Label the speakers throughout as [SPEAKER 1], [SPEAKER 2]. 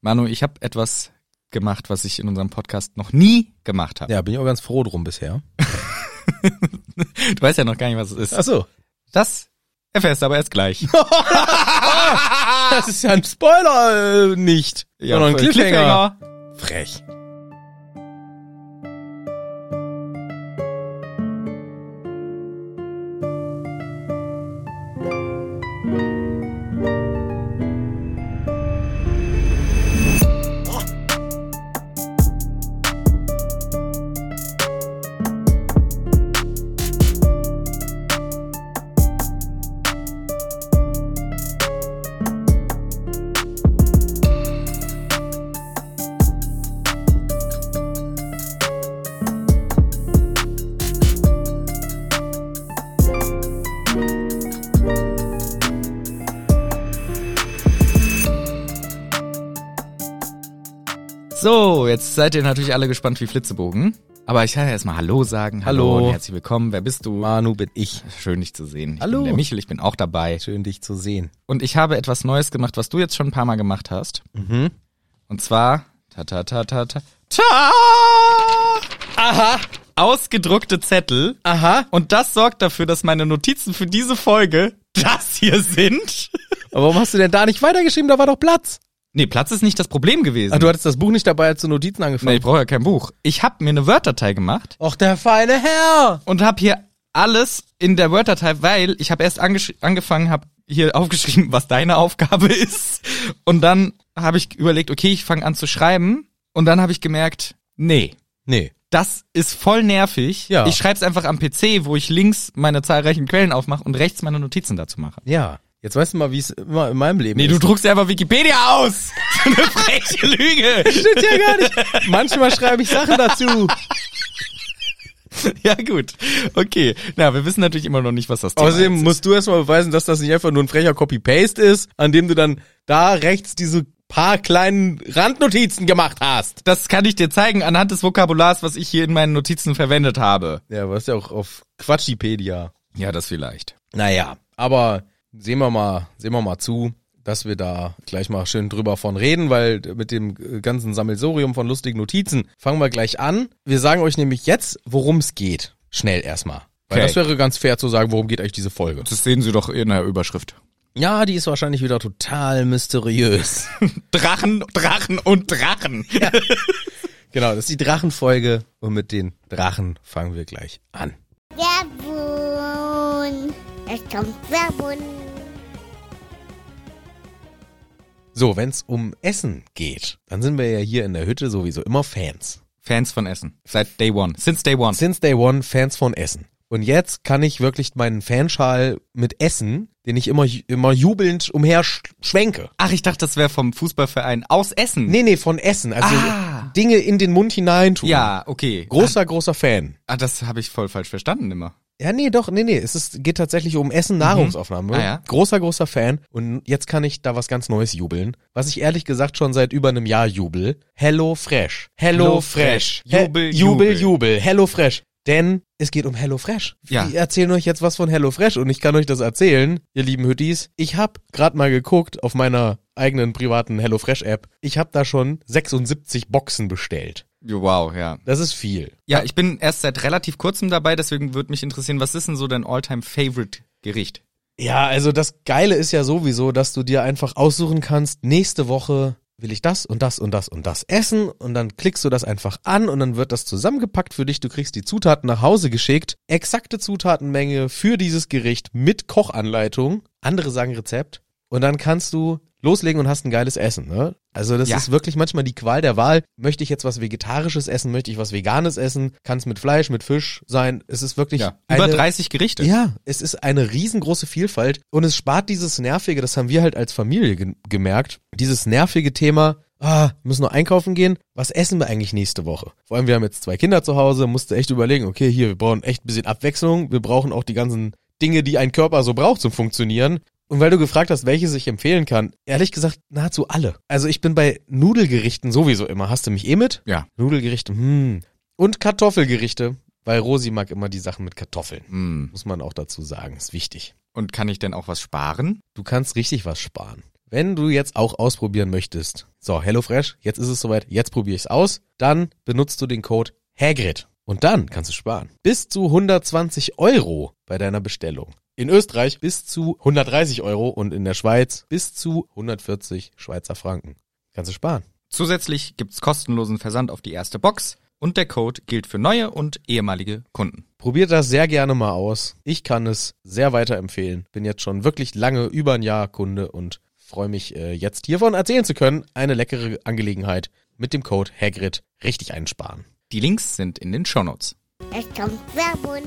[SPEAKER 1] Manu, ich habe etwas gemacht, was ich in unserem Podcast noch nie gemacht habe.
[SPEAKER 2] Ja, bin ich auch ganz froh drum bisher.
[SPEAKER 1] Du weißt ja noch gar nicht, was es ist.
[SPEAKER 2] Ach so.
[SPEAKER 1] Das erfährst du aber erst gleich.
[SPEAKER 2] Ah. Das ist ja ein Spoiler äh, nicht, sondern ein
[SPEAKER 1] voll
[SPEAKER 2] Cliffhanger. Frech.
[SPEAKER 1] So, jetzt seid ihr natürlich alle gespannt wie Flitzebogen. Aber ich kann ja erstmal Hallo sagen.
[SPEAKER 2] Hallo.
[SPEAKER 1] und herzlich willkommen. Wer bist du?
[SPEAKER 2] Manu bin ich.
[SPEAKER 1] Schön, dich zu sehen. Ich
[SPEAKER 2] Hallo.
[SPEAKER 1] Bin der Michel, ich bin auch dabei.
[SPEAKER 2] Schön, dich zu sehen.
[SPEAKER 1] Und ich habe etwas Neues gemacht, was du jetzt schon ein paar Mal gemacht hast.
[SPEAKER 2] Mhm.
[SPEAKER 1] Und zwar, ta ta ta ta ta, ta
[SPEAKER 2] Aha,
[SPEAKER 1] ausgedruckte Zettel.
[SPEAKER 2] aha.
[SPEAKER 1] Und das sorgt dafür, dass meine Notizen für diese Folge das hier sind.
[SPEAKER 2] Aber warum hast du denn da nicht weitergeschrieben? Da war doch Platz.
[SPEAKER 1] Nee, Platz ist nicht das Problem gewesen.
[SPEAKER 2] Ach, du hattest das Buch nicht dabei, als du Notizen
[SPEAKER 1] Ah, nee,
[SPEAKER 2] angefangen
[SPEAKER 1] ich brauche ja kein Buch. Ich habe mir eine Word-Datei gemacht
[SPEAKER 2] Och, der feine Herr.
[SPEAKER 1] und habe hier alles in der Word-Datei, weil ich habe erst angesch- angefangen, habe hier aufgeschrieben, was deine Aufgabe ist. Und dann habe ich überlegt, okay, ich fange an zu schreiben. Und dann habe ich gemerkt, nee,
[SPEAKER 2] Nee.
[SPEAKER 1] das ist voll nervig.
[SPEAKER 2] Ja.
[SPEAKER 1] Ich schreibe es einfach am PC, wo ich links meine zahlreichen Quellen aufmache und rechts meine Notizen dazu mache.
[SPEAKER 2] Ja. Jetzt weißt du mal, wie es immer in meinem Leben
[SPEAKER 1] Nee,
[SPEAKER 2] ist.
[SPEAKER 1] du druckst ja einfach Wikipedia aus. Eine freche Lüge.
[SPEAKER 2] stimmt ja gar nicht. Manchmal schreibe ich Sachen dazu.
[SPEAKER 1] Ja gut, okay. Na, wir wissen natürlich immer noch nicht, was das Thema
[SPEAKER 2] Außerdem
[SPEAKER 1] ist.
[SPEAKER 2] musst du erstmal beweisen, dass das nicht einfach nur ein frecher Copy-Paste ist, an dem du dann da rechts diese paar kleinen Randnotizen gemacht hast.
[SPEAKER 1] Das kann ich dir zeigen anhand des Vokabulars, was ich hier in meinen Notizen verwendet habe.
[SPEAKER 2] Ja, aber ist ja auch auf Quatschipedia.
[SPEAKER 1] Ja, das vielleicht.
[SPEAKER 2] Naja, aber sehen wir mal, sehen wir mal zu, dass wir da gleich mal schön drüber von reden, weil mit dem äh, ganzen Sammelsurium von lustigen Notizen fangen wir gleich an. Wir sagen euch nämlich jetzt, worum es geht. Schnell erstmal. Weil
[SPEAKER 1] Okay.
[SPEAKER 2] das wäre ganz fair zu sagen, worum geht eigentlich diese Folge.
[SPEAKER 1] Das sehen Sie doch in der Überschrift.
[SPEAKER 2] Ja, die ist wahrscheinlich wieder total mysteriös.
[SPEAKER 1] Drachen, Drachen und Drachen.
[SPEAKER 2] Genau, das ist die Drachenfolge und mit den Drachen fangen wir gleich an.
[SPEAKER 3] Werbung. Es kommt Werbung.
[SPEAKER 2] So, wenn es um Essen geht, dann sind wir ja hier in der Hütte sowieso immer Fans.
[SPEAKER 1] Fans von Essen. Seit Day One. Since Day One.
[SPEAKER 2] Since Day One Fans von Essen. Und jetzt kann ich wirklich meinen Fanschal mit Essen, den ich immer, ju- immer jubelnd umher sch schwenke.
[SPEAKER 1] Ach, ich dachte, das wäre vom Fußballverein aus Essen.
[SPEAKER 2] Nee, nee, von Essen. Also
[SPEAKER 1] Ah.
[SPEAKER 2] Dinge in den Mund hineintun.
[SPEAKER 1] Ja, okay.
[SPEAKER 2] Großer, großer Fan.
[SPEAKER 1] Ah, das habe ich voll falsch verstanden immer.
[SPEAKER 2] Ja, nee, doch, nee, nee. Es ist, geht tatsächlich um Essen, Nahrungsaufnahme.
[SPEAKER 1] Ah, ja.
[SPEAKER 2] Großer, großer Fan. Und jetzt kann ich da was ganz Neues jubeln. Was ich ehrlich gesagt schon seit über einem Jahr jubel. Hello Fresh. Hello,
[SPEAKER 1] Hello Fresh.
[SPEAKER 2] Fresh. He-
[SPEAKER 1] Jubel,
[SPEAKER 2] jubel,
[SPEAKER 1] jubel.
[SPEAKER 2] jubel. Hello Fresh. Denn es geht um Hello Fresh.
[SPEAKER 1] Ja.
[SPEAKER 2] Wir erzählen euch jetzt was von Hello Fresh und ich kann euch das erzählen, ihr lieben Hüttis. Ich hab grad mal geguckt auf meiner eigenen privaten Hello Fresh App. Ich hab da schon 76 Boxen bestellt.
[SPEAKER 1] Wow, ja.
[SPEAKER 2] Das ist viel.
[SPEAKER 1] Ja, ich bin erst seit relativ kurzem dabei, deswegen würde mich interessieren, was ist denn so dein All-Time-Favorite-Gericht?
[SPEAKER 2] Ja, also das Geile ist ja sowieso, dass du dir einfach aussuchen kannst, nächste Woche will ich das und das und das und das essen und dann klickst du das einfach an und dann wird das zusammengepackt für dich, du kriegst die Zutaten nach Hause geschickt, exakte Zutatenmenge für dieses Gericht mit Kochanleitung, andere sagen Rezept und dann kannst du loslegen und hast ein geiles Essen, ne? Also das
[SPEAKER 1] Ja.
[SPEAKER 2] ist wirklich manchmal die Qual der Wahl. Möchte ich jetzt was Vegetarisches essen? Möchte ich was Veganes essen? Kann es mit Fleisch, mit Fisch sein? Es ist wirklich
[SPEAKER 1] Ja.
[SPEAKER 2] eine-
[SPEAKER 1] Über 30 Gerichte.
[SPEAKER 2] ja, es ist eine riesengroße Vielfalt und es spart dieses nervige, das haben wir halt als Familie ge gemerkt, dieses nervige Thema, ah, müssen noch einkaufen gehen, was essen wir eigentlich nächste Woche? Vor allem, wir haben jetzt zwei Kinder zu Hause, musste echt überlegen, okay, hier, wir brauchen echt ein bisschen Abwechslung, wir brauchen auch die ganzen Dinge, die ein Körper so braucht zum Funktionieren. Und weil du gefragt hast, welches ich empfehlen kann, ehrlich gesagt, nahezu alle. Also ich bin bei Nudelgerichten sowieso immer. Hast du mich eh mit?
[SPEAKER 1] Ja.
[SPEAKER 2] Nudelgerichte, hm. Und Kartoffelgerichte, weil Rosi mag immer die Sachen mit Kartoffeln
[SPEAKER 1] Hm.
[SPEAKER 2] muss man auch dazu sagen, ist wichtig.
[SPEAKER 1] Und kann ich denn auch was sparen?
[SPEAKER 2] Du kannst richtig was sparen. Wenn du jetzt auch ausprobieren möchtest, so HelloFresh, jetzt ist es soweit, jetzt probiere ich es aus, dann benutzt du den Code Hagrid und dann kannst du sparen. Bis zu 120 Euro bei deiner Bestellung. In Österreich bis zu 130 Euro und in der Schweiz bis zu 140 Schweizer Franken. Kannst du sparen.
[SPEAKER 1] Zusätzlich gibt's kostenlosen Versand auf die erste Box und der Code gilt für neue und ehemalige Kunden.
[SPEAKER 2] Probiert das sehr gerne mal aus. Ich kann es sehr weiterempfehlen. Bin jetzt schon wirklich lange, über ein Jahr Kunde und freue mich, äh, jetzt hiervon erzählen zu können. Eine leckere Angelegenheit mit dem Code Hagrid richtig einsparen.
[SPEAKER 1] Die Links sind in den Shownotes.
[SPEAKER 3] Es kommt Werbung.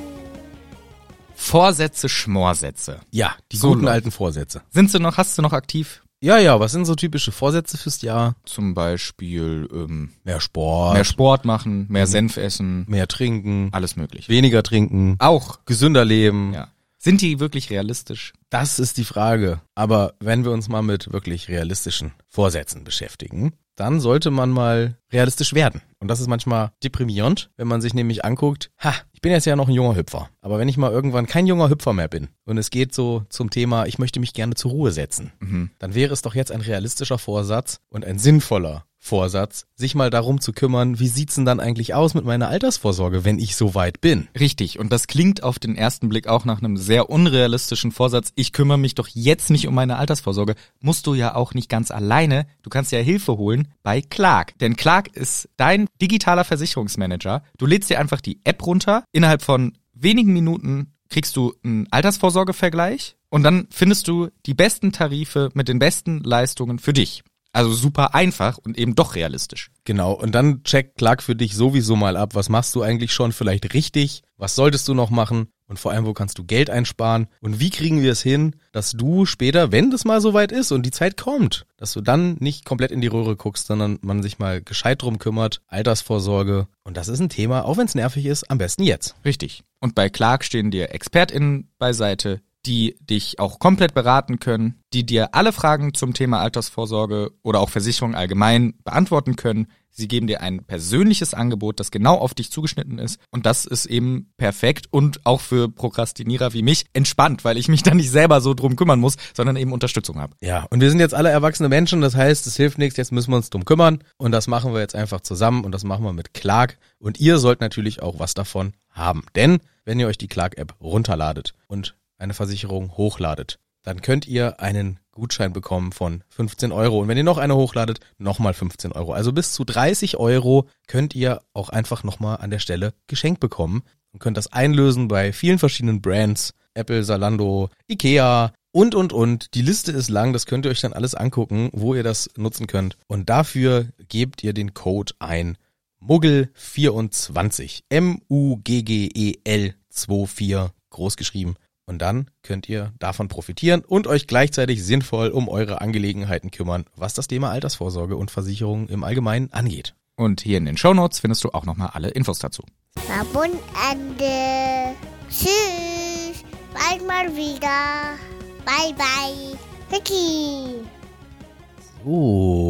[SPEAKER 1] Vorsätze, Schmorsätze.
[SPEAKER 2] Ja, die
[SPEAKER 1] So
[SPEAKER 2] guten
[SPEAKER 1] läuft.
[SPEAKER 2] alten Vorsätze.
[SPEAKER 1] Sind sie noch, hast du noch aktiv?
[SPEAKER 2] Ja, ja, was sind so typische Vorsätze fürs Jahr?
[SPEAKER 1] Zum Beispiel ähm,
[SPEAKER 2] Mehr Sport,
[SPEAKER 1] mehr Sport machen, mehr Senf essen,
[SPEAKER 2] mehr trinken,
[SPEAKER 1] alles mögliche.
[SPEAKER 2] weniger trinken,
[SPEAKER 1] Auch,
[SPEAKER 2] gesünder leben.
[SPEAKER 1] ja. Sind die wirklich realistisch?
[SPEAKER 2] Das ist die Frage. Aber wenn wir uns mal mit wirklich realistischen Vorsätzen beschäftigen, dann sollte man mal realistisch werden. Und das ist manchmal deprimierend, wenn man sich nämlich anguckt, ha, ich bin jetzt ja noch ein junger Hüpfer. Aber wenn ich mal irgendwann kein junger Hüpfer mehr bin und es geht so zum Thema, ich möchte mich gerne zur Ruhe setzen, dann wäre es doch jetzt ein realistischer Vorsatz und ein sinnvoller Vorsatz, sich mal darum zu kümmern, wie sieht's denn dann eigentlich aus mit meiner Altersvorsorge, wenn ich so weit bin?
[SPEAKER 1] Richtig, und das klingt auf den ersten Blick auch nach einem sehr unrealistischen Vorsatz. Ich kümmere mich doch jetzt nicht um meine Altersvorsorge. Musst du ja auch nicht ganz alleine. Du kannst ja Hilfe holen bei Clark. Denn Clark ist dein digitaler Versicherungsmanager. Du lädst dir einfach die App runter. Innerhalb von wenigen Minuten kriegst du einen Altersvorsorgevergleich und dann findest du die besten Tarife mit den besten Leistungen für dich. Also super einfach und eben doch realistisch.
[SPEAKER 2] Genau, und dann checkt Clark für dich sowieso mal ab, was machst du eigentlich schon vielleicht richtig, was solltest du noch machen und vor allem, wo kannst du Geld einsparen und wie kriegen wir es hin, dass du später, wenn das mal soweit ist und die Zeit kommt, dass du dann nicht komplett in die Röhre guckst, sondern man sich mal gescheit drum kümmert, Altersvorsorge und das ist ein Thema, auch wenn es nervig ist, am besten jetzt.
[SPEAKER 1] Richtig. Und bei Clark stehen dir ExpertInnen beiseite, die dich auch komplett beraten können, die dir alle Fragen zum Thema Altersvorsorge oder auch Versicherung allgemein beantworten können. Sie geben dir ein persönliches Angebot, das genau auf dich zugeschnitten ist. Und das ist eben perfekt und auch für Prokrastinierer wie mich entspannt, weil ich mich da nicht selber so drum kümmern muss, sondern eben Unterstützung habe.
[SPEAKER 2] Ja, und wir sind jetzt alle erwachsene Menschen, das heißt, es hilft nichts, jetzt müssen wir uns drum kümmern und das machen wir jetzt einfach zusammen und das machen wir mit Clark und ihr sollt natürlich auch was davon haben, denn wenn ihr euch die Clark-App runterladet und eine Versicherung hochladet, dann könnt ihr einen Gutschein bekommen von 15 Euro und wenn ihr noch eine hochladet, nochmal 15 Euro. Also bis zu 30 Euro könnt ihr auch einfach nochmal an der Stelle geschenkt bekommen und könnt das einlösen bei vielen verschiedenen Brands. Apple, Salando, Ikea und, und, und. Die Liste ist lang, das könnt ihr euch dann alles angucken, wo ihr das nutzen könnt. Und dafür gebt ihr den Code ein. Muggel24. M-U-G-G-E-L 24 groß geschrieben. Und dann könnt ihr davon profitieren und euch gleichzeitig sinnvoll um eure Angelegenheiten kümmern, was das Thema Altersvorsorge und Versicherungen im Allgemeinen angeht.
[SPEAKER 1] Und hier in den Shownotes findest du auch nochmal alle Infos dazu.
[SPEAKER 3] Werbung Ende. Tschüss. Bald mal wieder. Bye bye. Vicky.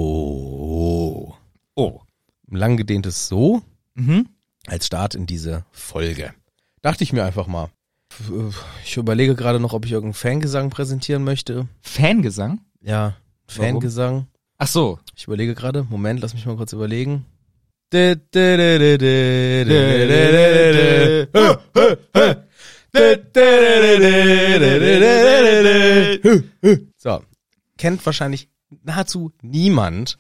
[SPEAKER 2] Oh.
[SPEAKER 1] Oh.
[SPEAKER 2] Lang gedehntes So
[SPEAKER 1] Mhm.
[SPEAKER 2] als Start in diese Folge. Dachte ich mir einfach mal. Ich überlege gerade noch, ob ich irgendeinen Fangesang präsentieren möchte.
[SPEAKER 1] Fangesang?
[SPEAKER 2] Ja,
[SPEAKER 1] Warum?
[SPEAKER 2] Fangesang.
[SPEAKER 1] Ach so.
[SPEAKER 2] Ich überlege gerade. Moment, lass mich mal kurz überlegen. So, kennt wahrscheinlich nahezu niemand,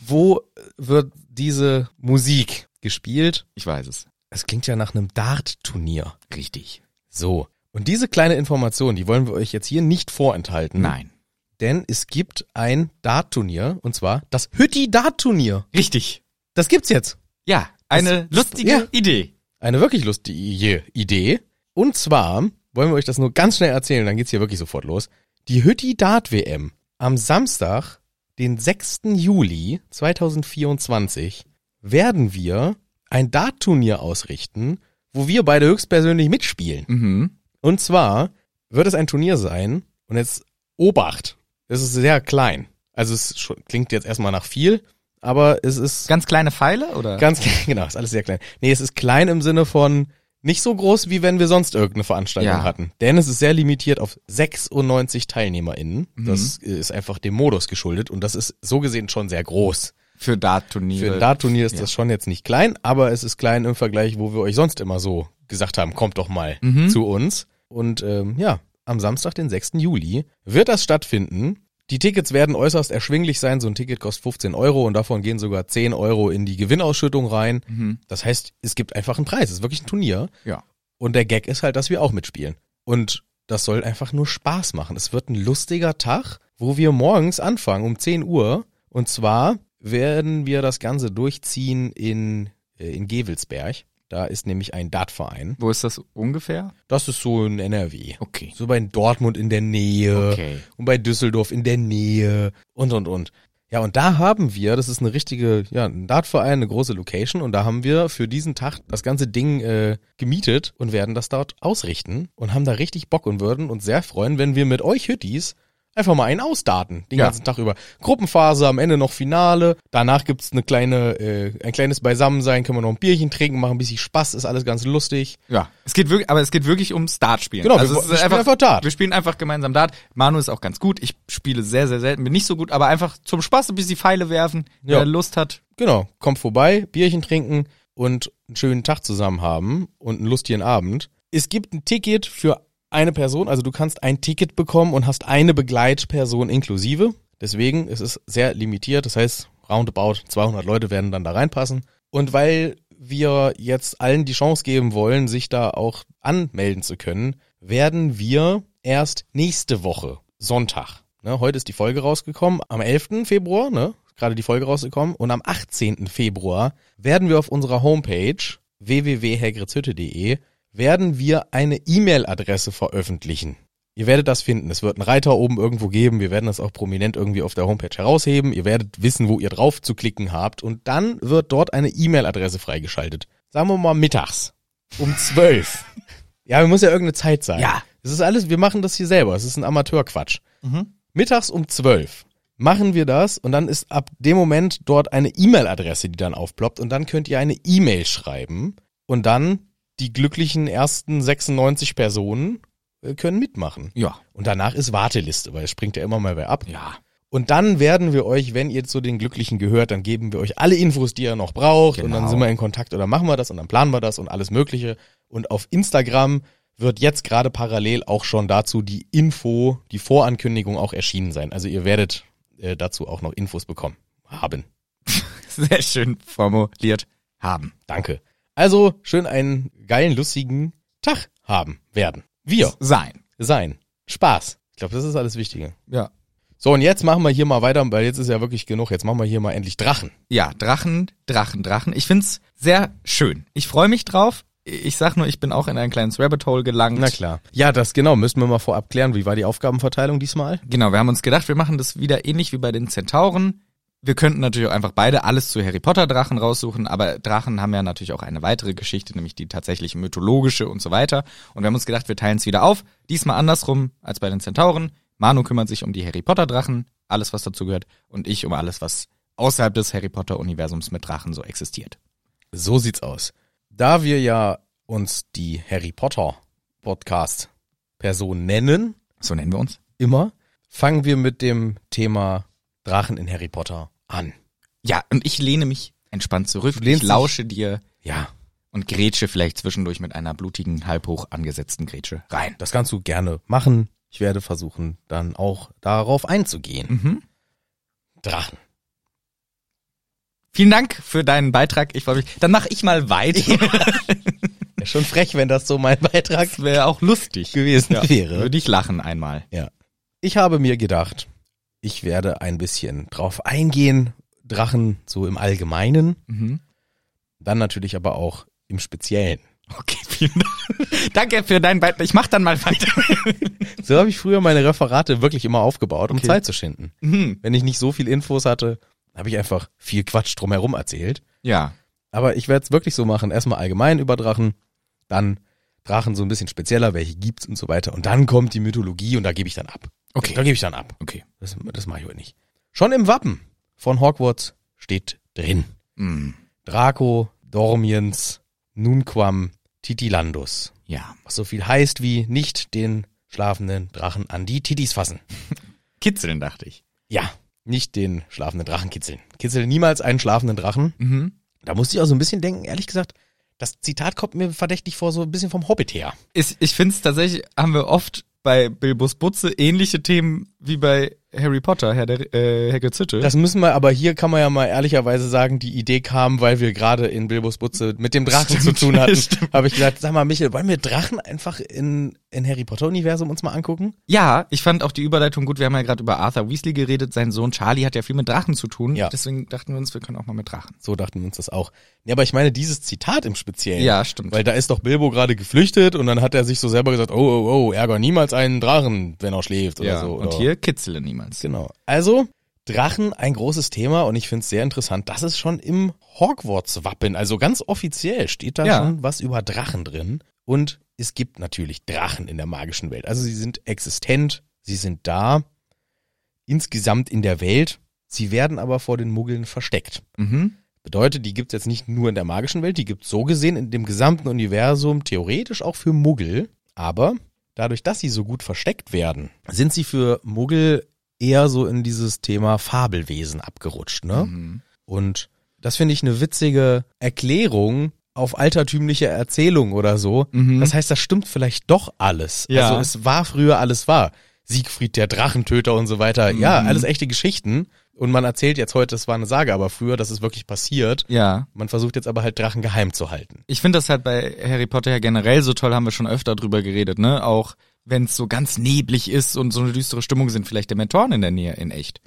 [SPEAKER 2] wo wird diese Musik gespielt.
[SPEAKER 1] Ich weiß es.
[SPEAKER 2] Es klingt ja nach einem Dart-Turnier.
[SPEAKER 1] Richtig.
[SPEAKER 2] So. Und diese kleine Information, die wollen wir euch jetzt hier nicht vorenthalten.
[SPEAKER 1] Nein.
[SPEAKER 2] Denn es gibt ein Dart-Turnier, und zwar das Hütti-Dart-Turnier.
[SPEAKER 1] Richtig.
[SPEAKER 2] Das gibt's jetzt.
[SPEAKER 1] Ja, eine lustige
[SPEAKER 2] ja.
[SPEAKER 1] Idee.
[SPEAKER 2] Eine wirklich lustige Idee. Und zwar wollen wir euch das nur ganz schnell erzählen, dann geht's hier wirklich sofort los. Die Hütti Dart WM am Samstag, den 6. Juli 2024, werden wir ein Dart-Turnier ausrichten, wo wir beide höchstpersönlich mitspielen.
[SPEAKER 1] Mhm.
[SPEAKER 2] Und zwar wird es ein Turnier sein und jetzt Obacht, es ist sehr klein. Also es ist schon- klingt jetzt erstmal nach viel, aber es ist
[SPEAKER 1] Ganz kleine Pfeile oder?
[SPEAKER 2] Ganz klein, genau, ist alles sehr klein. Nee, es ist klein im Sinne von Nicht so groß, wie wenn wir sonst irgendeine Veranstaltung
[SPEAKER 1] Ja.
[SPEAKER 2] hatten. Denn es ist sehr limitiert auf 96 TeilnehmerInnen. Das
[SPEAKER 1] Mhm.
[SPEAKER 2] ist einfach dem Modus geschuldet und das ist so gesehen schon sehr groß.
[SPEAKER 1] Für Dart-Turniere.
[SPEAKER 2] Für ein Dart-Turnier ist
[SPEAKER 1] Ja.
[SPEAKER 2] das schon jetzt nicht klein, aber es ist klein im Vergleich, wo wir euch sonst immer so gesagt haben, kommt doch mal zu uns. Und ähm, ja, am Samstag, den 6. Juli, wird das stattfinden. Die Tickets werden äußerst erschwinglich sein. So ein Ticket kostet 15 Euro und davon gehen sogar 10 Euro in die Gewinnausschüttung rein. Das heißt, es gibt einfach einen Preis. Es ist wirklich ein Turnier.
[SPEAKER 1] Mhm. Ja.
[SPEAKER 2] Und der Gag ist halt, dass wir auch mitspielen. Und das soll einfach nur Spaß machen. Es wird ein lustiger Tag, wo wir morgens anfangen um 10 Uhr. Und zwar werden wir das Ganze durchziehen in, äh, in Gewelsberg. Da ist nämlich ein Dartverein.
[SPEAKER 1] Wo ist das ungefähr?
[SPEAKER 2] Das ist so in NRW.
[SPEAKER 1] Okay.
[SPEAKER 2] So bei Dortmund in der Nähe
[SPEAKER 1] Okay.
[SPEAKER 2] und bei Düsseldorf in der Nähe und und und. Ja, und da haben wir, das ist eine richtige, ja, ein Dartverein, eine große Location und da haben wir für diesen Tag das ganze Ding äh, gemietet und werden das dort ausrichten und haben da richtig Bock und würden uns sehr freuen, wenn wir mit euch Hüttis einfach mal einen ausdaten, den
[SPEAKER 1] Ja.
[SPEAKER 2] ganzen Tag über. Gruppenphase, am Ende noch Finale, danach gibt's eine kleine, äh, ein kleines Beisammensein, können wir noch ein Bierchen trinken, machen ein bisschen Spaß, ist alles ganz lustig.
[SPEAKER 1] Ja. Es geht wirklich, aber es geht wirklich ums Dart-Spielen. Also
[SPEAKER 2] Genau, wir-
[SPEAKER 1] es ist
[SPEAKER 2] wir spielen einfach Dart.
[SPEAKER 1] Wir spielen einfach gemeinsam Dart. Manu ist auch ganz gut. Ich spiele sehr, sehr selten. Bin nicht so gut, aber einfach zum Spaß ein bisschen Pfeile werfen.
[SPEAKER 2] Ja.
[SPEAKER 1] Wer Lust hat,
[SPEAKER 2] Genau, kommt vorbei, Bierchen trinken und einen schönen Tag zusammen haben und einen lustigen Abend. Es gibt ein Ticket für eine Person, also du kannst ein Ticket bekommen und hast eine Begleitperson inklusive. Deswegen es ist es sehr limitiert, das heißt roundabout 200 Leute werden dann da reinpassen. Und weil wir jetzt allen die Chance geben wollen, sich da auch anmelden zu können, werden wir erst nächste Woche, Sonntag, ne, heute ist die Folge rausgekommen, am 11. Februar, ne, ist gerade die Folge rausgekommen, und am 18. Februar werden wir auf unserer Homepage www.hergritzhütte.de werden wir eine E-Mail-Adresse veröffentlichen. Ihr werdet das finden. Es wird einen Reiter oben irgendwo geben. Wir werden das auch prominent irgendwie auf der Homepage herausheben. Ihr werdet wissen, wo ihr drauf zu klicken habt. Und dann wird dort eine E-Mail-Adresse freigeschaltet. Sagen wir mal mittags. Um zwölf. ja, muss ja irgendeine Zeit sein.
[SPEAKER 1] Ja.
[SPEAKER 2] Es ist alles, wir machen das hier selber. Es ist ein Amateurquatsch. Mittags um zwölf machen wir das und dann ist ab dem Moment dort eine E-Mail-Adresse, die dann aufploppt und dann könnt ihr eine E-Mail schreiben und dann die glücklichen ersten 96 Personen äh, können mitmachen.
[SPEAKER 1] ja.
[SPEAKER 2] Und danach ist Warteliste, weil es springt ja immer mal wer ab.
[SPEAKER 1] Ja.
[SPEAKER 2] Und dann werden wir euch, wenn ihr zu den Glücklichen gehört, dann geben wir euch alle Infos, die ihr noch braucht. Und dann
[SPEAKER 1] Genau.
[SPEAKER 2] sind wir in Kontakt oder machen wir das und dann planen wir das und alles Mögliche. Und auf Instagram wird jetzt gerade parallel auch schon dazu die Info, die Vorankündigung auch erschienen sein. Also ihr werdet äh, dazu auch noch Infos bekommen haben.
[SPEAKER 1] Sehr schön formuliert haben.
[SPEAKER 2] Danke. Also schön einen geilen, lustigen Tag haben werden. Wir
[SPEAKER 1] Sein.
[SPEAKER 2] sein. Spaß. Ich glaube, das ist alles Wichtige.
[SPEAKER 1] Ja.
[SPEAKER 2] So, und jetzt machen wir hier mal weiter, weil jetzt ist ja wirklich genug. Jetzt machen wir hier mal endlich Drachen.
[SPEAKER 1] Ja, Drachen, Drachen, Drachen. Ich find's sehr schön. Ich freue mich drauf. Ich sag nur, ich bin auch in ein kleines Rabbit Hole gelangt.
[SPEAKER 2] Na klar. Ja, das genau. Müssen wir mal vorab klären. Wie war die Aufgabenverteilung diesmal?
[SPEAKER 1] Genau, wir haben uns gedacht, wir machen das wieder ähnlich wie bei den Zentauren. Wir könnten natürlich auch einfach beide alles zu Harry Potter Drachen raussuchen, aber Drachen haben ja natürlich auch eine weitere Geschichte, nämlich die tatsächlich mythologische und so weiter. Und wir haben uns gedacht, wir teilen es wieder auf. Diesmal andersrum als bei den Zentauren. Manu kümmert sich um die Harry Potter Drachen, alles was dazu gehört, und ich um alles, was außerhalb des Harry Potter Universums mit Drachen so existiert.
[SPEAKER 2] So sieht's aus. Da wir ja uns die Harry Potter Podcast Person nennen,
[SPEAKER 1] So nennen wir uns.
[SPEAKER 2] immer, fangen wir mit dem Thema Drachen in Harry Potter an.
[SPEAKER 1] Ja, und ich lehne mich entspannt zurück.
[SPEAKER 2] lehnst
[SPEAKER 1] Ich
[SPEAKER 2] dich-
[SPEAKER 1] lausche dir
[SPEAKER 2] Ja,
[SPEAKER 1] und grätsche vielleicht zwischendurch mit einer blutigen, halb hoch angesetzten Grätsche rein.
[SPEAKER 2] das kannst du gerne machen. Ich werde versuchen, dann auch darauf einzugehen.
[SPEAKER 1] Mhm.
[SPEAKER 2] Drachen.
[SPEAKER 1] Vielen Dank für deinen Beitrag. Ich freue mich. Dann mache ich mal weiter.
[SPEAKER 2] Wär schon frech, wenn das so mein Beitrag
[SPEAKER 1] Das wäre auch lustig.
[SPEAKER 2] gewesen wäre.
[SPEAKER 1] Würde ich lachen einmal.
[SPEAKER 2] Ich habe mir gedacht, ich werde ein bisschen drauf eingehen, Drachen so im Allgemeinen,
[SPEAKER 1] Mhm.
[SPEAKER 2] dann natürlich aber auch im Speziellen.
[SPEAKER 1] Okay, vielen Dank. Danke für deinen Beitrag. Ich mache dann mal weiter.
[SPEAKER 2] So habe ich früher meine Referate wirklich immer aufgebaut, um
[SPEAKER 1] Okay.
[SPEAKER 2] Zeit zu schinden.
[SPEAKER 1] Mhm.
[SPEAKER 2] Wenn ich nicht so viel Infos hatte, habe ich einfach viel Quatsch drumherum erzählt.
[SPEAKER 1] Ja.
[SPEAKER 2] Aber ich werde es wirklich so machen, erstmal allgemein über Drachen, dann Drachen so ein bisschen spezieller, welche gibt's und so weiter. Und dann kommt die Mythologie und da gebe ich dann ab.
[SPEAKER 1] Okay.
[SPEAKER 2] Da gebe ich dann ab.
[SPEAKER 1] Okay.
[SPEAKER 2] Das, das mache ich heute nicht. Schon im Wappen von Hogwarts steht drin.
[SPEAKER 1] Mhm.
[SPEAKER 2] Draco, Dormiens, Nunquam, Titilandus.
[SPEAKER 1] Ja.
[SPEAKER 2] Was so viel heißt wie nicht den schlafenden Drachen an die Titis fassen.
[SPEAKER 1] Kitzeln, dachte ich.
[SPEAKER 2] Ja, nicht den schlafenden Drachen kitzeln. Kitzel niemals einen schlafenden Drachen.
[SPEAKER 1] Mhm.
[SPEAKER 2] Da musste ich auch so ein bisschen denken, ehrlich gesagt, das Zitat kommt mir verdächtig vor, so ein bisschen vom Hobbit her.
[SPEAKER 1] Ich, ich finde es tatsächlich, haben wir oft bei Bilbos Butze ähnliche Themen wie bei Harry Potter, Herr, der, äh, Herr Gezütte.
[SPEAKER 2] Das müssen wir, aber hier kann man ja mal ehrlicherweise sagen, die Idee kam, weil wir gerade in Bilbos Butze mit dem Drachen
[SPEAKER 1] Stimmt,
[SPEAKER 2] zu tun hatten.
[SPEAKER 1] stimmt.
[SPEAKER 2] Habe ich gesagt, sag mal, Michael, wollen wir Drachen einfach in, in Harry Potter Universum uns mal angucken?
[SPEAKER 1] ja, ich fand auch die Überleitung gut. Wir haben ja gerade über Arthur Weasley geredet. Sein Sohn Charlie hat ja viel mit Drachen zu tun.
[SPEAKER 2] Ja.
[SPEAKER 1] Deswegen dachten wir uns, wir können auch mal mit Drachen.
[SPEAKER 2] So dachten wir uns das auch. Ja, aber ich meine dieses Zitat im Speziellen.
[SPEAKER 1] Ja, stimmt.
[SPEAKER 2] Weil da ist doch Bilbo gerade geflüchtet und dann hat er sich so selber gesagt, oh, oh, oh, ärger niemals einen Drachen, wenn er schläft oder
[SPEAKER 1] ja,
[SPEAKER 2] so.
[SPEAKER 1] und
[SPEAKER 2] oder
[SPEAKER 1] hier kitzele niemals.
[SPEAKER 2] Genau. Also, Drachen, ein großes Thema und ich finde es sehr interessant. Das ist schon im Hogwarts-Wappen, also ganz offiziell steht da
[SPEAKER 1] Ja.
[SPEAKER 2] schon was über Drachen drin. Und es gibt natürlich Drachen in der magischen Welt. Also sie sind existent, sie sind da, insgesamt in der Welt. Sie werden aber vor den Muggeln versteckt.
[SPEAKER 1] Mhm.
[SPEAKER 2] Bedeutet, die gibt's jetzt nicht nur in der magischen Welt, die gibt's so gesehen in dem gesamten Universum theoretisch auch für Muggel. Aber dadurch, dass sie so gut versteckt werden, sind sie für Muggel eher so in dieses Thema Fabelwesen abgerutscht. Ne?
[SPEAKER 1] Mhm.
[SPEAKER 2] Und das finde ich eine witzige Erklärung auf altertümliche Erzählung oder so.
[SPEAKER 1] Mhm.
[SPEAKER 2] Das heißt, das stimmt vielleicht doch alles.
[SPEAKER 1] Ja.
[SPEAKER 2] Also es war früher alles wahr. Siegfried der Drachentöter und so weiter. Ja,
[SPEAKER 1] Mhm.
[SPEAKER 2] alles echte Geschichten. Und man erzählt jetzt heute, das war eine Sage, aber früher, das ist wirklich passiert.
[SPEAKER 1] Ja.
[SPEAKER 2] Man versucht jetzt aber halt Drachen geheim zu halten.
[SPEAKER 1] Ich finde das halt bei Harry Potter ja generell so toll, haben wir schon öfter drüber geredet, ne? Auch wenn es so ganz neblig ist und so eine düstere Stimmung sind vielleicht Dementoren in der Nähe in echt.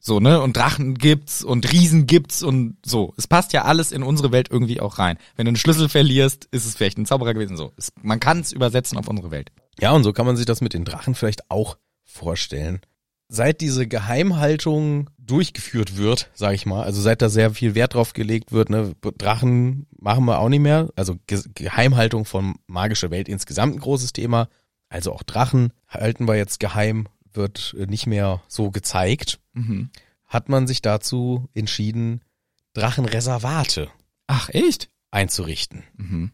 [SPEAKER 1] So, ne? Und Drachen gibt's und Riesen gibt's und so. Es passt ja alles in unsere Welt irgendwie auch rein. Wenn du einen Schlüssel verlierst, ist es vielleicht ein Zauberer gewesen, so. Es, man kann es übersetzen auf unsere Welt.
[SPEAKER 2] Ja, und so kann man sich das mit den Drachen vielleicht auch vorstellen. Seit diese Geheimhaltung durchgeführt wird, sage ich mal, also seit da sehr viel Wert drauf gelegt wird, ne, Drachen machen wir auch nicht mehr, also Ge Geheimhaltung von magischer Welt insgesamt ein großes Thema, also auch Drachen halten wir jetzt geheim, wird äh, nicht mehr so gezeigt,
[SPEAKER 1] Mhm.
[SPEAKER 2] hat man sich dazu entschieden, Drachenreservate
[SPEAKER 1] Ach, echt?
[SPEAKER 2] einzurichten.
[SPEAKER 1] Mhm.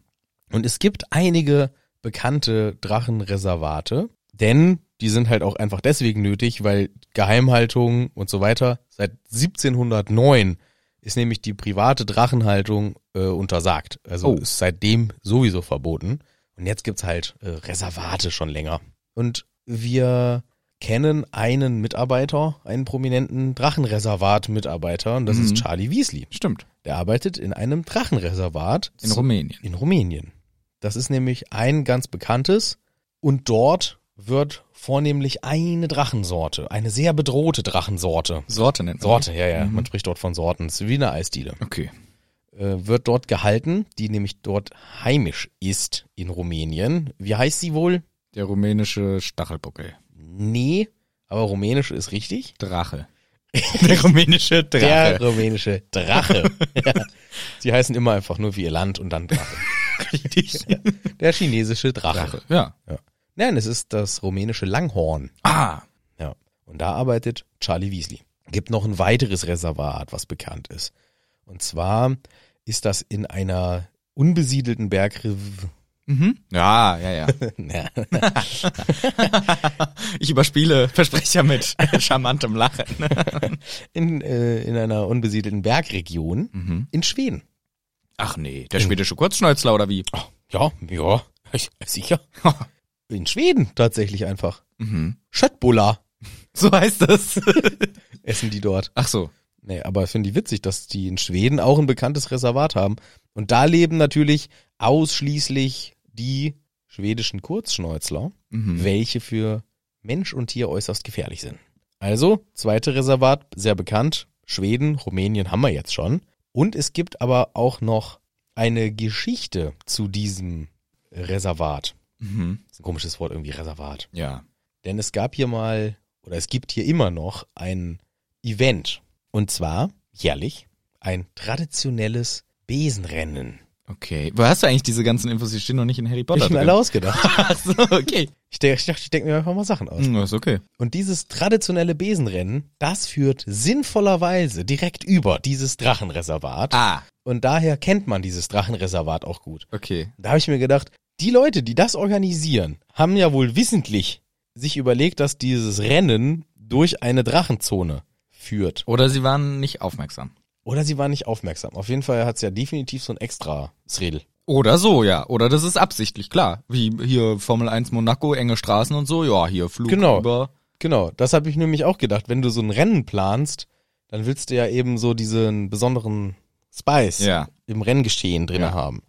[SPEAKER 2] Und es gibt einige bekannte Drachenreservate, denn die sind halt auch einfach deswegen nötig, weil Geheimhaltung und so weiter seit 1709 ist nämlich die private Drachenhaltung äh, untersagt. Also
[SPEAKER 1] Oh.
[SPEAKER 2] ist seitdem sowieso verboten. Und jetzt gibt's halt äh, Reservate schon länger. Und wir kennen einen Mitarbeiter, einen prominenten Drachenreservat-Mitarbeiter, und das
[SPEAKER 1] Mhm.
[SPEAKER 2] ist Charlie Weasley.
[SPEAKER 1] Stimmt.
[SPEAKER 2] Der arbeitet in einem Drachenreservat
[SPEAKER 1] In Rumänien.
[SPEAKER 2] in Rumänien. Das ist nämlich ein ganz bekanntes und dort wird vornehmlich eine Drachensorte, eine sehr bedrohte Drachensorte.
[SPEAKER 1] Sorte nennt man
[SPEAKER 2] Sorte, ja, ja,
[SPEAKER 1] Mhm.
[SPEAKER 2] man spricht dort von Sorten, es ist wie eine Eisdiele.
[SPEAKER 1] die. Okay.
[SPEAKER 2] Äh, wird dort gehalten, die nämlich dort heimisch ist in Rumänien. Wie heißt sie wohl?
[SPEAKER 1] Der rumänische Stachelbuckel.
[SPEAKER 2] Nee, aber rumänisch ist richtig.
[SPEAKER 1] Drache. Der rumänische
[SPEAKER 2] Der
[SPEAKER 1] Drache.
[SPEAKER 2] rumänische Drache. ja. Sie heißen immer einfach nur wie ihr Land und dann Drache.
[SPEAKER 1] Richtig.
[SPEAKER 2] Der chinesische
[SPEAKER 1] Drache.
[SPEAKER 2] Drache.
[SPEAKER 1] Ja.
[SPEAKER 2] Nein, es ist das rumänische Langhorn.
[SPEAKER 1] Ah.
[SPEAKER 2] Ja. Und da arbeitet Charlie Weasley. Gibt noch ein weiteres Reservat, was bekannt ist. Und zwar ist das in einer unbesiedelten Bergrev.
[SPEAKER 1] Mhm. Ja, ja, ja.
[SPEAKER 2] Na,
[SPEAKER 1] Ich überspiele Versprecher mit charmantem Lachen.
[SPEAKER 2] in, äh, in einer unbesiedelten Bergregion
[SPEAKER 1] Mhm.
[SPEAKER 2] in Schweden.
[SPEAKER 1] Ach nee, der schwedische Kurzschnäuzler oder wie?
[SPEAKER 2] Ah, Ja, ja, ich- sicher. In Schweden tatsächlich einfach.
[SPEAKER 1] Mhm.
[SPEAKER 2] Schöttbullar
[SPEAKER 1] So heißt es.
[SPEAKER 2] essen die dort.
[SPEAKER 1] Ach so.
[SPEAKER 2] Nee, aber finde ich witzig, dass die in Schweden auch ein bekanntes Reservat haben. Und da leben natürlich ausschließlich die schwedischen Kurzschnäuzler.
[SPEAKER 1] Mhm.
[SPEAKER 2] welche für Mensch und Tier äußerst gefährlich sind. Also, zweite Reservat, sehr bekannt, Schweden, Rumänien haben wir jetzt schon. Und es gibt aber auch noch eine Geschichte zu diesem Reservat.
[SPEAKER 1] Mhm.
[SPEAKER 2] Das ist ein komisches Wort irgendwie, Reservat.
[SPEAKER 1] Ja.
[SPEAKER 2] Denn es gab hier mal, oder es gibt hier immer noch ein Event. Und zwar jährlich ein traditionelles Besenrennen.
[SPEAKER 1] Okay. Wo hast du eigentlich diese ganzen Infos? Die stehen noch nicht in Harry
[SPEAKER 2] Hab
[SPEAKER 1] Potter.
[SPEAKER 2] ich mir
[SPEAKER 1] drin.
[SPEAKER 2] alle ausgedacht.
[SPEAKER 1] Ach so, okay.
[SPEAKER 2] Ich dachte, ich, dachte, ich denke mir einfach mal Sachen aus.
[SPEAKER 1] Mhm, ist okay.
[SPEAKER 2] Und dieses traditionelle Besenrennen, das führt sinnvollerweise direkt über dieses Drachenreservat.
[SPEAKER 1] Ah.
[SPEAKER 2] Und daher kennt man dieses Drachenreservat auch gut.
[SPEAKER 1] Okay.
[SPEAKER 2] Da habe ich mir gedacht, die Leute, die das organisieren, haben ja wohl wissentlich sich überlegt, dass dieses Rennen durch eine Drachenzone führt.
[SPEAKER 1] Oder sie waren nicht aufmerksam.
[SPEAKER 2] Oder sie waren nicht aufmerksam. Auf jeden Fall hat es ja definitiv so ein extra Redel.
[SPEAKER 1] Oder so, ja. Oder das ist absichtlich, klar. Wie hier Formel 1 Monaco, enge Straßen und so. Ja, hier Flug
[SPEAKER 2] Genau.
[SPEAKER 1] über.
[SPEAKER 2] Genau, das habe ich nämlich auch gedacht. Wenn du so ein Rennen planst, dann willst du ja eben so diesen besonderen Spice
[SPEAKER 1] Ja.
[SPEAKER 2] im Renngeschehen drin
[SPEAKER 1] Ja.
[SPEAKER 2] haben.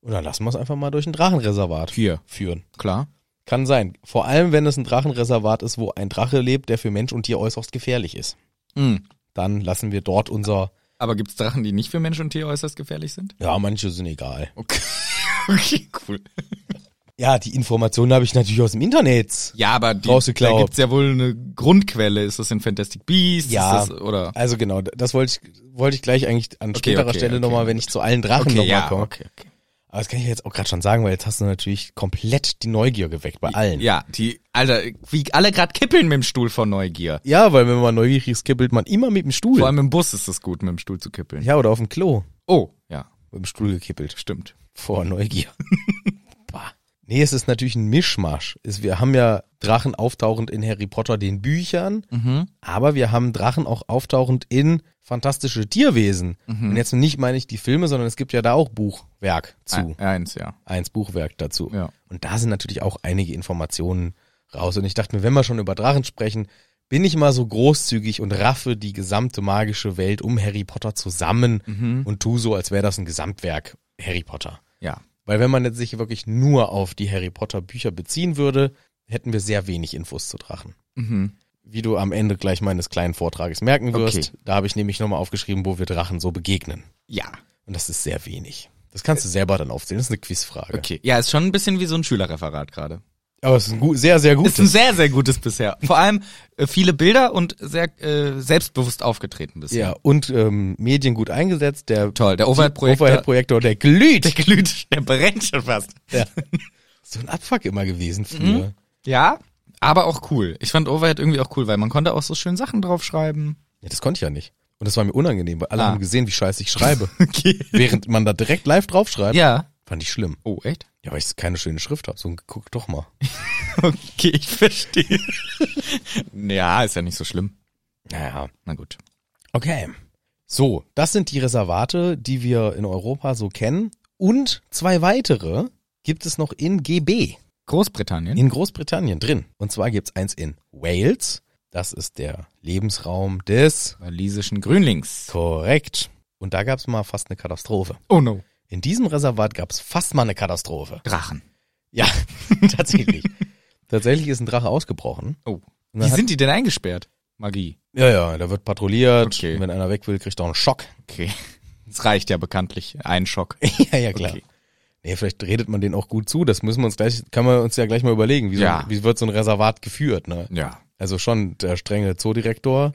[SPEAKER 2] Und dann lassen wir es einfach mal durch ein Drachenreservat
[SPEAKER 1] Hier,
[SPEAKER 2] führen.
[SPEAKER 1] klar.
[SPEAKER 2] Kann sein. Vor allem, wenn es ein Drachenreservat ist, wo ein Drache lebt, der für Mensch und Tier äußerst gefährlich ist.
[SPEAKER 1] Mhm.
[SPEAKER 2] Dann lassen wir dort unser.
[SPEAKER 1] Aber gibt's Drachen, die nicht für Mensch und Tier äußerst gefährlich sind?
[SPEAKER 2] Ja, manche sind egal.
[SPEAKER 1] Okay. okay, cool.
[SPEAKER 2] Ja, die Informationen habe ich natürlich aus dem Internet.
[SPEAKER 1] Ja, aber die,
[SPEAKER 2] Rausgeklaut.
[SPEAKER 1] da gibt's ja wohl eine Grundquelle. Ist das in Fantastic Beasts?
[SPEAKER 2] Ja.
[SPEAKER 1] Ist das, oder?
[SPEAKER 2] Also genau, das wollte ich, wollte ich gleich eigentlich an späterer
[SPEAKER 1] okay,
[SPEAKER 2] Stelle
[SPEAKER 1] okay,
[SPEAKER 2] nochmal, wenn ich zu allen Drachen nochmal komme.
[SPEAKER 1] okay, okay.
[SPEAKER 2] Aber das kann ich jetzt auch gerade schon sagen, weil jetzt hast du natürlich komplett die Neugier geweckt bei allen.
[SPEAKER 1] Ja, die, Alter, wie alle grad kippeln mit dem Stuhl vor Neugier.
[SPEAKER 2] Ja, weil wenn man neugierig ist, kippelt man immer mit dem Stuhl.
[SPEAKER 1] Vor allem im Bus ist es gut, mit dem Stuhl zu kippeln.
[SPEAKER 2] ja, oder auf dem Klo.
[SPEAKER 1] Oh, ja,
[SPEAKER 2] Mit dem Stuhl gekippelt.
[SPEAKER 1] stimmt.
[SPEAKER 2] Vor Neugier. Bah. nee, es ist natürlich ein Mischmasch. Es, wir haben ja Drachen auftauchend in Harry Potter den Büchern,
[SPEAKER 1] Mhm.
[SPEAKER 2] aber wir haben Drachen auch auftauchend in fantastische Tierwesen.
[SPEAKER 1] Mhm.
[SPEAKER 2] Und jetzt nicht meine ich die Filme, sondern es gibt ja da auch Buchwerk zu.
[SPEAKER 1] Ein- Eins, ja.
[SPEAKER 2] eins Buchwerk dazu.
[SPEAKER 1] Ja.
[SPEAKER 2] Und da sind natürlich auch einige Informationen raus. Und ich dachte mir, wenn wir schon über Drachen sprechen, bin ich mal so großzügig und raffe die gesamte magische Welt um Harry Potter zusammen
[SPEAKER 1] Mhm.
[SPEAKER 2] und tu so, als wäre das ein Gesamtwerk Harry Potter.
[SPEAKER 1] Ja.
[SPEAKER 2] Weil wenn man jetzt sich wirklich nur auf die Harry Potter Bücher beziehen würde, hätten wir sehr wenig Infos zu Drachen.
[SPEAKER 1] Mhm.
[SPEAKER 2] Wie du am Ende gleich meines kleinen Vortrages merken wirst,
[SPEAKER 1] Okay.
[SPEAKER 2] da habe ich nämlich nochmal aufgeschrieben, wo wir Drachen so begegnen.
[SPEAKER 1] Ja.
[SPEAKER 2] Und das ist sehr wenig. Das kannst du selber dann aufzählen. Das ist eine Quizfrage.
[SPEAKER 1] Okay. Ja, ist schon ein bisschen wie so ein Schülerreferat gerade.
[SPEAKER 2] Aber es ist ein gut, sehr, sehr
[SPEAKER 1] Ist ein
[SPEAKER 2] gutes.
[SPEAKER 1] sehr, sehr gutes bisher. Vor allem äh, viele Bilder und sehr äh, selbstbewusst aufgetreten bisher.
[SPEAKER 2] Ja, und ähm, Medien gut eingesetzt. Der
[SPEAKER 1] Toll, der Overhead-Projektor-
[SPEAKER 2] Overhead-Projektor, der glüht.
[SPEAKER 1] glüht, der brennt schon fast.
[SPEAKER 2] Ja. So ein Abfuck immer
[SPEAKER 1] Mhm.
[SPEAKER 2] gewesen früher.
[SPEAKER 1] Ja, aber auch cool. Ich fand Overhead irgendwie auch cool, weil man konnte auch so schön Sachen draufschreiben.
[SPEAKER 2] Ja, das konnte ich ja nicht. Und das war mir unangenehm, weil alle
[SPEAKER 1] Ah.
[SPEAKER 2] haben gesehen, wie scheiße ich schreibe.
[SPEAKER 1] Okay.
[SPEAKER 2] Während man da direkt live drauf schreibt,
[SPEAKER 1] Ja.
[SPEAKER 2] fand ich schlimm.
[SPEAKER 1] Oh, echt?
[SPEAKER 2] Ja, weil ich keine schöne Schrift habe. So ein guck doch mal.
[SPEAKER 1] Okay, ich verstehe. ja, ist ja nicht so schlimm.
[SPEAKER 2] Naja.
[SPEAKER 1] Na gut.
[SPEAKER 2] Okay. So, das sind die Reservate, die wir in Europa so kennen. Und zwei weitere gibt es noch in GB.
[SPEAKER 1] Großbritannien?
[SPEAKER 2] In Großbritannien drin. Und zwar gibt's eins in Wales. Das ist der Lebensraum des.
[SPEAKER 1] Walisischen Grünlings.
[SPEAKER 2] Korrekt. Und da gab's mal fast eine Katastrophe.
[SPEAKER 1] Oh no.
[SPEAKER 2] In diesem Reservat gab's fast mal eine Katastrophe.
[SPEAKER 1] Drachen.
[SPEAKER 2] Ja, tatsächlich. tatsächlich ist ein Drache ausgebrochen.
[SPEAKER 1] Oh.
[SPEAKER 2] Und
[SPEAKER 1] Wie
[SPEAKER 2] dann hat-
[SPEAKER 1] sind die denn eingesperrt? Magie.
[SPEAKER 2] ja, ja, da wird patrouilliert.
[SPEAKER 1] Okay.
[SPEAKER 2] Und Wenn einer weg will, kriegt er einen Schock.
[SPEAKER 1] Okay. Das reicht ja bekanntlich. Ein Schock.
[SPEAKER 2] ja, ja, klar.
[SPEAKER 1] Okay.
[SPEAKER 2] Nee, vielleicht redet man denen auch gut zu. Das müssen wir uns gleich, kann man uns ja gleich mal überlegen. Wie,
[SPEAKER 1] Ja.
[SPEAKER 2] so, wie wird so ein Reservat geführt, ne?
[SPEAKER 1] Ja.
[SPEAKER 2] Also schon der strenge Zoodirektor,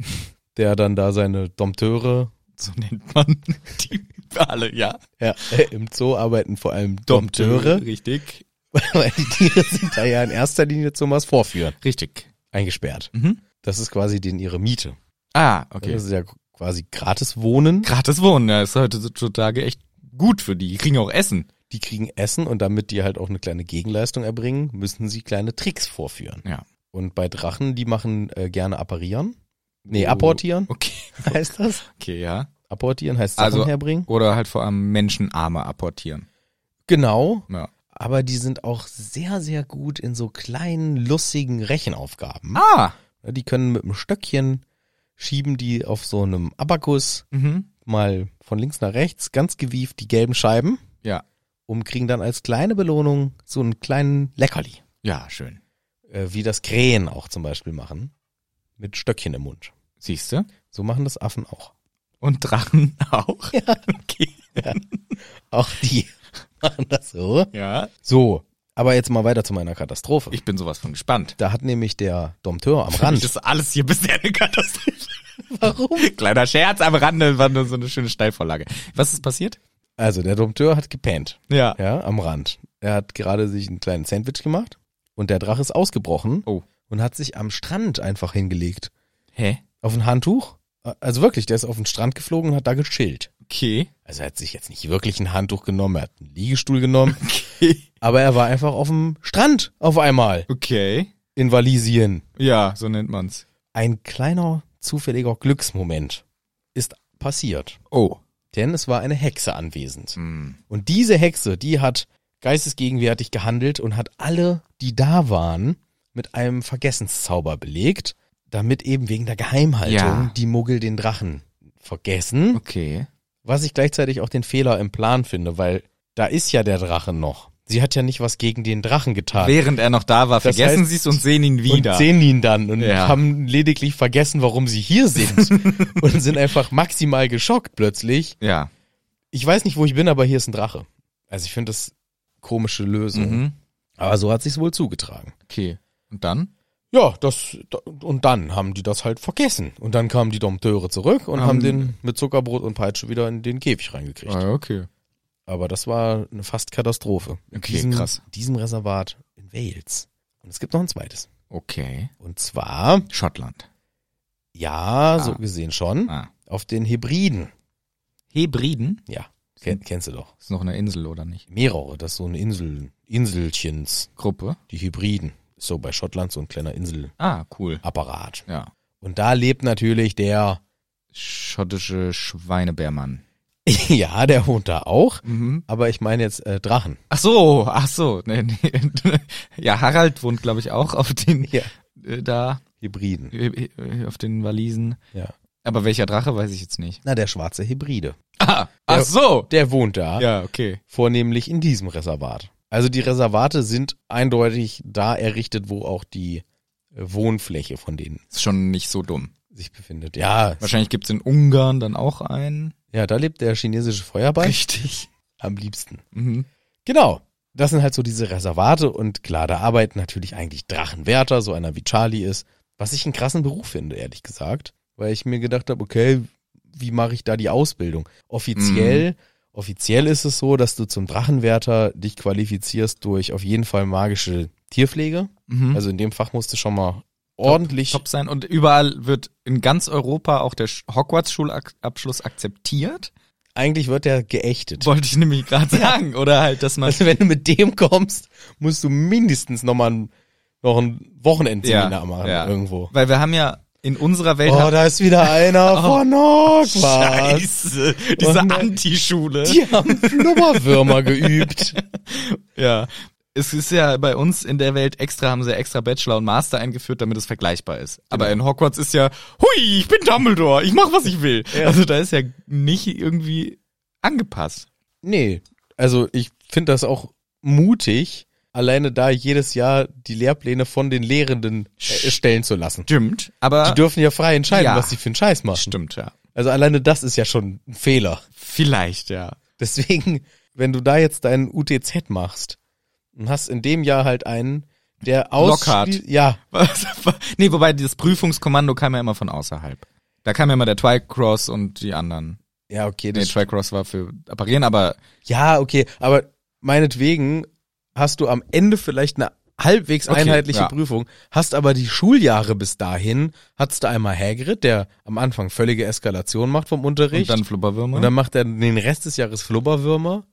[SPEAKER 2] der dann da seine Dompteure,
[SPEAKER 1] So nennt man die alle, ja.
[SPEAKER 2] ja, äh, im Zoo arbeiten vor allem Dompteure,
[SPEAKER 1] Richtig.
[SPEAKER 2] weil die Tiere sind da ja in erster Linie zum was vorführen,
[SPEAKER 1] Richtig.
[SPEAKER 2] eingesperrt.
[SPEAKER 1] Mhm.
[SPEAKER 2] Das ist quasi denen ihre Miete.
[SPEAKER 1] Ah, okay.
[SPEAKER 2] Das ist ja quasi gratis wohnen.
[SPEAKER 1] Gratis Wohnen, ja, ist heutzutage echt gut für die. Die kriegen auch Essen.
[SPEAKER 2] Die kriegen Essen und damit die halt auch eine kleine Gegenleistung erbringen, müssen sie kleine Tricks vorführen.
[SPEAKER 1] Ja.
[SPEAKER 2] Und bei Drachen, die machen äh, gerne apparieren. Nee,
[SPEAKER 1] Oh.
[SPEAKER 2] apportieren
[SPEAKER 1] Okay.
[SPEAKER 2] heißt das.
[SPEAKER 1] Okay, ja.
[SPEAKER 2] Apportieren heißt Sachen
[SPEAKER 1] Also-
[SPEAKER 2] herbringen.
[SPEAKER 1] Oder halt vor allem Menschenarme apportieren.
[SPEAKER 2] Genau.
[SPEAKER 1] Ja.
[SPEAKER 2] aber die sind auch sehr, sehr gut in so kleinen, lustigen Rechenaufgaben.
[SPEAKER 1] Ah!
[SPEAKER 2] Die können mit einem Stöckchen schieben die auf so einem Abakus
[SPEAKER 1] Mhm.
[SPEAKER 2] mal von links nach rechts ganz gewieft die gelben Scheiben
[SPEAKER 1] Ja.
[SPEAKER 2] und kriegen dann als kleine Belohnung so einen kleinen Leckerli.
[SPEAKER 1] Ja, schön.
[SPEAKER 2] Äh, wie das Krähen auch zum Beispiel machen. Mit Stöckchen im Mund.
[SPEAKER 1] Siehste?
[SPEAKER 2] So machen das Affen auch.
[SPEAKER 1] Und Drachen auch. Ja. Okay.
[SPEAKER 2] Auch die machen das so.
[SPEAKER 1] Ja.
[SPEAKER 2] So, aber jetzt mal weiter zu meiner Katastrophe.
[SPEAKER 1] Ich bin sowas von gespannt.
[SPEAKER 2] da hat nämlich der Dompteur am Rand.
[SPEAKER 1] Das ist alles hier bisher eine Katastrophe.
[SPEAKER 2] Warum?
[SPEAKER 1] Kleiner Scherz am Rande, war nur so eine schöne Steilvorlage. Was ist passiert?
[SPEAKER 2] Also der Dompteur hat gepennt.
[SPEAKER 1] Ja.
[SPEAKER 2] Ja, am Rand. Er hat gerade sich einen kleinen Sandwich gemacht und der Drache ist ausgebrochen
[SPEAKER 1] Oh.
[SPEAKER 2] und hat sich am Strand einfach hingelegt.
[SPEAKER 1] Hä?
[SPEAKER 2] Auf ein Handtuch. Also wirklich, der ist auf den Strand geflogen und hat da geschillt.
[SPEAKER 1] Okay.
[SPEAKER 2] Also er hat sich jetzt nicht wirklich ein Handtuch genommen, er hat einen Liegestuhl genommen,
[SPEAKER 1] Okay.
[SPEAKER 2] aber er war einfach auf dem Strand auf einmal
[SPEAKER 1] Okay.
[SPEAKER 2] in Walisien.
[SPEAKER 1] Ja, so nennt man's.
[SPEAKER 2] Ein kleiner zufälliger Glücksmoment ist passiert,
[SPEAKER 1] Oh.
[SPEAKER 2] denn es war eine Hexe anwesend.
[SPEAKER 1] Hm.
[SPEAKER 2] Und diese Hexe, die hat geistesgegenwärtig gehandelt und hat alle, die da waren, mit einem Vergessenszauber belegt, damit eben wegen der Geheimhaltung
[SPEAKER 1] Ja.
[SPEAKER 2] die Muggel den Drachen vergessen.
[SPEAKER 1] Okay.
[SPEAKER 2] Was ich gleichzeitig auch den Fehler im Plan finde, weil da ist ja der Drache noch. Sie hat ja nicht was gegen den Drachen getan.
[SPEAKER 1] Während er noch da war,
[SPEAKER 2] Ah. Das
[SPEAKER 1] vergessen
[SPEAKER 2] heißt-
[SPEAKER 1] sie's und sehen ihn wieder.
[SPEAKER 2] Und sehen ihn dann und
[SPEAKER 1] Ja.
[SPEAKER 2] haben lediglich vergessen, warum sie hier sind. und sind einfach maximal geschockt plötzlich.
[SPEAKER 1] ja.
[SPEAKER 2] Ich weiß nicht, wo ich bin, aber hier ist ein Drache. Also ich finde das komische Lösung.
[SPEAKER 1] Mhm.
[SPEAKER 2] Aber so hat sich's wohl zugetragen.
[SPEAKER 1] Okay. Und dann?
[SPEAKER 2] Ja, das da- und dann haben die das halt vergessen. Und dann kamen die Dompteure zurück und
[SPEAKER 1] Haben-
[SPEAKER 2] haben den mit Zuckerbrot und Peitsche wieder in den Käfig reingekriegt.
[SPEAKER 1] Ah, okay.
[SPEAKER 2] Aber das war eine fast Katastrophe. In
[SPEAKER 1] Okay,
[SPEAKER 2] diesem,
[SPEAKER 1] krass.
[SPEAKER 2] diesem Reservat in Wales. Und es gibt noch ein zweites.
[SPEAKER 1] Okay.
[SPEAKER 2] Und zwar,
[SPEAKER 1] Schottland.
[SPEAKER 2] ja, so
[SPEAKER 1] Ah.
[SPEAKER 2] gesehen schon,
[SPEAKER 1] Ah.
[SPEAKER 2] auf den Hebriden.
[SPEAKER 1] Hebriden?
[SPEAKER 2] Ja, ken,
[SPEAKER 1] Mhm.
[SPEAKER 2] kennst du doch.
[SPEAKER 1] Ist noch eine Insel, oder nicht?
[SPEAKER 2] Mehrere, das ist so eine Insel, Inselchens,
[SPEAKER 1] Gruppe.
[SPEAKER 2] die Hebriden. Ist so bei Schottland so ein kleiner Inselapparat.
[SPEAKER 1] Ah, cool. Ja.
[SPEAKER 2] Und da lebt natürlich der,
[SPEAKER 1] Schottische Schweinebärmann.
[SPEAKER 2] ja, der wohnt da auch,
[SPEAKER 1] Mhm.
[SPEAKER 2] aber ich meine jetzt äh, Drachen.
[SPEAKER 1] Ach so, ach so. Nee, nee. Ja, Harald wohnt, glaube ich, auch auf den,
[SPEAKER 2] Ja.
[SPEAKER 1] äh, da,
[SPEAKER 2] Hebriden,
[SPEAKER 1] äh, äh, auf den Walisen.
[SPEAKER 2] ja.
[SPEAKER 1] Aber welcher Drache, weiß ich jetzt nicht.
[SPEAKER 2] Na, der schwarze Hebride.
[SPEAKER 1] Ah,
[SPEAKER 2] ach
[SPEAKER 1] so.
[SPEAKER 2] Der wohnt da.
[SPEAKER 1] Ja, okay.
[SPEAKER 2] vornehmlich in diesem Reservat. Also die Reservate sind eindeutig da errichtet, wo auch die äh, Wohnfläche von denen
[SPEAKER 1] Ist schon nicht so dumm.
[SPEAKER 2] sich befindet. Ja,
[SPEAKER 1] Wahrscheinlich gibt's in Ungarn dann auch einen.
[SPEAKER 2] ja, da lebt der chinesische Feuerball
[SPEAKER 1] Richtig.
[SPEAKER 2] am liebsten.
[SPEAKER 1] Mhm.
[SPEAKER 2] Genau. Das sind halt so diese Reservate und klar, da arbeiten natürlich eigentlich Drachenwärter, so einer wie Charlie ist, was ich einen krassen Beruf finde, ehrlich gesagt, weil ich mir gedacht habe, okay, wie mache ich da die Ausbildung? Offiziell,
[SPEAKER 1] Mhm.
[SPEAKER 2] offiziell ist es so, dass du zum Drachenwärter dich qualifizierst durch auf jeden Fall magische Tierpflege.
[SPEAKER 1] Mhm.
[SPEAKER 2] Also in dem Fach musst du schon mal ordentlich
[SPEAKER 1] top sein. Und überall wird in ganz Europa auch der Sch- Hogwarts-Schulabschluss akzeptiert.
[SPEAKER 2] eigentlich wird der geächtet.
[SPEAKER 1] Wollte ich nämlich gerade sagen. Oder halt, dass man.
[SPEAKER 2] Also wenn du mit dem kommst, musst du mindestens noch mal ein, noch ein Wochenendseminar machen irgendwo.
[SPEAKER 1] Weil wir haben ja in unserer Welt.
[SPEAKER 2] Oh, da ist wieder einer
[SPEAKER 1] Oh.
[SPEAKER 2] von Hogwarts.
[SPEAKER 1] Scheiße. Diese
[SPEAKER 2] Und-
[SPEAKER 1] Antischule.
[SPEAKER 2] Die haben Flummerwürmer geübt.
[SPEAKER 1] Ja. Es ist ja bei uns in der Welt extra, haben sie ja extra Bachelor und Master eingeführt, damit es vergleichbar ist. Aber in
[SPEAKER 2] Genau.
[SPEAKER 1] Hogwarts ist ja, hui, ich bin Dumbledore, ich mach, was ich will. Also da ist ja nicht irgendwie angepasst.
[SPEAKER 2] Nee, also ich finde das auch mutig, alleine da jedes Jahr die Lehrpläne von den Lehrenden äh, stellen zu lassen.
[SPEAKER 1] Stimmt. Aber.
[SPEAKER 2] Die dürfen ja frei entscheiden,
[SPEAKER 1] Ah. Ja.
[SPEAKER 2] was sie für einen Scheiß machen.
[SPEAKER 1] Stimmt, ja.
[SPEAKER 2] Also alleine das ist ja schon ein Fehler.
[SPEAKER 1] Vielleicht, ja.
[SPEAKER 2] Deswegen, wenn du da jetzt deinen UTZ machst und hast in dem Jahr halt einen, der aus
[SPEAKER 1] Lockhart.
[SPEAKER 2] ja,
[SPEAKER 1] Was? nee, wobei das Prüfungskommando kam ja immer von außerhalb. Da kam ja immer der Twycross und die anderen.
[SPEAKER 2] ja okay,
[SPEAKER 1] Nee,
[SPEAKER 2] das
[SPEAKER 1] Twycross war für Apparieren, aber
[SPEAKER 2] Ja, okay, aber meinetwegen hast du am Ende vielleicht eine halbwegs
[SPEAKER 1] Okay,
[SPEAKER 2] einheitliche
[SPEAKER 1] ja.
[SPEAKER 2] Prüfung, hast aber die Schuljahre bis dahin, hattest du einmal Hagrid, der am Anfang völlige Eskalation macht vom Unterricht.
[SPEAKER 1] und dann Flubberwürmer.
[SPEAKER 2] und dann macht er den Rest des Jahres Flubberwürmer.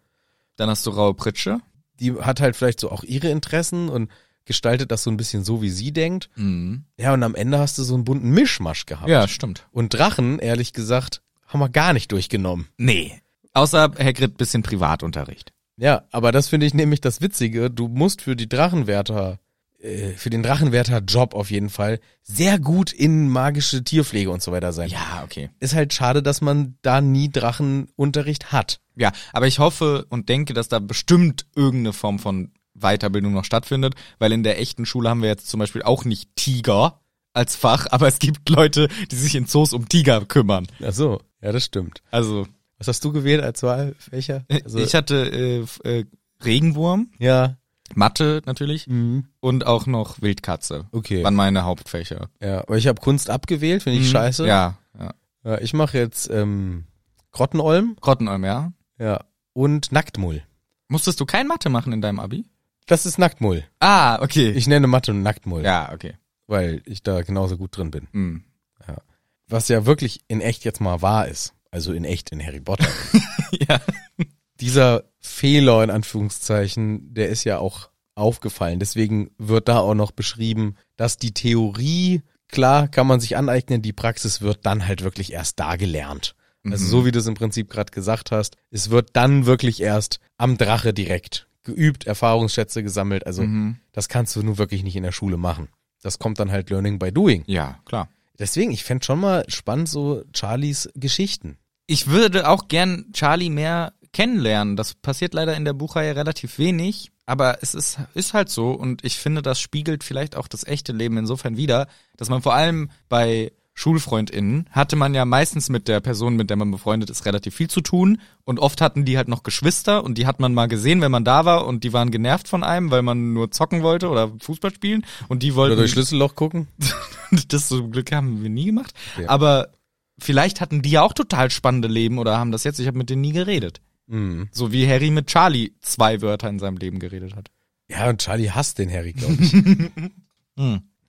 [SPEAKER 1] dann hast du raue Pritsche.
[SPEAKER 2] Die hat halt vielleicht so auch ihre Interessen und gestaltet das so ein bisschen so, wie sie denkt.
[SPEAKER 1] Mhm.
[SPEAKER 2] Ja, und am Ende hast du so einen bunten Mischmasch gehabt.
[SPEAKER 1] Ja, stimmt.
[SPEAKER 2] Und Drachen, ehrlich gesagt, haben wir gar nicht durchgenommen.
[SPEAKER 1] Nee. Außer Hagrid bisschen Privatunterricht.
[SPEAKER 2] Ja, aber das finde ich nämlich das Witzige. Du musst für die Drachenwärter, äh, für den Drachenwärter-Job auf jeden Fall sehr gut in magische Tierpflege und so weiter sein.
[SPEAKER 1] Ja, okay.
[SPEAKER 2] Ist halt schade, dass man da nie Drachenunterricht hat.
[SPEAKER 1] Ja, aber ich hoffe und denke, dass da bestimmt irgendeine Form von Weiterbildung noch stattfindet, weil in der echten Schule haben wir jetzt zum Beispiel auch nicht Tiger als Fach, aber es gibt Leute, die sich in Zoos um Tiger kümmern.
[SPEAKER 2] Ach so, ja, das stimmt.
[SPEAKER 1] Also
[SPEAKER 2] Was hast du gewählt als Wahlfächer? Also,
[SPEAKER 1] ich hatte äh, f- äh, Regenwurm,
[SPEAKER 2] ja.
[SPEAKER 1] Mathe natürlich
[SPEAKER 2] Mhm.
[SPEAKER 1] und auch noch Wildkatze.
[SPEAKER 2] Okay.
[SPEAKER 1] Waren meine Hauptfächer.
[SPEAKER 2] Ja, aber ich habe Kunst abgewählt, finde ich
[SPEAKER 1] Mhm.
[SPEAKER 2] scheiße.
[SPEAKER 1] Ja. ja.
[SPEAKER 2] Ja, ich mache jetzt ähm, Grottenolm
[SPEAKER 1] Grottenolm, ja.
[SPEAKER 2] ja. und Nacktmull.
[SPEAKER 1] Musstest du kein Mathe machen in deinem Abi?
[SPEAKER 2] Das ist Nacktmull.
[SPEAKER 1] Ah, okay.
[SPEAKER 2] Ich nenne Mathe und Nacktmull,
[SPEAKER 1] ja, okay.
[SPEAKER 2] weil ich da genauso gut drin bin.
[SPEAKER 1] Hm.
[SPEAKER 2] was ja wirklich in echt jetzt mal wahr ist. Also in echt in Harry Potter.
[SPEAKER 1] Ja.
[SPEAKER 2] Dieser Fehler in Anführungszeichen, der ist ja auch aufgefallen. Deswegen wird da auch noch beschrieben, dass die Theorie, klar, kann man sich aneignen, die Praxis wird dann halt wirklich erst da gelernt. Also so wie du es im Prinzip gerade gesagt hast, es wird dann wirklich erst am Drache direkt geübt, Erfahrungsschätze gesammelt. Also
[SPEAKER 1] Mhm.
[SPEAKER 2] das kannst du nun wirklich nicht in der Schule machen. Das kommt dann halt Learning by Doing.
[SPEAKER 1] Ja, klar.
[SPEAKER 2] Deswegen, ich fänd schon mal spannend so Charlies Geschichten.
[SPEAKER 1] Ich würde auch gern Charlie mehr kennenlernen. Das passiert leider in der Buchreihe relativ wenig, aber es ist, ist halt so und ich finde, das spiegelt vielleicht auch das echte Leben insofern wider, dass man vor allem bei SchulfreundInnen hatte man ja meistens mit der Person, mit der man befreundet ist, relativ viel zu tun und oft hatten die halt noch Geschwister und die hat man mal gesehen, wenn man da war und die waren genervt von einem, weil man nur zocken wollte oder Fußball spielen und die wollten...
[SPEAKER 2] Oder durch Schlüsselloch gucken?
[SPEAKER 1] das zum Glück haben wir nie gemacht. Aber vielleicht hatten die ja auch total spannende Leben oder haben das jetzt. Ich habe mit denen nie geredet.
[SPEAKER 2] Mhm.
[SPEAKER 1] So wie Harry mit Charlie zwei Wörter in seinem Leben geredet hat.
[SPEAKER 2] Ja, und Charlie hasst den Harry, glaube ich.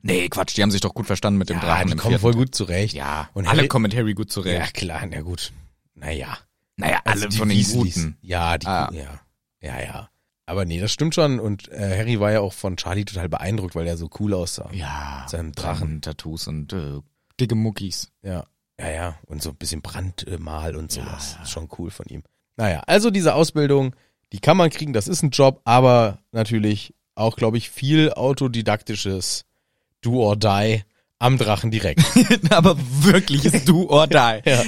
[SPEAKER 1] Nee, Quatsch, die haben sich doch gut verstanden mit dem
[SPEAKER 2] ja,
[SPEAKER 1] Drachen.
[SPEAKER 2] die
[SPEAKER 1] im
[SPEAKER 2] kommen
[SPEAKER 1] vierten.
[SPEAKER 2] voll gut zurecht.
[SPEAKER 1] ja,
[SPEAKER 2] Und
[SPEAKER 1] und alle
[SPEAKER 2] Harry-
[SPEAKER 1] kommen mit Harry gut
[SPEAKER 2] Ja,
[SPEAKER 1] zurecht.
[SPEAKER 2] klar, na gut. Naja.
[SPEAKER 1] Naja, alle
[SPEAKER 2] die
[SPEAKER 1] von den
[SPEAKER 2] Weasleys.
[SPEAKER 1] Guten.
[SPEAKER 2] Ja, die
[SPEAKER 1] Ah.
[SPEAKER 2] Guten, ja. Ja, ja. Aber nee, das stimmt schon. Und äh, Harry war ja auch von Charlie total beeindruckt, weil er so cool aussah.
[SPEAKER 1] Ja,
[SPEAKER 2] Seinem Drachen.
[SPEAKER 1] Tattoos und äh, dicke Muckis.
[SPEAKER 2] Ja, ja, ja. Und so ein bisschen Brandmal und sowas. Ist schon cool von ihm. Naja, also diese Ausbildung, die kann man kriegen, das ist ein Job, aber natürlich auch, glaube ich, viel autodidaktisches Do or Die am Drachen direkt.
[SPEAKER 1] Aber wirklich ist du or die.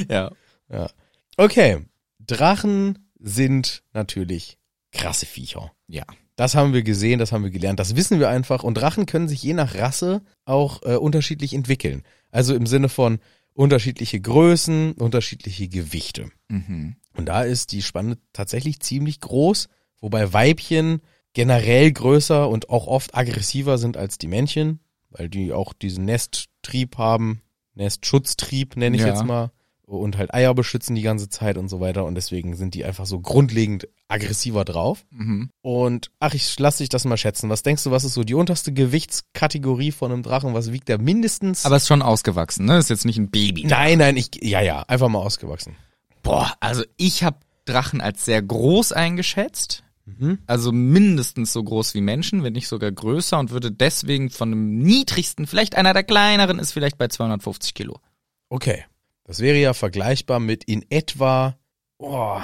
[SPEAKER 1] ja. ja.
[SPEAKER 2] Okay, Drachen sind natürlich krasse Viecher.
[SPEAKER 1] Ja.
[SPEAKER 2] Das haben wir gesehen, das haben wir gelernt, das wissen wir einfach. Und Drachen können sich je nach Rasse auch äh, unterschiedlich entwickeln. Also im Sinne von unterschiedliche Größen, unterschiedliche Gewichte.
[SPEAKER 1] Mhm.
[SPEAKER 2] Und da ist die Spanne tatsächlich ziemlich groß, wobei Weibchen generell größer und auch oft aggressiver sind als die Männchen, weil die auch diesen Nesttrieb haben, Nestschutztrieb nenne ich
[SPEAKER 1] Ja.
[SPEAKER 2] jetzt mal, und halt Eier beschützen die ganze Zeit und so weiter und deswegen sind die einfach so grundlegend aggressiver drauf.
[SPEAKER 1] Mhm.
[SPEAKER 2] Und ach, ich lass dich das mal schätzen. Was denkst du, was ist so die unterste Gewichtskategorie von einem Drachen? Was wiegt der mindestens?
[SPEAKER 1] Aber ist schon ausgewachsen, ne? Ist jetzt nicht ein Baby.
[SPEAKER 2] nein, nein, ich ja, ja, einfach mal ausgewachsen.
[SPEAKER 1] Boah, also ich habe Drachen als sehr groß eingeschätzt. Also mindestens so groß wie Menschen, wenn nicht sogar größer und würde deswegen von einem niedrigsten, vielleicht einer der kleineren, ist vielleicht bei 250 Kilo.
[SPEAKER 2] Okay. Das wäre ja vergleichbar mit in etwa oh,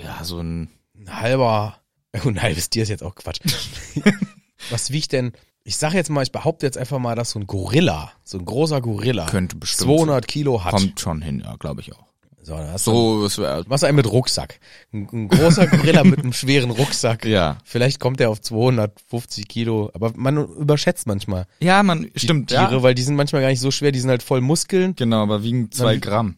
[SPEAKER 1] Ja, so ein.
[SPEAKER 2] ein halber. Oh, ein halbes Tier ist jetzt auch Quatsch. Was wiegt denn? Ich sag jetzt mal, ich behaupte jetzt einfach mal, dass so ein Gorilla, so ein großer Gorilla,
[SPEAKER 1] Könnte bestimmt
[SPEAKER 2] 200 Kilo hat.
[SPEAKER 1] Kommt schon hin, ja, glaube ich auch.
[SPEAKER 2] So, dann hast du,
[SPEAKER 1] So, es wäre.
[SPEAKER 2] was einen mit Rucksack. Ein, ein großer Gorilla mit einem schweren Rucksack.
[SPEAKER 1] Ja.
[SPEAKER 2] Vielleicht kommt er auf 250 Kilo, aber man überschätzt manchmal
[SPEAKER 1] Ja, man,
[SPEAKER 2] die
[SPEAKER 1] stimmt,
[SPEAKER 2] Tiere,
[SPEAKER 1] ja.
[SPEAKER 2] weil die sind manchmal gar nicht so schwer, die sind halt voll Muskeln.
[SPEAKER 1] Genau, aber wiegen zwei
[SPEAKER 2] wie-
[SPEAKER 1] Gramm.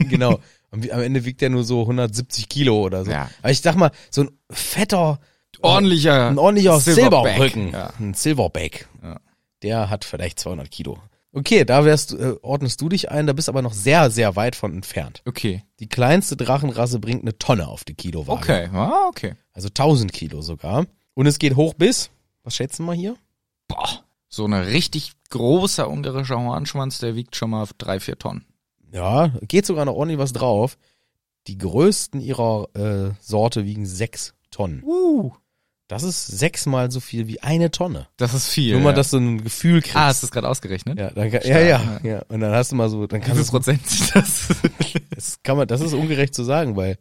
[SPEAKER 2] genau. Am, am Ende wiegt der nur so 170 Kilo oder so.
[SPEAKER 1] Ja.
[SPEAKER 2] Aber ich sag mal, so ein fetter,
[SPEAKER 1] Ordentlicher.
[SPEAKER 2] ein ordentlicher
[SPEAKER 1] Silverback,
[SPEAKER 2] Silberrücken,
[SPEAKER 1] ja.
[SPEAKER 2] ein Silverback,
[SPEAKER 1] Ja.
[SPEAKER 2] der hat vielleicht 200 Kilo. Okay, da wärst, du- äh, ordnest du dich ein, da bist aber noch sehr, sehr weit von entfernt.
[SPEAKER 1] Okay.
[SPEAKER 2] Die kleinste Drachenrasse bringt eine Tonne auf die Kilowaage.
[SPEAKER 1] Okay, ah, okay.
[SPEAKER 2] Also 1000 Kilo sogar. Und es geht hoch bis, was schätzen wir hier?
[SPEAKER 1] Boah. So ein richtig großer ungarischer Hornschwanz, der wiegt schon mal drei, vier Tonnen.
[SPEAKER 2] Ja, geht sogar noch ordentlich was drauf. Die größten ihrer äh, Sorte wiegen 6 Tonnen.
[SPEAKER 1] Uh.
[SPEAKER 2] Das ist sechsmal so viel wie eine Tonne.
[SPEAKER 1] Das ist viel.
[SPEAKER 2] Nur mal,
[SPEAKER 1] ja.
[SPEAKER 2] dass du ein Gefühl kriegst.
[SPEAKER 1] Ah, hast du es gerade ausgerechnet?
[SPEAKER 2] ja, Also dann, kann- ja, ja, ja. Und dann hast du mal so, dann
[SPEAKER 1] Wie viel
[SPEAKER 2] kannst du,
[SPEAKER 1] Prozent sind das?
[SPEAKER 2] das kann man, das ist ungerecht zu sagen, weil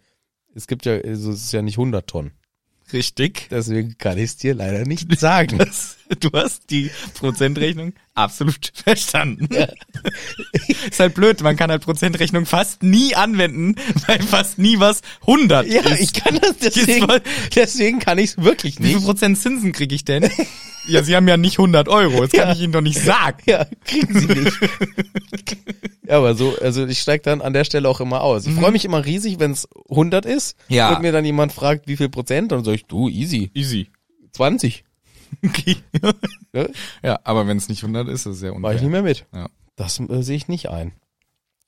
[SPEAKER 2] es gibt ja, also es ist ja nicht 100 Tonnen.
[SPEAKER 1] Richtig.
[SPEAKER 2] Deswegen kann ich es dir leider nicht sagen.
[SPEAKER 1] Das, du hast die Prozentrechnung absolut verstanden. Ist halt blöd, man kann halt Prozentrechnung fast nie anwenden, weil fast nie was 100
[SPEAKER 2] Ja,
[SPEAKER 1] ist.
[SPEAKER 2] ich kann das,
[SPEAKER 1] Jetzt
[SPEAKER 2] deswegen,
[SPEAKER 1] mal-
[SPEAKER 2] deswegen kann ich es wirklich
[SPEAKER 1] Wie viel
[SPEAKER 2] nicht.
[SPEAKER 1] Prozent Zinsen kriege ich denn? ja, sie haben ja nicht 100 Euro, das kann
[SPEAKER 2] Ja.
[SPEAKER 1] ich Ihnen doch nicht sagen.
[SPEAKER 2] Ja, kriegen sie nicht. ja, aber so, also ich steig dann an der Stelle auch immer aus. Ich freue mich immer riesig, wenn es 100 ist.
[SPEAKER 1] Mhm. Ja.
[SPEAKER 2] Und mir dann jemand fragt, wie viel Prozent, dann sag ich, du, easy,
[SPEAKER 1] Easy.
[SPEAKER 2] 20.
[SPEAKER 1] Okay.
[SPEAKER 2] Ne?
[SPEAKER 1] ja, aber wenn es nicht 100 ist, ist es sehr
[SPEAKER 2] War ich
[SPEAKER 1] unfair.
[SPEAKER 2] nicht mehr mit.
[SPEAKER 1] Ja.
[SPEAKER 2] Das äh, sehe ich nicht ein.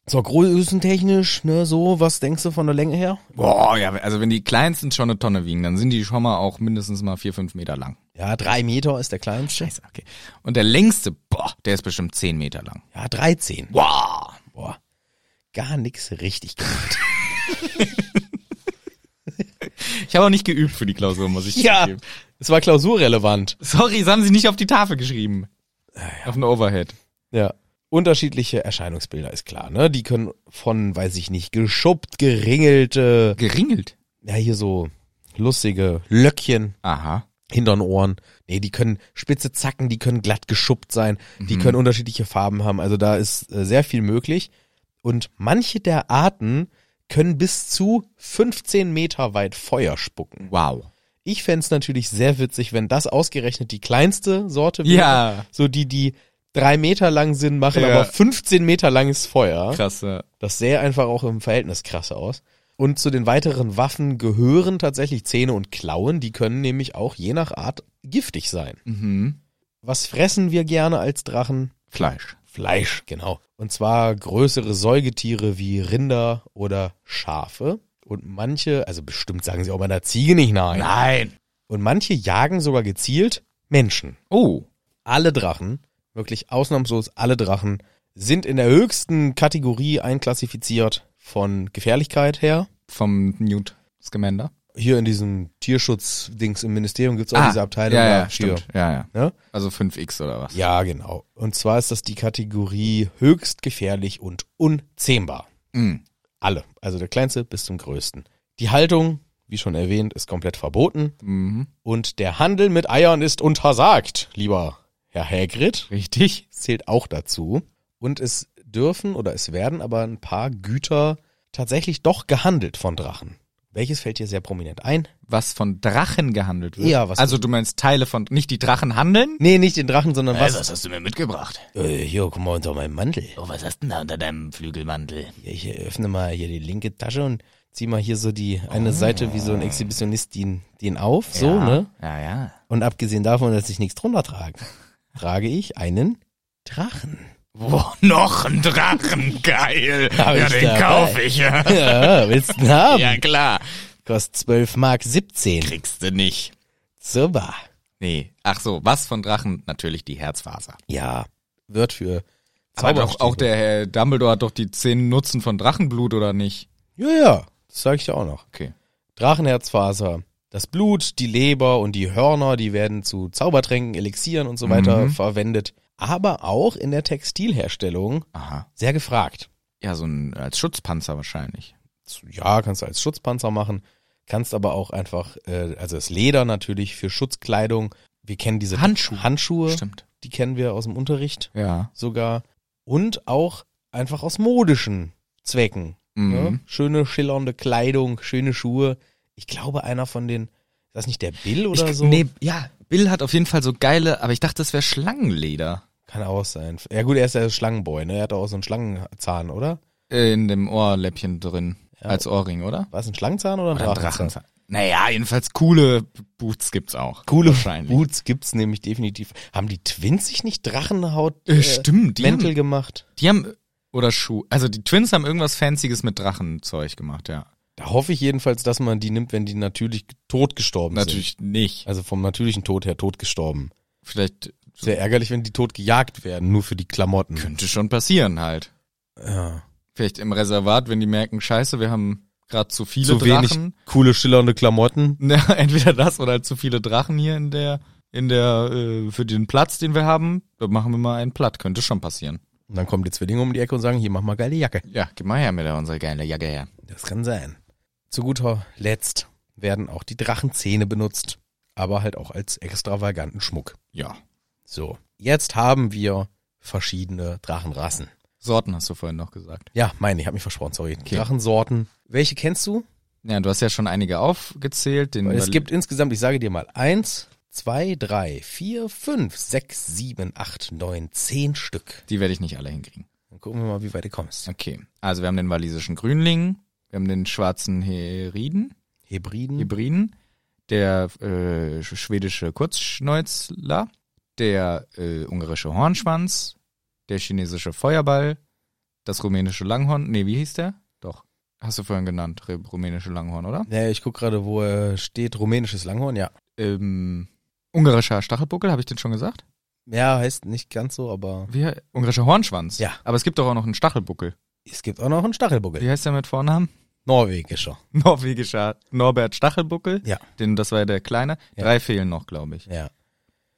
[SPEAKER 2] So, größentechnisch, ne, so, was denkst du von der Länge her?
[SPEAKER 1] Boah, ja, also wenn die kleinsten schon eine Tonne wiegen, dann sind die schon mal auch mindestens mal vier, fünf Meter lang.
[SPEAKER 2] Ja, drei Meter ist der kleinste.
[SPEAKER 1] Scheiße, okay. Und der längste, boah, der ist bestimmt 10 Meter lang.
[SPEAKER 2] Ja, 13.
[SPEAKER 1] Wow.
[SPEAKER 2] Boah. gar nichts richtig gemacht.
[SPEAKER 1] Ich habe auch nicht geübt für die Klausur, muss ich zugeben.
[SPEAKER 2] es war klausurrelevant.
[SPEAKER 1] Sorry, das haben sie nicht auf die Tafel geschrieben. Auf den Overhead.
[SPEAKER 2] Ja. Unterschiedliche Erscheinungsbilder ist klar, ne? Die können von, weiß ich nicht, geschuppt, geringelte,
[SPEAKER 1] Geringelt.
[SPEAKER 2] ja, hier so lustige Löckchen
[SPEAKER 1] Aha.
[SPEAKER 2] hinter den Ohren. Nee, die können spitze Zacken, die können glatt geschuppt sein, die
[SPEAKER 1] Mhm.
[SPEAKER 2] können unterschiedliche Farben haben. Also da ist äh, sehr viel möglich. Und manche der Arten können bis zu 15 Meter weit Feuer spucken.
[SPEAKER 1] Wow.
[SPEAKER 2] Ich fänd's natürlich sehr witzig, wenn das ausgerechnet die kleinste Sorte wäre.
[SPEAKER 1] Ja.
[SPEAKER 2] So die, die drei Meter lang sind, machen
[SPEAKER 1] Ja.
[SPEAKER 2] aber 15 Meter langes Feuer.
[SPEAKER 1] Krass. ja.
[SPEAKER 2] Das sähe einfach auch im Verhältnis krass aus. Und zu den weiteren Waffen gehören tatsächlich Zähne und Klauen. Die können nämlich auch je nach Art giftig sein.
[SPEAKER 1] Mhm.
[SPEAKER 2] Was fressen wir gerne als Drachen?
[SPEAKER 1] Fleisch.
[SPEAKER 2] Fleisch, genau. Und zwar größere Säugetiere wie Rinder oder Schafe. Und manche, also bestimmt sagen sie auch meiner Ziege nicht nein.
[SPEAKER 1] Nein.
[SPEAKER 2] Und manche jagen sogar gezielt Menschen.
[SPEAKER 1] Oh.
[SPEAKER 2] Alle Drachen, wirklich ausnahmslos alle Drachen, sind in der höchsten Kategorie einklassifiziert von Gefährlichkeit her.
[SPEAKER 1] Vom Newt Scamander. Ah.
[SPEAKER 2] Hier in diesem Tierschutzdings im Ministerium gibt's auch diese Abteilung.
[SPEAKER 1] Ja, ja,
[SPEAKER 2] dafür.
[SPEAKER 1] stimmt. Ja, ja.
[SPEAKER 2] Ne?
[SPEAKER 1] Also 5x oder was?
[SPEAKER 2] Ja, genau. Und zwar ist das die Kategorie höchst gefährlich und unzähmbar.
[SPEAKER 1] Mhm.
[SPEAKER 2] Alle. Also der kleinste bis zum größten. Die Haltung, wie schon erwähnt, ist komplett verboten.
[SPEAKER 1] Mhm.
[SPEAKER 2] Und der Handel mit Eiern ist untersagt, lieber Herr Hagrid.
[SPEAKER 1] Richtig.
[SPEAKER 2] zählt auch dazu. Und es dürfen oder es werden aber ein paar Güter tatsächlich doch gehandelt von Drachen. Welches fällt dir sehr prominent ein?
[SPEAKER 1] Was von Drachen gehandelt wird.
[SPEAKER 2] Ja, was-
[SPEAKER 1] Also du meinst Teile von, nicht die Drachen handeln?
[SPEAKER 2] Nee, nicht den Drachen, sondern was?
[SPEAKER 1] hast du mir mitgebracht?
[SPEAKER 2] Äh, hier, guck mal unter meinem Mantel.
[SPEAKER 1] Oh, was hast du denn da unter deinem Flügelmantel?
[SPEAKER 2] Ich öffne mal hier die linke Tasche und zieh mal hier so die eine Seite wie so ein Exhibitionist den, den auf, so,
[SPEAKER 1] ja.
[SPEAKER 2] ne?
[SPEAKER 1] Ja, ja.
[SPEAKER 2] Und abgesehen davon, dass ich nichts drunter trage, trage ich einen Drachen.
[SPEAKER 1] Wo noch ein Drachen? Geil.
[SPEAKER 2] Hab ich dabei.
[SPEAKER 1] ich ja.
[SPEAKER 2] Ja, willst du ihn haben?
[SPEAKER 1] Ja, klar.
[SPEAKER 2] Kostet 12 Mark 17.
[SPEAKER 1] Kriegst du nicht.
[SPEAKER 2] Super.
[SPEAKER 1] Nee. Ach so, was von Drachen? Natürlich die Herzfaser.
[SPEAKER 2] Ja, wird für
[SPEAKER 1] Aber doch,
[SPEAKER 2] Zauberstäbe.
[SPEAKER 1] auch der Herr Dumbledore hat doch die zehn Nutzen von Drachenblut, oder nicht?
[SPEAKER 2] Ja, ja, das sage ich ja auch noch.
[SPEAKER 1] Okay.
[SPEAKER 2] Drachenherzfaser. Das Blut, die Leber und die Hörner, die werden zu Zaubertränken, Elixieren und so
[SPEAKER 1] Mhm.
[SPEAKER 2] weiter verwendet. Aber auch in der Textilherstellung
[SPEAKER 1] Aha.
[SPEAKER 2] sehr gefragt.
[SPEAKER 1] Ja, so ein als Schutzpanzer wahrscheinlich.
[SPEAKER 2] Ja, kannst du als Schutzpanzer machen, kannst aber auch einfach, äh, also das Leder natürlich für Schutzkleidung. Wir kennen diese
[SPEAKER 1] Handschuhe.
[SPEAKER 2] Handschuhe,
[SPEAKER 1] Stimmt.
[SPEAKER 2] die kennen wir aus dem Unterricht
[SPEAKER 1] Ja.
[SPEAKER 2] sogar. Und auch einfach aus modischen Zwecken.
[SPEAKER 1] Mhm.
[SPEAKER 2] Ne? Schöne, schillernde Kleidung, schöne Schuhe. Ich glaube, einer von den, ist das nicht der Bill oder
[SPEAKER 1] ich,
[SPEAKER 2] so?
[SPEAKER 1] Nee, ja, Bill hat auf jeden Fall so geile, aber ich dachte, es wäre Schlangenleder
[SPEAKER 2] Kann auch sein. Ja gut, er ist ja Schlangenboy, ne? Er hat doch auch so einen Schlangenzahn, oder?
[SPEAKER 1] äh, in dem Ohrläppchen drin. Als Ohrring, oder?
[SPEAKER 2] War es ein Schlangenzahn oder ein
[SPEAKER 1] Oder ein
[SPEAKER 2] Drachenzahn?
[SPEAKER 1] Drachenzahn. Naja, jedenfalls coole Boots gibt's auch.
[SPEAKER 2] Coole
[SPEAKER 1] wahrscheinlich.
[SPEAKER 2] Boots gibt's nämlich definitiv. Haben die Twins sich nicht Drachenhaut
[SPEAKER 1] Äh, stimmt, die
[SPEAKER 2] Mäntel
[SPEAKER 1] haben-
[SPEAKER 2] gemacht?
[SPEAKER 1] Die haben, oder Schuh. Also die Twins haben irgendwas Fancyes mit Drachenzeug gemacht, ja.
[SPEAKER 2] Da hoffe ich jedenfalls, dass man die nimmt, wenn die natürlich tot gestorben sind.
[SPEAKER 1] Natürlich nicht.
[SPEAKER 2] Also vom natürlichen Tod her tot gestorben.
[SPEAKER 1] Vielleicht
[SPEAKER 2] Sehr ärgerlich, wenn die tot gejagt werden, nur für die Klamotten.
[SPEAKER 1] könnte schon passieren halt.
[SPEAKER 2] Ja.
[SPEAKER 1] Vielleicht im Reservat, wenn die merken, scheiße, wir haben gerade zu viele
[SPEAKER 2] Zu wenig
[SPEAKER 1] Drachen.
[SPEAKER 2] coole, schillernde Klamotten.
[SPEAKER 1] Na, entweder das oder halt zu viele Drachen hier in der, in der, äh, für den Platz, den wir haben, da machen wir mal einen platt. Könnte schon passieren.
[SPEAKER 2] Und dann kommen die Zwillinge um die Ecke und sagen, hier, mach mal geile Jacke.
[SPEAKER 1] Ja, geh mal her mit der unserer geilen Jacke her.
[SPEAKER 2] Das kann sein. Zu guter Letzt werden auch die Drachenzähne benutzt, aber halt auch als extravaganten Schmuck.
[SPEAKER 1] Ja.
[SPEAKER 2] So, jetzt haben wir verschiedene Drachenrassen.
[SPEAKER 1] Sorten hast du vorhin noch gesagt.
[SPEAKER 2] Ja, meine, ich habe mich versprochen, sorry. Drachensorten. Welche kennst du?
[SPEAKER 1] Ja, du hast ja schon einige aufgezählt. Den
[SPEAKER 2] Weil es
[SPEAKER 1] überle-
[SPEAKER 2] gibt insgesamt, ich sage dir mal, eins, zwei, drei, vier, fünf, sechs, sieben, acht, neun, zehn Stück.
[SPEAKER 1] Die werde ich nicht alle hinkriegen.
[SPEAKER 2] Dann gucken wir mal, wie weit du kommst.
[SPEAKER 1] Okay. Also wir haben den walisischen Grünling, wir haben den schwarzen Heriden,
[SPEAKER 2] Hebriden.
[SPEAKER 1] Hybriden, der äh, sch- schwedische Kurzschnäuzler, der äh, ungarische Hornschwanz, der chinesische Feuerball, das rumänische Langhorn. Nee, wie hieß der? Doch. Hast du vorhin genannt, Re- rumänische Langhorn, oder?
[SPEAKER 2] ja, ich guck gerade, wo äh, steht rumänisches Langhorn, ja.
[SPEAKER 1] Ähm, ungarischer Stachelbuckel, habe ich den schon gesagt?
[SPEAKER 2] Ja, heißt nicht ganz so, aber
[SPEAKER 1] Wie, ungarischer Hornschwanz.
[SPEAKER 2] Ja.
[SPEAKER 1] Aber es gibt doch auch noch einen Stachelbuckel.
[SPEAKER 2] Es gibt auch noch einen Stachelbuckel.
[SPEAKER 1] Wie heißt der mit Vornamen?
[SPEAKER 2] Norwegischer.
[SPEAKER 1] Norwegischer Norbert Stachelbuckel.
[SPEAKER 2] Ja.
[SPEAKER 1] Den, das war ja der Kleine.
[SPEAKER 2] Ja.
[SPEAKER 1] Drei fehlen noch, glaube ich.
[SPEAKER 2] Ja.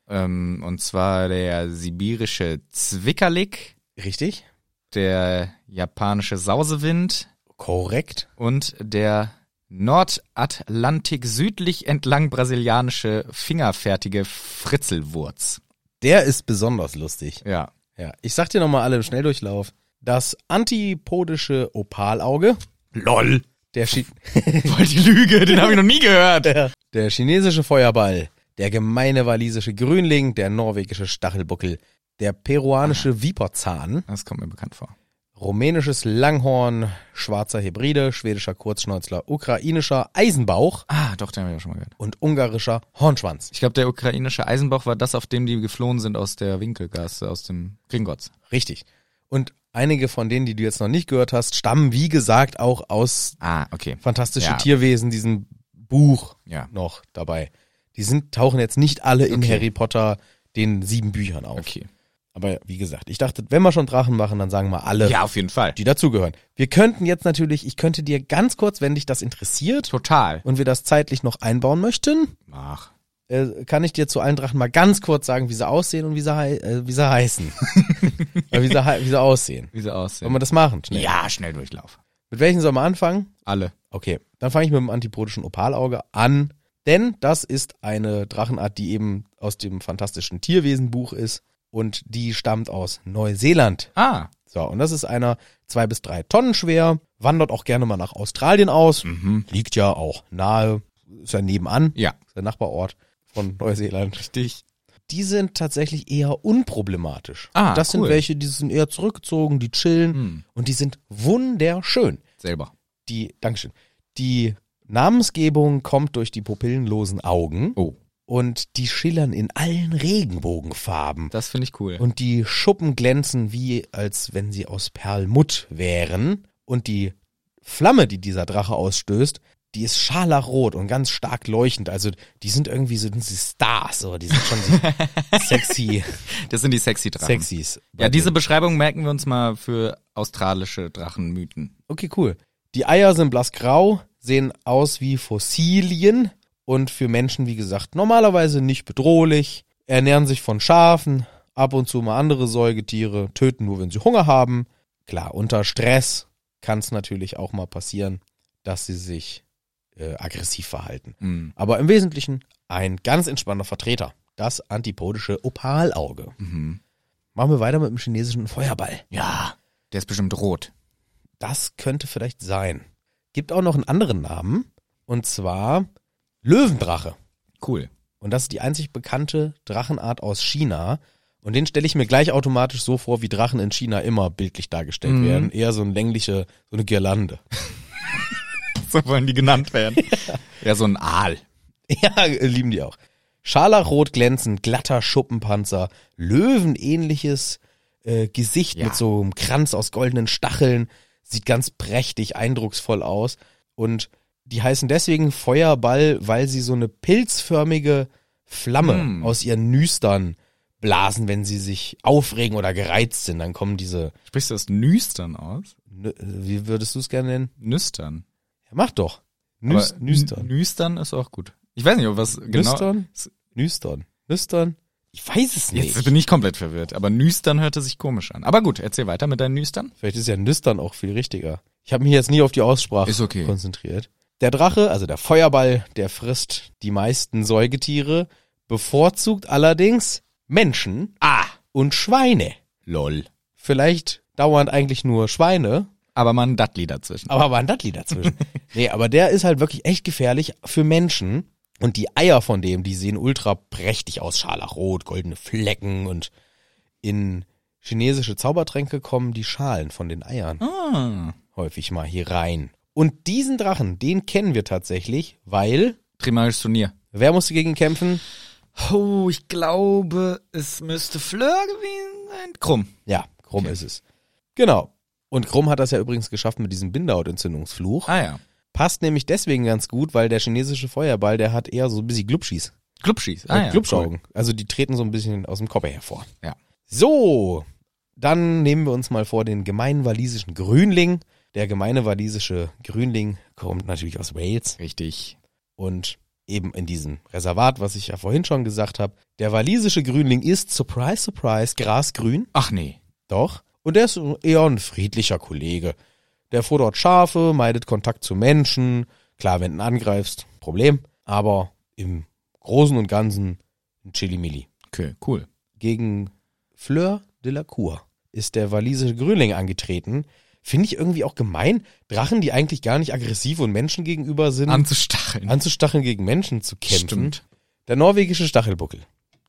[SPEAKER 1] Ähm, und zwar der sibirische Zwickerlick,
[SPEAKER 2] Richtig?
[SPEAKER 1] der japanische Sausewind
[SPEAKER 2] Korrekt.
[SPEAKER 1] und der Nordatlantik südlich entlang brasilianische fingerfertige Fritzelwurz.
[SPEAKER 2] Der ist besonders lustig.
[SPEAKER 1] Ja.
[SPEAKER 2] Ja. Ich sag dir nochmal alle im Schnelldurchlauf. Das antipodische Opalauge.
[SPEAKER 1] LOL.
[SPEAKER 2] Der, Chi
[SPEAKER 1] Voll die Lüge, den habe ich noch nie gehört.
[SPEAKER 2] der chinesische Feuerball. Der gemeine walisische Grünling. Der norwegische Stachelbuckel. Der peruanische Viperzahn.
[SPEAKER 1] Das kommt mir bekannt vor.
[SPEAKER 2] Rumänisches Langhorn. Schwarzer Hebride. Schwedischer Kurzschnäuzler. Ukrainischer Eisenbauch.
[SPEAKER 1] Ah, doch, den habe ich auch schon mal gehört.
[SPEAKER 2] Und ungarischer Hornschwanz.
[SPEAKER 1] Ich glaube, der ukrainische Eisenbauch war das, auf dem die geflohen sind aus der Winkelgasse, aus dem Gringotts.
[SPEAKER 2] Richtig. Und einige von denen, die du jetzt noch nicht gehört hast, stammen, wie gesagt, auch aus
[SPEAKER 1] Ah, okay.
[SPEAKER 2] Fantastische
[SPEAKER 1] Ja.
[SPEAKER 2] Tierwesen, diesem Buch
[SPEAKER 1] Ja.
[SPEAKER 2] noch dabei. Die sind, tauchen jetzt nicht alle in
[SPEAKER 1] Okay.
[SPEAKER 2] Harry Potter den sieben Büchern auf.
[SPEAKER 1] Okay.
[SPEAKER 2] Aber wie gesagt, ich dachte, wenn wir schon Drachen machen, dann sagen wir alle,
[SPEAKER 1] Ja, auf jeden Fall.
[SPEAKER 2] die dazugehören. Wir könnten jetzt natürlich, ich könnte dir ganz kurz, wenn dich das interessiert
[SPEAKER 1] Total.
[SPEAKER 2] und wir das zeitlich noch einbauen möchten,
[SPEAKER 1] Ach.
[SPEAKER 2] äh, kann ich dir zu allen Drachen mal ganz kurz sagen, wie sie aussehen und wie sie, hei äh, wie sie heißen. Oder wie, sie, hei- wie sie aussehen.
[SPEAKER 1] Wie sie aussehen.
[SPEAKER 2] Wollen wir das machen? Schnell.
[SPEAKER 1] Ja, schnell Durchlauf.
[SPEAKER 2] Mit welchen sollen wir anfangen?
[SPEAKER 1] Alle.
[SPEAKER 2] Okay, dann fange ich mit dem antipodischen Opalauge an, denn das ist eine Drachenart, die eben aus dem fantastischen Tierwesenbuch ist und die stammt aus Neuseeland.
[SPEAKER 1] Ah.
[SPEAKER 2] So, und das ist einer zwei bis drei Tonnen schwer, wandert auch gerne mal nach Australien aus,
[SPEAKER 1] Mhm.
[SPEAKER 2] liegt ja auch nahe, ist ja nebenan,
[SPEAKER 1] Ja.
[SPEAKER 2] ist der Nachbarort von Neuseeland.
[SPEAKER 1] Richtig.
[SPEAKER 2] Die sind tatsächlich eher unproblematisch.
[SPEAKER 1] Ah,
[SPEAKER 2] das
[SPEAKER 1] cool.
[SPEAKER 2] sind welche, die sind eher zurückgezogen, die chillen
[SPEAKER 1] Hm.
[SPEAKER 2] und die sind wunderschön
[SPEAKER 1] Selber.
[SPEAKER 2] die, Dankeschön, die Namensgebung kommt durch die pupillenlosen Augen
[SPEAKER 1] Oh.
[SPEAKER 2] und die schillern in allen Regenbogenfarben.
[SPEAKER 1] Das finde ich cool.
[SPEAKER 2] Und die Schuppen glänzen wie, als wenn sie aus Perlmutt wären. Und die Flamme, die dieser Drache ausstößt, die ist scharlachrot und ganz stark leuchtend. Also die sind irgendwie so sind sie Stars oder die sind schon so sexy,
[SPEAKER 1] Das sind die sexy Drachen.
[SPEAKER 2] sexies.
[SPEAKER 1] Ja, diese Beschreibung merken wir uns mal für australische Drachenmythen.
[SPEAKER 2] Okay, cool. Die Eier sind blassgrau, sehen aus wie Fossilien und für Menschen, wie gesagt, normalerweise nicht bedrohlich, ernähren sich von Schafen, ab und zu mal andere Säugetiere, töten nur, wenn sie Hunger haben. Klar, unter Stress kann es natürlich auch mal passieren, dass sie sich äh, aggressiv verhalten.
[SPEAKER 1] Mhm.
[SPEAKER 2] Aber im Wesentlichen ein ganz entspannter Vertreter, das antipodische Opalauge.
[SPEAKER 1] Mhm.
[SPEAKER 2] Machen wir weiter mit dem chinesischen Feuerball.
[SPEAKER 1] Ja. Der ist bestimmt rot.
[SPEAKER 2] Das könnte vielleicht sein. Gibt auch noch einen anderen Namen. Und zwar Löwendrache.
[SPEAKER 1] Cool.
[SPEAKER 2] Und das ist die einzig bekannte Drachenart aus China. Und den stelle ich mir gleich automatisch so vor, wie Drachen in China immer bildlich dargestellt
[SPEAKER 1] Mhm.
[SPEAKER 2] werden. Eher so eine längliche, so eine Girlande.
[SPEAKER 1] So wollen die genannt werden. ja, so ein Aal.
[SPEAKER 2] ja, lieben die auch. Scharlachrot glänzend, glatter Schuppenpanzer, löwenähnliches äh, Gesicht
[SPEAKER 1] Ja.
[SPEAKER 2] mit so einem Kranz aus goldenen Stacheln. Sieht ganz prächtig, eindrucksvoll aus. Und die heißen deswegen Feuerball, weil sie so eine pilzförmige Flamme
[SPEAKER 1] Hm.
[SPEAKER 2] aus ihren Nüstern blasen, wenn sie sich aufregen oder gereizt sind. Dann kommen diese,
[SPEAKER 1] Sprichst du das Nüstern aus?
[SPEAKER 2] Nü- äh, wie würdest du es gerne nennen?
[SPEAKER 1] Nüstern.
[SPEAKER 2] Ja, mach doch.
[SPEAKER 1] Aber
[SPEAKER 2] Nüs Nüstern.
[SPEAKER 1] N- Nüstern ist auch gut. Ich weiß nicht, ob was genau.
[SPEAKER 2] Nüstern? Nüstern. Nüstern. Ich weiß es nicht.
[SPEAKER 1] Jetzt bin ich komplett verwirrt, aber Nüstern hörte sich komisch an. Aber gut, erzähl weiter mit deinen Nüstern.
[SPEAKER 2] Vielleicht ist ja Nüstern auch viel richtiger. Ich habe mich jetzt nie auf die Aussprache
[SPEAKER 1] Ist okay.
[SPEAKER 2] konzentriert. Der Drache, also der Feuerball, der frisst die meisten Säugetiere, bevorzugt allerdings Menschen
[SPEAKER 1] Ah,
[SPEAKER 2] und Schweine.
[SPEAKER 1] lol.
[SPEAKER 2] Vielleicht dauernd eigentlich nur Schweine,
[SPEAKER 1] Aber mal ein Dudley dazwischen.
[SPEAKER 2] aber war ein Dudley dazwischen. nee, aber der ist halt wirklich echt gefährlich für Menschen. Und die Eier von dem, die sehen ultra prächtig aus. Scharlachrot, goldene Flecken und in chinesische Zaubertränke kommen die Schalen von den Eiern
[SPEAKER 1] Ah.
[SPEAKER 2] häufig mal hier rein. Und diesen Drachen, den kennen wir tatsächlich, weil
[SPEAKER 1] Primarisches Turnier.
[SPEAKER 2] wer musste gegen ihn kämpfen?
[SPEAKER 1] Oh, ich glaube, es müsste Fleur gewesen sein. Krumm.
[SPEAKER 2] Ja, Krumm
[SPEAKER 1] Okay.
[SPEAKER 2] ist es. Genau. Und Krumm hat das ja übrigens geschafft mit diesem Bindehautentzündungsfluch.
[SPEAKER 1] Ah ja.
[SPEAKER 2] Passt nämlich deswegen ganz gut, weil der chinesische Feuerball, der hat eher so ein bisschen Glubschis.
[SPEAKER 1] Glubschis.
[SPEAKER 2] Ah,
[SPEAKER 1] ja.
[SPEAKER 2] Glubschaugen. Also die treten so ein bisschen aus dem Kopf hervor.
[SPEAKER 1] Ja.
[SPEAKER 2] So, Dann nehmen wir uns mal vor den gemeinen walisischen Grünling. Der gemeine walisische Grünling kommt natürlich aus Wales
[SPEAKER 1] Richtig.
[SPEAKER 2] und eben in diesem Reservat, was ich ja vorhin schon gesagt habe. Der walisische Grünling ist, surprise, surprise, grasgrün.
[SPEAKER 1] Ach nee.
[SPEAKER 2] Doch. Und er ist eher ein friedlicher Kollege. Der fordert Schafe, meidet Kontakt zu Menschen. Klar, wenn du ihn angreifst, Problem. Aber im Großen und Ganzen ein Chili-Milli.
[SPEAKER 1] Okay, cool.
[SPEAKER 2] Gegen Fleur de la Cour ist der walisische Grünling angetreten. Finde ich irgendwie auch gemein, Drachen, die eigentlich gar nicht aggressiv und Menschen gegenüber sind,
[SPEAKER 1] Anzustacheln.
[SPEAKER 2] anzustacheln, gegen Menschen zu kämpfen.
[SPEAKER 1] Stimmt.
[SPEAKER 2] Der norwegische Stachelbuckel.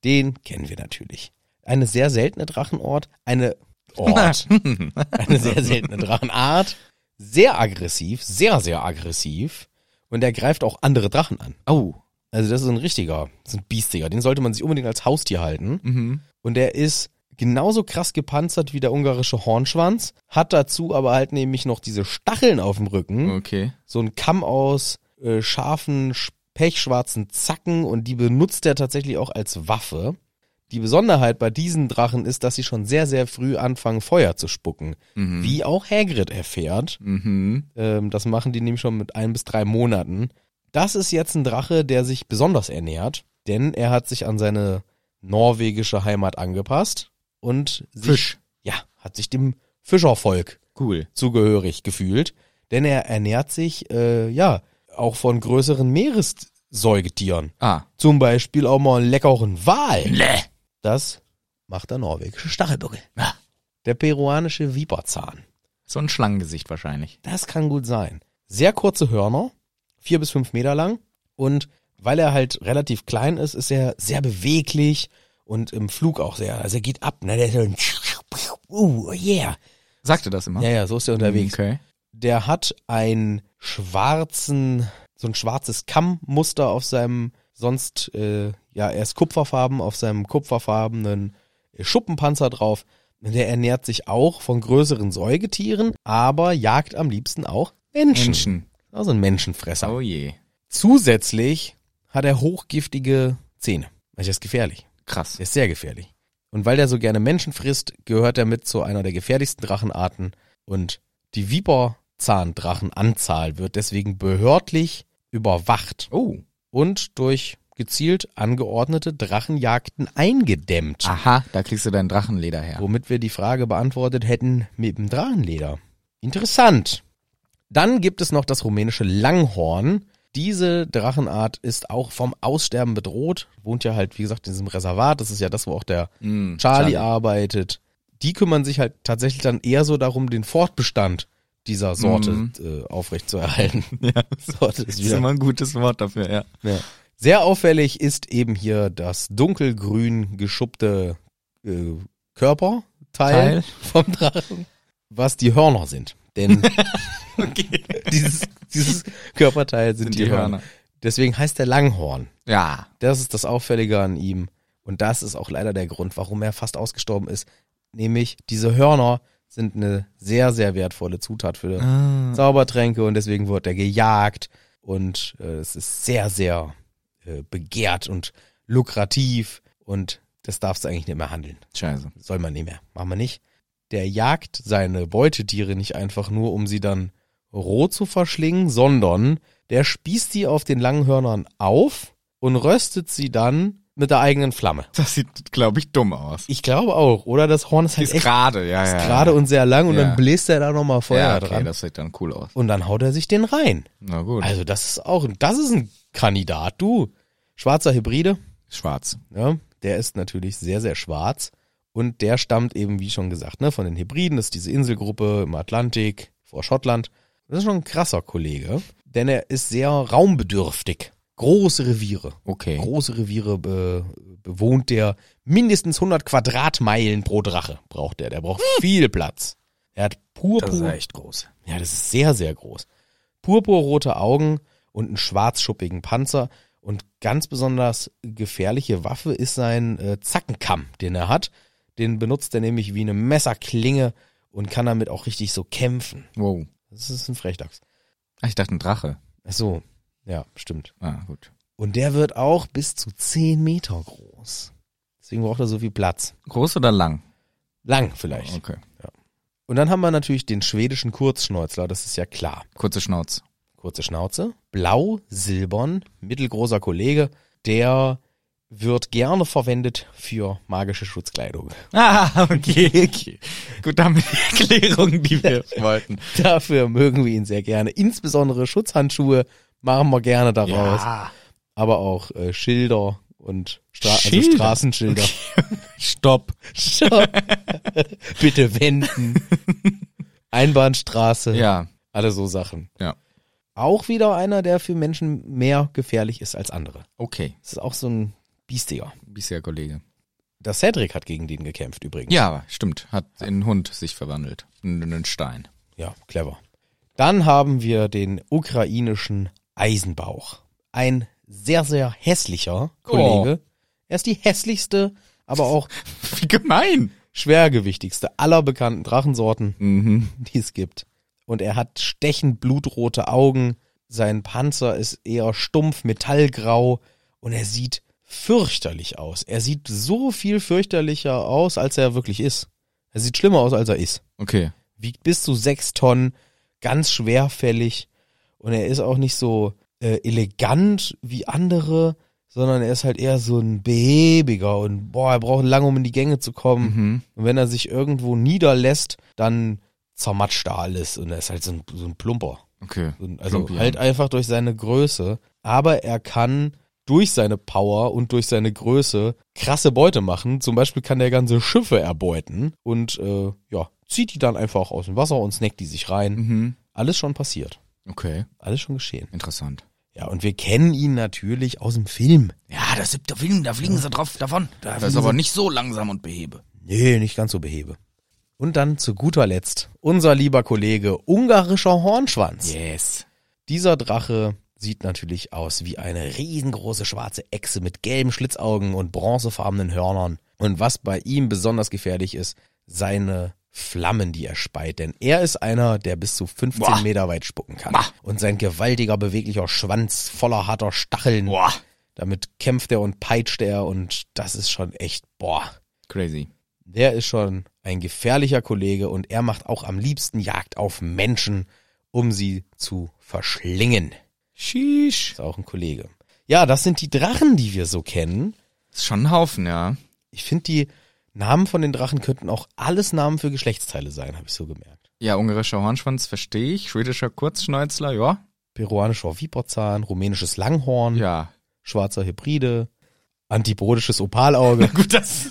[SPEAKER 2] Den kennen wir natürlich. Eine sehr seltene Drachenort, eine Ort,
[SPEAKER 1] Mhm.
[SPEAKER 2] eine sehr seltene Drachenart, sehr aggressiv, sehr sehr aggressiv und er greift auch andere Drachen an.
[SPEAKER 1] Oh.
[SPEAKER 2] Also das ist ein richtiger, das ist ein biestiger, den sollte man sich unbedingt als Haustier halten
[SPEAKER 1] Mhm.
[SPEAKER 2] und er ist genauso krass gepanzert wie der ungarische Hornschwanz, hat dazu aber halt nämlich noch diese Stacheln auf dem Rücken
[SPEAKER 1] Okay.
[SPEAKER 2] so ein Kamm aus äh, scharfen, sch- pechschwarzen Zacken und die benutzt er tatsächlich auch als Waffe. Die Besonderheit bei diesen Drachen ist, dass sie schon sehr, sehr früh anfangen, Feuer zu spucken. Wie auch Hagrid erfährt.
[SPEAKER 1] Mhm.
[SPEAKER 2] Ähm, das machen die nämlich schon mit ein bis drei Monaten. Das ist jetzt ein Drache, der sich besonders ernährt, denn er hat sich an seine norwegische Heimat angepasst und sich,
[SPEAKER 1] Fisch.
[SPEAKER 2] Ja, hat sich dem Fischervolk
[SPEAKER 1] Cool.
[SPEAKER 2] zugehörig gefühlt, denn er ernährt sich äh, ja auch von größeren Meeressäugetieren.
[SPEAKER 1] Ah.
[SPEAKER 2] Zum Beispiel auch mal einen leckeren Wal.
[SPEAKER 1] Bläh.
[SPEAKER 2] Das macht der norwegische Stachelbuckel. Der peruanische Viperzahn.
[SPEAKER 1] So ein Schlangengesicht wahrscheinlich.
[SPEAKER 2] Das kann gut sein. Sehr kurze Hörner, vier bis fünf Meter lang. Und weil er halt relativ klein ist, ist er sehr beweglich und im Flug auch sehr. Also er geht ab. Ne? Der ist so, oh yeah.
[SPEAKER 1] Sagte das immer?
[SPEAKER 2] Ja, ja, so ist er unterwegs.
[SPEAKER 1] Okay.
[SPEAKER 2] der hat einen schwarzen, so ein schwarzes Kammmuster auf seinem sonst, äh, ja, er ist kupferfarben, auf seinem kupferfarbenen äh, Schuppenpanzer drauf. Der ernährt sich auch von größeren Säugetieren, aber jagt am liebsten auch Menschen.
[SPEAKER 1] Menschen.
[SPEAKER 2] Also ein Menschenfresser.
[SPEAKER 1] Oh je.
[SPEAKER 2] Zusätzlich hat er hochgiftige Zähne. Das ist gefährlich.
[SPEAKER 1] Krass.
[SPEAKER 2] Der ist sehr gefährlich. Und weil der so gerne Menschen frisst, gehört er mit zu einer der gefährlichsten Drachenarten. Und die Viperzahndrachenanzahl wird deswegen behördlich überwacht
[SPEAKER 1] Oh.
[SPEAKER 2] und durch gezielt angeordnete Drachenjagden eingedämmt.
[SPEAKER 1] Aha, da kriegst du dein Drachenleder her.
[SPEAKER 2] Womit wir die Frage beantwortet hätten mit dem Drachenleder. Interessant. Dann gibt es noch das rumänische Langhorn. Diese Drachenart ist auch vom Aussterben bedroht. Wohnt ja halt, wie gesagt, in diesem Reservat. Das ist ja das, wo auch der
[SPEAKER 1] Mhm.
[SPEAKER 2] Hm, Charlie, arbeitet. Die kümmern sich halt tatsächlich dann eher so darum, den Fortbestand dieser Sorte
[SPEAKER 1] Mhm.
[SPEAKER 2] äh, aufrechtzuerhalten.
[SPEAKER 1] Ja.
[SPEAKER 2] Sorte
[SPEAKER 1] Das
[SPEAKER 2] ist
[SPEAKER 1] ist
[SPEAKER 2] wieder.
[SPEAKER 1] immer ein gutes Wort dafür, ja.
[SPEAKER 2] Ja. Sehr auffällig ist eben hier das dunkelgrün geschuppte äh, Körperteil
[SPEAKER 1] Teil.
[SPEAKER 2] vom Drachen, was die Hörner sind. Denn
[SPEAKER 1] Okay.
[SPEAKER 2] dieses, dieses Körperteil sind, die, Hörner. Deswegen heißt er Langhorn.
[SPEAKER 1] Ja.
[SPEAKER 2] Das ist das Auffällige an ihm. Und das ist auch leider der Grund, warum er fast ausgestorben ist. Nämlich, diese Hörner sind eine sehr, sehr wertvolle Zutat für
[SPEAKER 1] Ah.
[SPEAKER 2] Ah. Zaubertränke und deswegen wird er gejagt. Und äh, es ist sehr, sehr äh, begehrt und lukrativ. Und das darfst du eigentlich nicht mehr handeln.
[SPEAKER 1] Scheiße.
[SPEAKER 2] Soll man nicht mehr. Machen wir nicht. Der jagt seine Beutetiere nicht einfach nur, um sie dann roh zu verschlingen, sondern der spießt die auf den langen Hörnern auf und röstet sie dann mit der eigenen Flamme.
[SPEAKER 1] Das sieht, glaube ich, dumm aus.
[SPEAKER 2] Ich glaube auch, oder? Das Horn ist
[SPEAKER 1] Die
[SPEAKER 2] halt
[SPEAKER 1] ist
[SPEAKER 2] echt
[SPEAKER 1] gerade, ja, ja.
[SPEAKER 2] gerade und sehr lang und
[SPEAKER 1] Ja.
[SPEAKER 2] dann bläst er da nochmal Feuer
[SPEAKER 1] ja, okay,
[SPEAKER 2] dran.
[SPEAKER 1] das sieht dann cool aus.
[SPEAKER 2] Und dann haut er sich den rein.
[SPEAKER 1] Na gut.
[SPEAKER 2] Also das ist auch, das ist ein Kandidat, du. Schwarzer Hybride,
[SPEAKER 1] Schwarz.
[SPEAKER 2] ja, ne? der ist natürlich sehr, sehr schwarz. Und der stammt eben, wie schon gesagt, ne, von den Hebriden. Das ist diese Inselgruppe im Atlantik, vor Schottland. Das ist schon ein krasser Kollege, denn er ist sehr raumbedürftig. Große Reviere.
[SPEAKER 1] Okay.
[SPEAKER 2] Große Reviere be bewohnt der. Mindestens 100 Quadratmeilen pro Drache braucht der. Der braucht
[SPEAKER 1] Hm.
[SPEAKER 2] viel Platz. Er hat purpur,
[SPEAKER 1] groß.
[SPEAKER 2] ja, das ist sehr, sehr groß. Purpurrote Augen und einen schwarzschuppigen Panzer. Und ganz besonders gefährliche Waffe ist sein äh, Zackenkamm, den er hat. Den benutzt er nämlich wie eine Messerklinge und kann damit auch richtig so kämpfen.
[SPEAKER 1] Wow.
[SPEAKER 2] Das ist ein Frechdachs.
[SPEAKER 1] Ah, ich dachte ein Drache.
[SPEAKER 2] Ach so, ja, stimmt.
[SPEAKER 1] Ah, gut.
[SPEAKER 2] Und der wird auch bis zu 10 Meter groß. Deswegen braucht er so viel Platz.
[SPEAKER 1] Groß oder lang?
[SPEAKER 2] Lang vielleicht.
[SPEAKER 1] Okay.
[SPEAKER 2] Und dann haben wir natürlich den schwedischen Kurzschnäuzler, das ist ja klar.
[SPEAKER 1] Kurze Schnauz.
[SPEAKER 2] Kurze Schnauze, blau, silbern, mittelgroßer Kollege, der wird gerne verwendet für magische Schutzkleidung.
[SPEAKER 1] Ah, okay. okay. Gut, damit die Erklärung, die wir wollten.
[SPEAKER 2] Dafür mögen wir ihn sehr gerne. Insbesondere Schutzhandschuhe machen wir gerne daraus. Aber auch äh, Schilder und Stra Also
[SPEAKER 1] Schilder?
[SPEAKER 2] Straßenschilder.
[SPEAKER 1] Stopp.
[SPEAKER 2] Bitte wenden. Einbahnstraße.
[SPEAKER 1] Ja,
[SPEAKER 2] Alle so Sachen.
[SPEAKER 1] Ja.
[SPEAKER 2] Auch wieder einer, der für Menschen mehr gefährlich ist als andere.
[SPEAKER 1] okay.
[SPEAKER 2] Das ist auch so ein biestiger.
[SPEAKER 1] Bisher Kollege.
[SPEAKER 2] Der Cedric hat gegen den gekämpft übrigens.
[SPEAKER 1] Ja, stimmt. Hat in einen Hund sich verwandelt. In einen Stein.
[SPEAKER 2] Ja, clever. Dann haben wir den ukrainischen Eisenbauch. Ein sehr, sehr hässlicher Kollege.
[SPEAKER 1] Oh.
[SPEAKER 2] Er ist die hässlichste, aber auch
[SPEAKER 1] Wie gemein.
[SPEAKER 2] schwergewichtigste aller bekannten Drachensorten,
[SPEAKER 1] Mhm.
[SPEAKER 2] die es gibt. Und er hat stechend blutrote Augen. Sein Panzer ist eher stumpf, metallgrau. Und er sieht fürchterlich aus. Er sieht so viel fürchterlicher aus, als er wirklich ist. Er sieht schlimmer aus, als er ist
[SPEAKER 1] Okay.
[SPEAKER 2] wiegt bis zu sechs Tonnen, ganz schwerfällig und er ist auch nicht so äh, elegant wie andere, sondern er ist halt eher so ein behäbiger und boah, er braucht lange, um in die Gänge zu kommen.
[SPEAKER 1] Mhm.
[SPEAKER 2] Und wenn er sich irgendwo niederlässt, dann zermatscht er alles und er ist halt so ein, so ein Plumper.
[SPEAKER 1] Okay.
[SPEAKER 2] So ein- Also
[SPEAKER 1] Plumpian.
[SPEAKER 2] halt einfach durch seine Größe, aber er kann durch seine Power und durch seine Größe krasse Beute machen. Zum Beispiel kann der ganze Schiffe erbeuten und äh, ja, zieht die dann einfach aus dem Wasser und snackt die sich rein.
[SPEAKER 1] Mhm.
[SPEAKER 2] Alles schon passiert.
[SPEAKER 1] Okay.
[SPEAKER 2] Alles schon geschehen.
[SPEAKER 1] Interessant.
[SPEAKER 2] Ja, und wir kennen ihn natürlich aus dem Film.
[SPEAKER 1] Ja, das siebte Film, da fliegen sie drauf davon. Da
[SPEAKER 2] fliegen sie-
[SPEAKER 1] nicht so langsam und behebe.
[SPEAKER 2] Nee, nicht ganz so behebe. Und dann zu guter Letzt unser lieber Kollege ungarischer Hornschwanz.
[SPEAKER 1] Yes.
[SPEAKER 2] Dieser Drache sieht natürlich aus wie eine riesengroße schwarze Echse mit gelben Schlitzaugen und bronzefarbenen Hörnern. Und was bei ihm besonders gefährlich ist, seine Flammen, die er speit. Denn er ist einer, der bis zu 15
[SPEAKER 1] Boah.
[SPEAKER 2] Meter weit spucken kann.
[SPEAKER 1] Boah.
[SPEAKER 2] Und sein gewaltiger, beweglicher Schwanz voller harter Stacheln.
[SPEAKER 1] Boah.
[SPEAKER 2] Damit kämpft er und peitscht er und das ist schon echt, boah.
[SPEAKER 1] Crazy.
[SPEAKER 2] Der ist schon ein gefährlicher Kollege und er macht auch am liebsten Jagd auf Menschen, um sie zu verschlingen.
[SPEAKER 1] Sheesh.
[SPEAKER 2] Ist auch ein Kollege. Ja, das sind die Drachen, die wir so kennen.
[SPEAKER 1] Ist schon ein Haufen, ja.
[SPEAKER 2] Ich finde, die Namen von den Drachen könnten auch alles Namen für Geschlechtsteile sein, habe ich so gemerkt.
[SPEAKER 1] Ja, ungarischer Hornschwanz, verstehe ich. Schwedischer Kurzschnäuzler, ja.
[SPEAKER 2] Peruanischer Viperzahn, rumänisches Langhorn,
[SPEAKER 1] Ja.
[SPEAKER 2] schwarzer Hybride, antipodisches Opalauge.
[SPEAKER 1] Gut, das.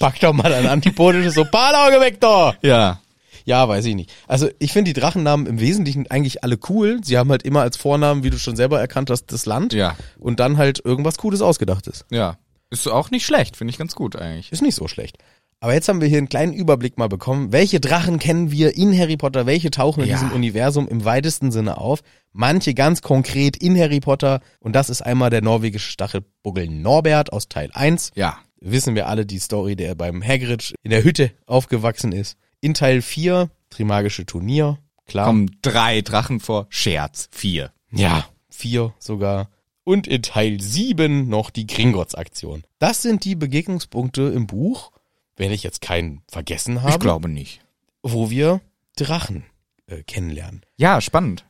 [SPEAKER 2] Pack doch mal ein antipodisches Opalauge weg, da!
[SPEAKER 1] Ja.
[SPEAKER 2] Ja, weiß ich nicht. Also ich finde die Drachennamen im Wesentlichen eigentlich alle cool. Sie haben halt immer als Vornamen, wie du schon selber erkannt hast, das Land.
[SPEAKER 1] Ja.
[SPEAKER 2] Und dann halt irgendwas Cooles ausgedachtes.
[SPEAKER 1] Ja. Ist auch nicht schlecht, finde ich ganz gut eigentlich.
[SPEAKER 2] Ist nicht so schlecht. Aber jetzt haben wir hier einen kleinen Überblick mal bekommen. Welche Drachen kennen wir in Harry Potter? Welche tauchen in
[SPEAKER 1] Ja.
[SPEAKER 2] diesem Universum im weitesten Sinne auf? Manche ganz konkret in Harry Potter. Und das ist einmal der norwegische Stachelbuggel Norbert aus Teil 1.
[SPEAKER 1] Ja.
[SPEAKER 2] Wissen wir alle die Story, der beim Hagrid in der Hütte aufgewachsen ist. In Teil 4, Trimagische Turnier. Klar.
[SPEAKER 1] Kommen drei Drachen vor. Scherz. Vier.
[SPEAKER 2] Ja, vier sogar. Und in Teil 7 noch die Gringotts-Aktion. Das sind die Begegnungspunkte im Buch, wenn ich jetzt keinen vergessen
[SPEAKER 1] Ich
[SPEAKER 2] habe,
[SPEAKER 1] glaube nicht.
[SPEAKER 2] wo wir Drachen äh, kennenlernen.
[SPEAKER 1] Ja, spannend.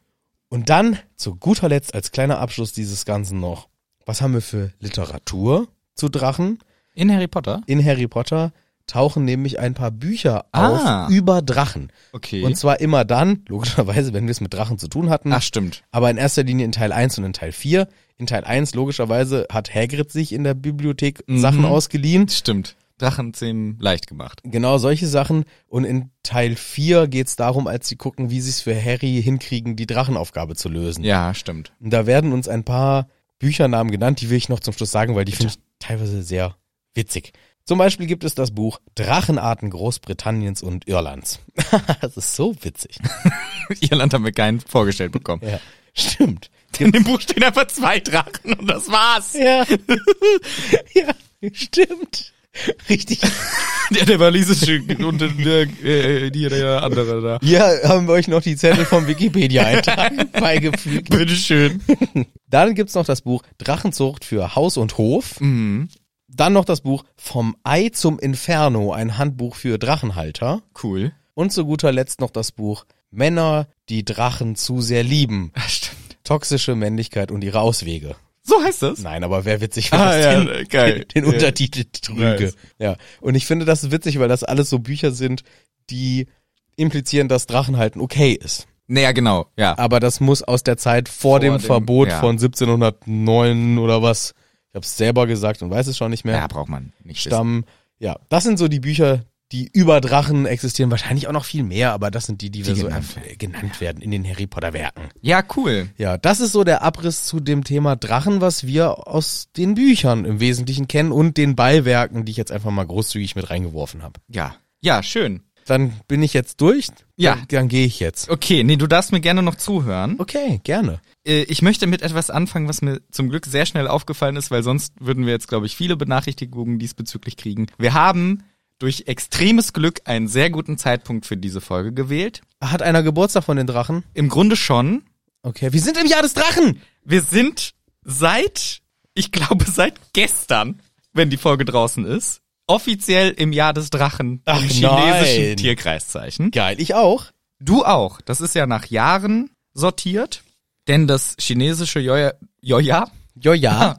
[SPEAKER 2] Und dann zu guter Letzt als kleiner Abschluss dieses Ganzen noch, was haben wir für Literatur zu Drachen?
[SPEAKER 1] In Harry Potter?
[SPEAKER 2] In Harry Potter tauchen nämlich ein paar Bücher
[SPEAKER 1] Ah.
[SPEAKER 2] auf über Drachen.
[SPEAKER 1] Okay.
[SPEAKER 2] Und zwar immer dann, logischerweise, wenn wir es mit Drachen zu tun hatten,
[SPEAKER 1] Ach, stimmt.
[SPEAKER 2] aber in erster Linie in Teil 1 und in Teil 4. In Teil 1 logischerweise hat Hagrid sich in der Bibliothek
[SPEAKER 1] Mhm.
[SPEAKER 2] Sachen ausgeliehen.
[SPEAKER 1] Stimmt. Drachenzähmen leicht gemacht.
[SPEAKER 2] Genau solche Sachen. Und in Teil 4 geht's darum, als sie gucken, wie sie es für Harry hinkriegen, die Drachenaufgabe zu lösen.
[SPEAKER 1] Ja, stimmt.
[SPEAKER 2] Und da werden uns ein paar Büchernamen genannt, die will ich noch zum Schluss sagen, weil die finde ich teilweise sehr witzig. Zum Beispiel gibt es das Buch Drachenarten Großbritanniens und Irlands. das ist so witzig.
[SPEAKER 1] Irland haben wir keinen vorgestellt bekommen.
[SPEAKER 2] Ja, stimmt.
[SPEAKER 1] In dem Buch stehen einfach zwei Drachen und das war's.
[SPEAKER 2] Ja. ja, stimmt. Richtig.
[SPEAKER 1] Der, der Wallis ist schön und der, äh, die- der andere da.
[SPEAKER 2] Hier haben wir euch noch die Zettel vom Wikipedia-Eintrag beigefügt.
[SPEAKER 1] Bitteschön.
[SPEAKER 2] Dann gibt's noch das Buch Drachenzucht für Haus und Hof.
[SPEAKER 1] Mhm.
[SPEAKER 2] Dann noch das Buch Vom Ei zum Inferno, ein Handbuch für Drachenhalter.
[SPEAKER 1] Cool.
[SPEAKER 2] Und zu guter Letzt noch das Buch Männer, die Drachen zu sehr lieben.
[SPEAKER 1] Ah, stimmt.
[SPEAKER 2] Toxische Männlichkeit und ihre Auswege.
[SPEAKER 1] So heißt das?
[SPEAKER 2] Nein, aber wer witzig wenn
[SPEAKER 1] Ah,
[SPEAKER 2] das
[SPEAKER 1] ja,
[SPEAKER 2] den,
[SPEAKER 1] geil.
[SPEAKER 2] den
[SPEAKER 1] Ja.
[SPEAKER 2] Untertitel trüge.
[SPEAKER 1] Nice.
[SPEAKER 2] Ja, und ich finde das witzig, weil das alles so Bücher sind, die implizieren, dass Drachenhalten okay ist.
[SPEAKER 1] Naja, genau, ja.
[SPEAKER 2] Aber das muss aus der Zeit vor, dem,
[SPEAKER 1] dem-
[SPEAKER 2] Verbot
[SPEAKER 1] ja.
[SPEAKER 2] von 1709 oder was, ich hab's selber gesagt und weiß es schon nicht mehr,
[SPEAKER 1] Ja, braucht man nicht wissen.
[SPEAKER 2] stammen. Ja, das sind so die Bücher, die über Drachen existieren. Wahrscheinlich auch noch viel mehr, aber das sind die, die, wir
[SPEAKER 1] Die
[SPEAKER 2] so
[SPEAKER 1] genannt
[SPEAKER 2] erf- genannt werden in den Harry Potter Werken.
[SPEAKER 1] Ja, cool.
[SPEAKER 2] Ja, das ist so der Abriss zu dem Thema Drachen, was wir aus den Büchern im Wesentlichen kennen und den Beiwerken, die ich jetzt einfach mal großzügig mit reingeworfen habe.
[SPEAKER 1] Ja. Ja, schön.
[SPEAKER 2] Dann bin ich jetzt durch.
[SPEAKER 1] Ja.
[SPEAKER 2] Dann, dann gehe ich jetzt.
[SPEAKER 1] Okay, nee, du darfst mir gerne noch zuhören.
[SPEAKER 2] Okay, gerne.
[SPEAKER 1] Äh, Ich möchte mit etwas anfangen, was mir zum Glück sehr schnell aufgefallen ist, weil sonst würden wir jetzt, glaube ich, viele Benachrichtigungen diesbezüglich kriegen. Wir haben durch extremes Glück einen sehr guten Zeitpunkt für diese Folge gewählt.
[SPEAKER 2] Hat einer Geburtstag von den Drachen?
[SPEAKER 1] Im Grunde schon.
[SPEAKER 2] Okay, wir sind im Jahr des Drachen.
[SPEAKER 1] Wir sind seit, ich glaube, seit gestern, wenn die Folge draußen ist, offiziell im Jahr des Drachen
[SPEAKER 2] Ach
[SPEAKER 1] im chinesischen
[SPEAKER 2] nein.
[SPEAKER 1] Tierkreiszeichen.
[SPEAKER 2] Geil, ich auch.
[SPEAKER 1] Du auch. Das ist ja nach Jahren sortiert, denn das chinesische Joja, Joja
[SPEAKER 2] Jo, ja.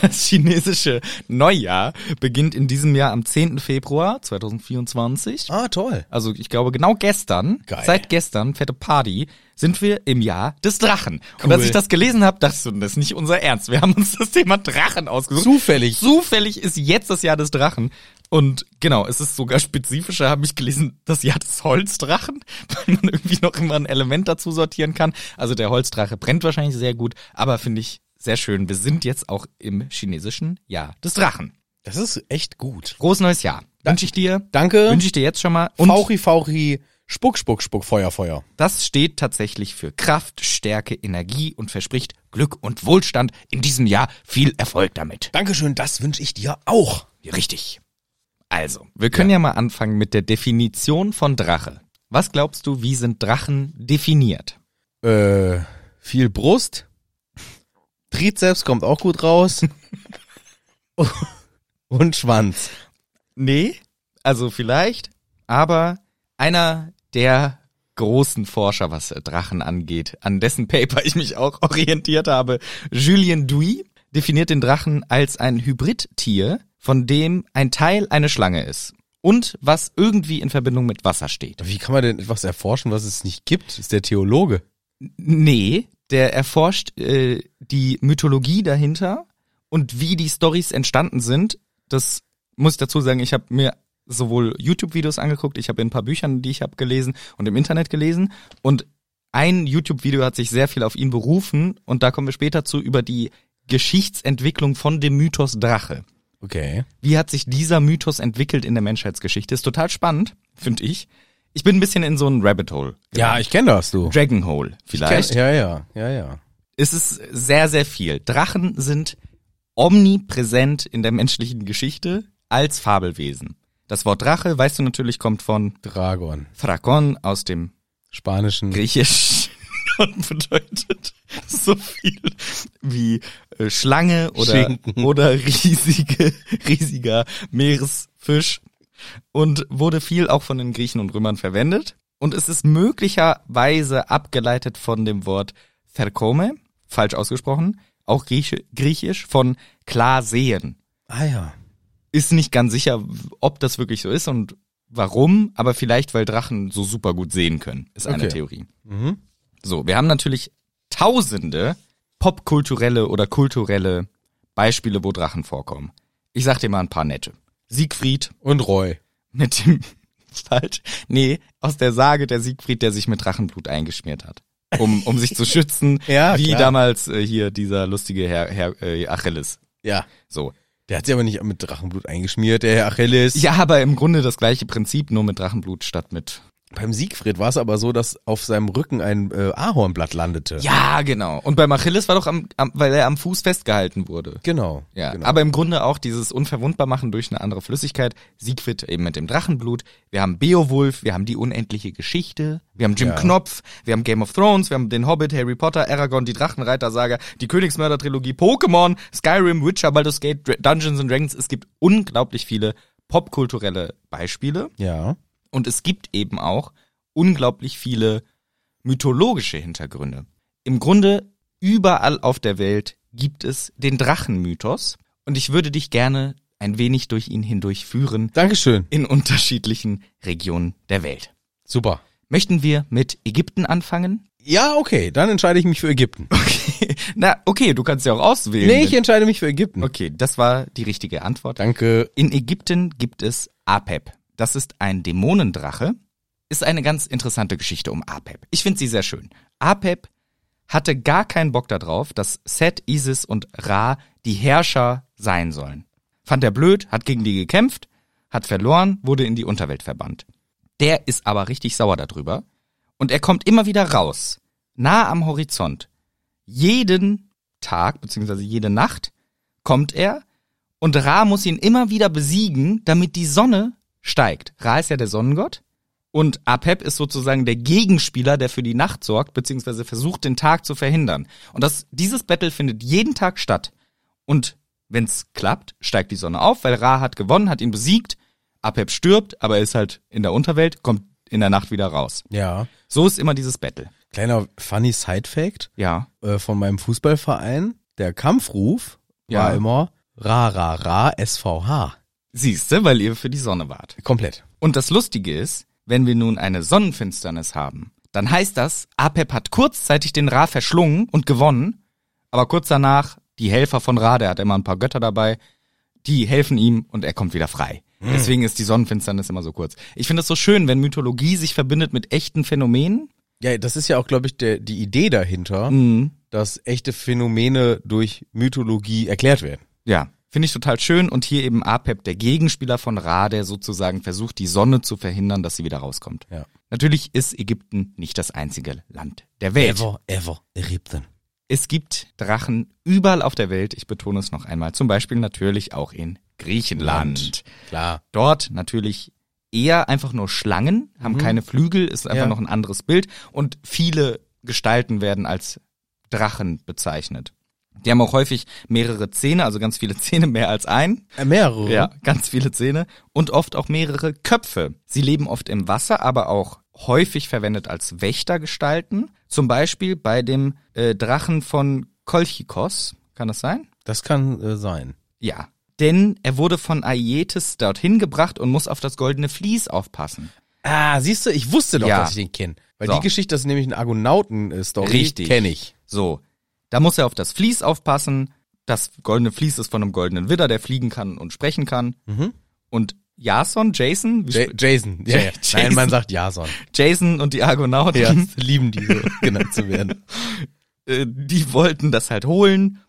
[SPEAKER 1] das chinesische Neujahr beginnt in diesem Jahr am 10. Februar 2024.
[SPEAKER 2] Ah, toll.
[SPEAKER 1] Also ich glaube genau gestern,
[SPEAKER 2] Geil.
[SPEAKER 1] seit gestern, fette Party, sind wir im Jahr des Drachen. Und als
[SPEAKER 2] Cool.
[SPEAKER 1] ich das gelesen habe, dachte ich, so, das ist nicht unser Ernst. Wir haben uns das Thema Drachen ausgesucht.
[SPEAKER 2] Zufällig.
[SPEAKER 1] Zufällig ist jetzt das Jahr des Drachen. Und genau, es ist sogar spezifischer, habe ich gelesen, das Jahr des Holzdrachen, weil man irgendwie noch immer ein Element dazu sortieren kann. Also der Holzdrache brennt wahrscheinlich sehr gut, aber finde ich sehr schön. Wir sind jetzt auch im chinesischen Jahr des Drachen.
[SPEAKER 2] Das ist echt gut.
[SPEAKER 1] Groß neues Jahr. Wünsche ich dir.
[SPEAKER 2] Danke.
[SPEAKER 1] Wünsche ich dir jetzt schon mal. Und
[SPEAKER 2] Fauchi, Fauchi, Spuck, Spuck, Spuck, Feuer, Feuer.
[SPEAKER 1] das steht tatsächlich für Kraft, Stärke, Energie und verspricht Glück und Wohlstand in diesem Jahr. Viel Erfolg damit.
[SPEAKER 2] Dankeschön, das wünsche ich dir auch.
[SPEAKER 1] Richtig. Also, wir können ja. mal anfangen mit der Definition von Drache. Was glaubst du, wie sind Drachen definiert?
[SPEAKER 2] Äh, viel Brust. Trizeps kommt auch gut raus. Und Schwanz.
[SPEAKER 1] Nee. Also vielleicht, aber einer der großen Forscher, was äh, Drachen angeht, an dessen Paper ich mich auch orientiert habe, Julien Duy, definiert den Drachen als ein Hybridtier, von dem ein Teil eine Schlange ist und was irgendwie in Verbindung mit Wasser steht.
[SPEAKER 2] Wie kann man denn etwas erforschen, was es nicht gibt? Ist der Theologe.
[SPEAKER 1] Nee, der erforscht äh, die Mythologie dahinter und wie die Stories entstanden sind. Das muss ich dazu sagen, ich habe mir sowohl YouTube-Videos angeguckt, ich habe in ein paar Büchern, die ich habe gelesen und im Internet gelesen. Und ein YouTube-Video hat sich sehr viel auf ihn berufen und da kommen wir später zu über die Geschichtsentwicklung von dem Mythos Drache.
[SPEAKER 2] Okay.
[SPEAKER 1] Wie hat sich dieser Mythos entwickelt in der Menschheitsgeschichte? Ist total spannend, finde ich. Ich bin ein bisschen in so ein Rabbit Hole.
[SPEAKER 2] Genau. Ja, ich kenne das, du.
[SPEAKER 1] Dragon Hole vielleicht
[SPEAKER 2] Ja, ja, ja, ja.
[SPEAKER 1] es ist sehr, sehr viel. Drachen sind omnipräsent in der menschlichen Geschichte als Fabelwesen. Das Wort Drache, weißt du natürlich, kommt von
[SPEAKER 2] Dragon.
[SPEAKER 1] Thrakon aus dem
[SPEAKER 2] Spanischen.
[SPEAKER 1] Griechisch und bedeutet so viel wie äh, Schlange oder,
[SPEAKER 2] Schinken.
[SPEAKER 1] oder riesige, riesiger Meeresfisch und wurde viel auch von den Griechen und Römern verwendet. Und es ist möglicherweise abgeleitet von dem Wort Therkome, falsch ausgesprochen, auch Grieche, griechisch, von klar sehen
[SPEAKER 2] ah ja.
[SPEAKER 1] ist nicht ganz sicher, ob das wirklich so ist und warum, aber vielleicht, weil Drachen so super gut sehen können, ist eine
[SPEAKER 2] Okay.
[SPEAKER 1] Theorie.
[SPEAKER 2] Mhm.
[SPEAKER 1] So, wir haben natürlich tausende popkulturelle oder kulturelle Beispiele, wo Drachen vorkommen. Ich sag dir mal ein paar nette. Siegfried
[SPEAKER 2] Und Roy.
[SPEAKER 1] mit dem falsch, nee, aus der Sage der Siegfried, der sich mit Drachenblut eingeschmiert hat, um, um sich zu schützen,
[SPEAKER 2] Ja,
[SPEAKER 1] wie
[SPEAKER 2] klar.
[SPEAKER 1] damals äh, hier dieser lustige Herr, Herr äh, Achilles.
[SPEAKER 2] Ja.
[SPEAKER 1] So,
[SPEAKER 2] Der hat sich aber nicht mit Drachenblut eingeschmiert, der Herr Achilles.
[SPEAKER 1] Ja, aber im Grunde das gleiche Prinzip, nur mit Drachenblut statt mit
[SPEAKER 2] Beim Siegfried war es aber so, dass auf seinem Rücken ein äh, Ahornblatt landete.
[SPEAKER 1] Ja, genau. Und beim Achilles war doch am, am weil er am Fuß festgehalten wurde.
[SPEAKER 2] Genau.
[SPEAKER 1] Ja,
[SPEAKER 2] genau.
[SPEAKER 1] aber im Grunde auch dieses unverwundbar machen durch eine andere Flüssigkeit. Siegfried eben mit dem Drachenblut. Wir haben Beowulf, wir haben die unendliche Geschichte, wir haben Jim
[SPEAKER 2] Ja.
[SPEAKER 1] Knopf, wir haben Game of Thrones, wir haben den Hobbit, Harry Potter, Aragorn, die Drachenreiter-Saga, die Königsmörder-Trilogie, Pokémon, Skyrim, Witcher, Baldur's Gate, Dr- Dungeons and Dragons. Es gibt unglaublich viele popkulturelle Beispiele.
[SPEAKER 2] ja.
[SPEAKER 1] Und es gibt eben auch unglaublich viele mythologische Hintergründe. Im Grunde überall auf der Welt gibt es den Drachenmythos und ich würde dich gerne ein wenig durch ihn hindurchführen
[SPEAKER 2] Dankeschön.
[SPEAKER 1] in unterschiedlichen Regionen der Welt.
[SPEAKER 2] Super.
[SPEAKER 1] Möchten wir mit Ägypten anfangen?
[SPEAKER 2] Ja, okay, dann entscheide ich mich für Ägypten.
[SPEAKER 1] Okay. Na, okay, du kannst ja auch auswählen.
[SPEAKER 2] Nee, ich entscheide mich für Ägypten.
[SPEAKER 1] okay, das war die richtige Antwort.
[SPEAKER 2] Danke.
[SPEAKER 1] In Ägypten gibt es Apep. Das ist ein Dämonendrache. Ist eine ganz interessante Geschichte um Apep. Ich finde sie sehr schön. Apep hatte gar keinen Bock darauf, dass Set, Isis und Ra die Herrscher sein sollen. Fand er blöd, hat gegen die gekämpft, hat verloren, wurde in die Unterwelt verbannt. Der ist aber richtig sauer darüber und er kommt immer wieder raus, nah am Horizont. Jeden Tag beziehungsweise jede Nacht kommt er und Ra muss ihn immer wieder besiegen, damit die Sonne steigt. Ra ist ja der Sonnengott. Und Apep ist sozusagen der Gegenspieler, der für die Nacht sorgt, beziehungsweise versucht, den Tag zu verhindern. Und das, dieses Battle findet jeden Tag statt. Und wenn's klappt, steigt die Sonne auf, weil Ra hat gewonnen, hat ihn besiegt. Apep stirbt, aber er ist halt in der Unterwelt, kommt in der Nacht wieder raus.
[SPEAKER 2] Ja.
[SPEAKER 1] So ist immer dieses Battle.
[SPEAKER 2] Kleiner funny Side-Fact
[SPEAKER 1] Ja.
[SPEAKER 2] äh, von meinem Fußballverein. Der Kampfruf
[SPEAKER 1] Ja.
[SPEAKER 2] war immer Ra, Ra, Ra, SVH.
[SPEAKER 1] Siehste, weil ihr für die Sonne wart.
[SPEAKER 2] Komplett.
[SPEAKER 1] Und das Lustige ist, wenn wir nun eine Sonnenfinsternis haben, dann heißt das, Apep hat kurzzeitig den Ra verschlungen und gewonnen, aber kurz danach die Helfer von Ra, der hat immer ein paar Götter dabei, die helfen ihm und er kommt wieder frei. Deswegen ist die Sonnenfinsternis immer so kurz. Ich finde es so schön, wenn Mythologie sich verbindet mit echten Phänomenen.
[SPEAKER 2] Ja, das ist ja auch, glaube ich, der, die Idee dahinter,
[SPEAKER 1] Mhm.
[SPEAKER 2] dass echte Phänomene durch Mythologie erklärt werden.
[SPEAKER 1] Ja, finde ich total schön. Und hier eben Apep, der Gegenspieler von Ra, der sozusagen versucht, die Sonne zu verhindern, dass sie wieder rauskommt.
[SPEAKER 2] Ja.
[SPEAKER 1] Natürlich ist Ägypten nicht das einzige Land der Welt.
[SPEAKER 2] ever, Ägypten.
[SPEAKER 1] Es gibt Drachen überall auf der Welt. Ich betone es noch einmal. Zum Beispiel natürlich auch in Griechenland.
[SPEAKER 2] Land. Klar.
[SPEAKER 1] Dort natürlich eher einfach nur Schlangen, haben keine Flügel, ist einfach
[SPEAKER 2] Ja.
[SPEAKER 1] noch ein anderes Bild. Und viele Gestalten werden als Drachen bezeichnet. Die haben auch häufig mehrere Zähne, also ganz viele Zähne, mehr als ein.
[SPEAKER 2] Äh, mehrere.
[SPEAKER 1] Ja, ganz viele Zähne und oft auch mehrere Köpfe. Sie leben oft im Wasser, aber auch häufig verwendet als Wächtergestalten. Zum Beispiel bei dem äh, Drachen von Kolchikos. Kann das sein?
[SPEAKER 2] Das kann äh, sein.
[SPEAKER 1] Ja. Denn er wurde von Aietes dorthin gebracht und muss auf das goldene Vlies aufpassen.
[SPEAKER 2] Ah, siehst du, ich wusste doch,
[SPEAKER 1] Ja.
[SPEAKER 2] dass ich den kenne. Weil
[SPEAKER 1] So.
[SPEAKER 2] die Geschichte, das ist nämlich ein Argonauten-Story,
[SPEAKER 1] Richtig.
[SPEAKER 2] kenne ich.
[SPEAKER 1] So. Da muss er auf das Vlies aufpassen. Das goldene Vlies ist von einem goldenen Widder, der fliegen kann und sprechen kann. Und Jason, Jason, wie
[SPEAKER 2] Mhm. Ja- Jason. Ja, ja.
[SPEAKER 1] Jason.
[SPEAKER 2] Nein, man sagt Jason.
[SPEAKER 1] Jason und die Argonauten.
[SPEAKER 2] Ja, lieben die so genannt zu werden.
[SPEAKER 1] äh, die wollten das halt holen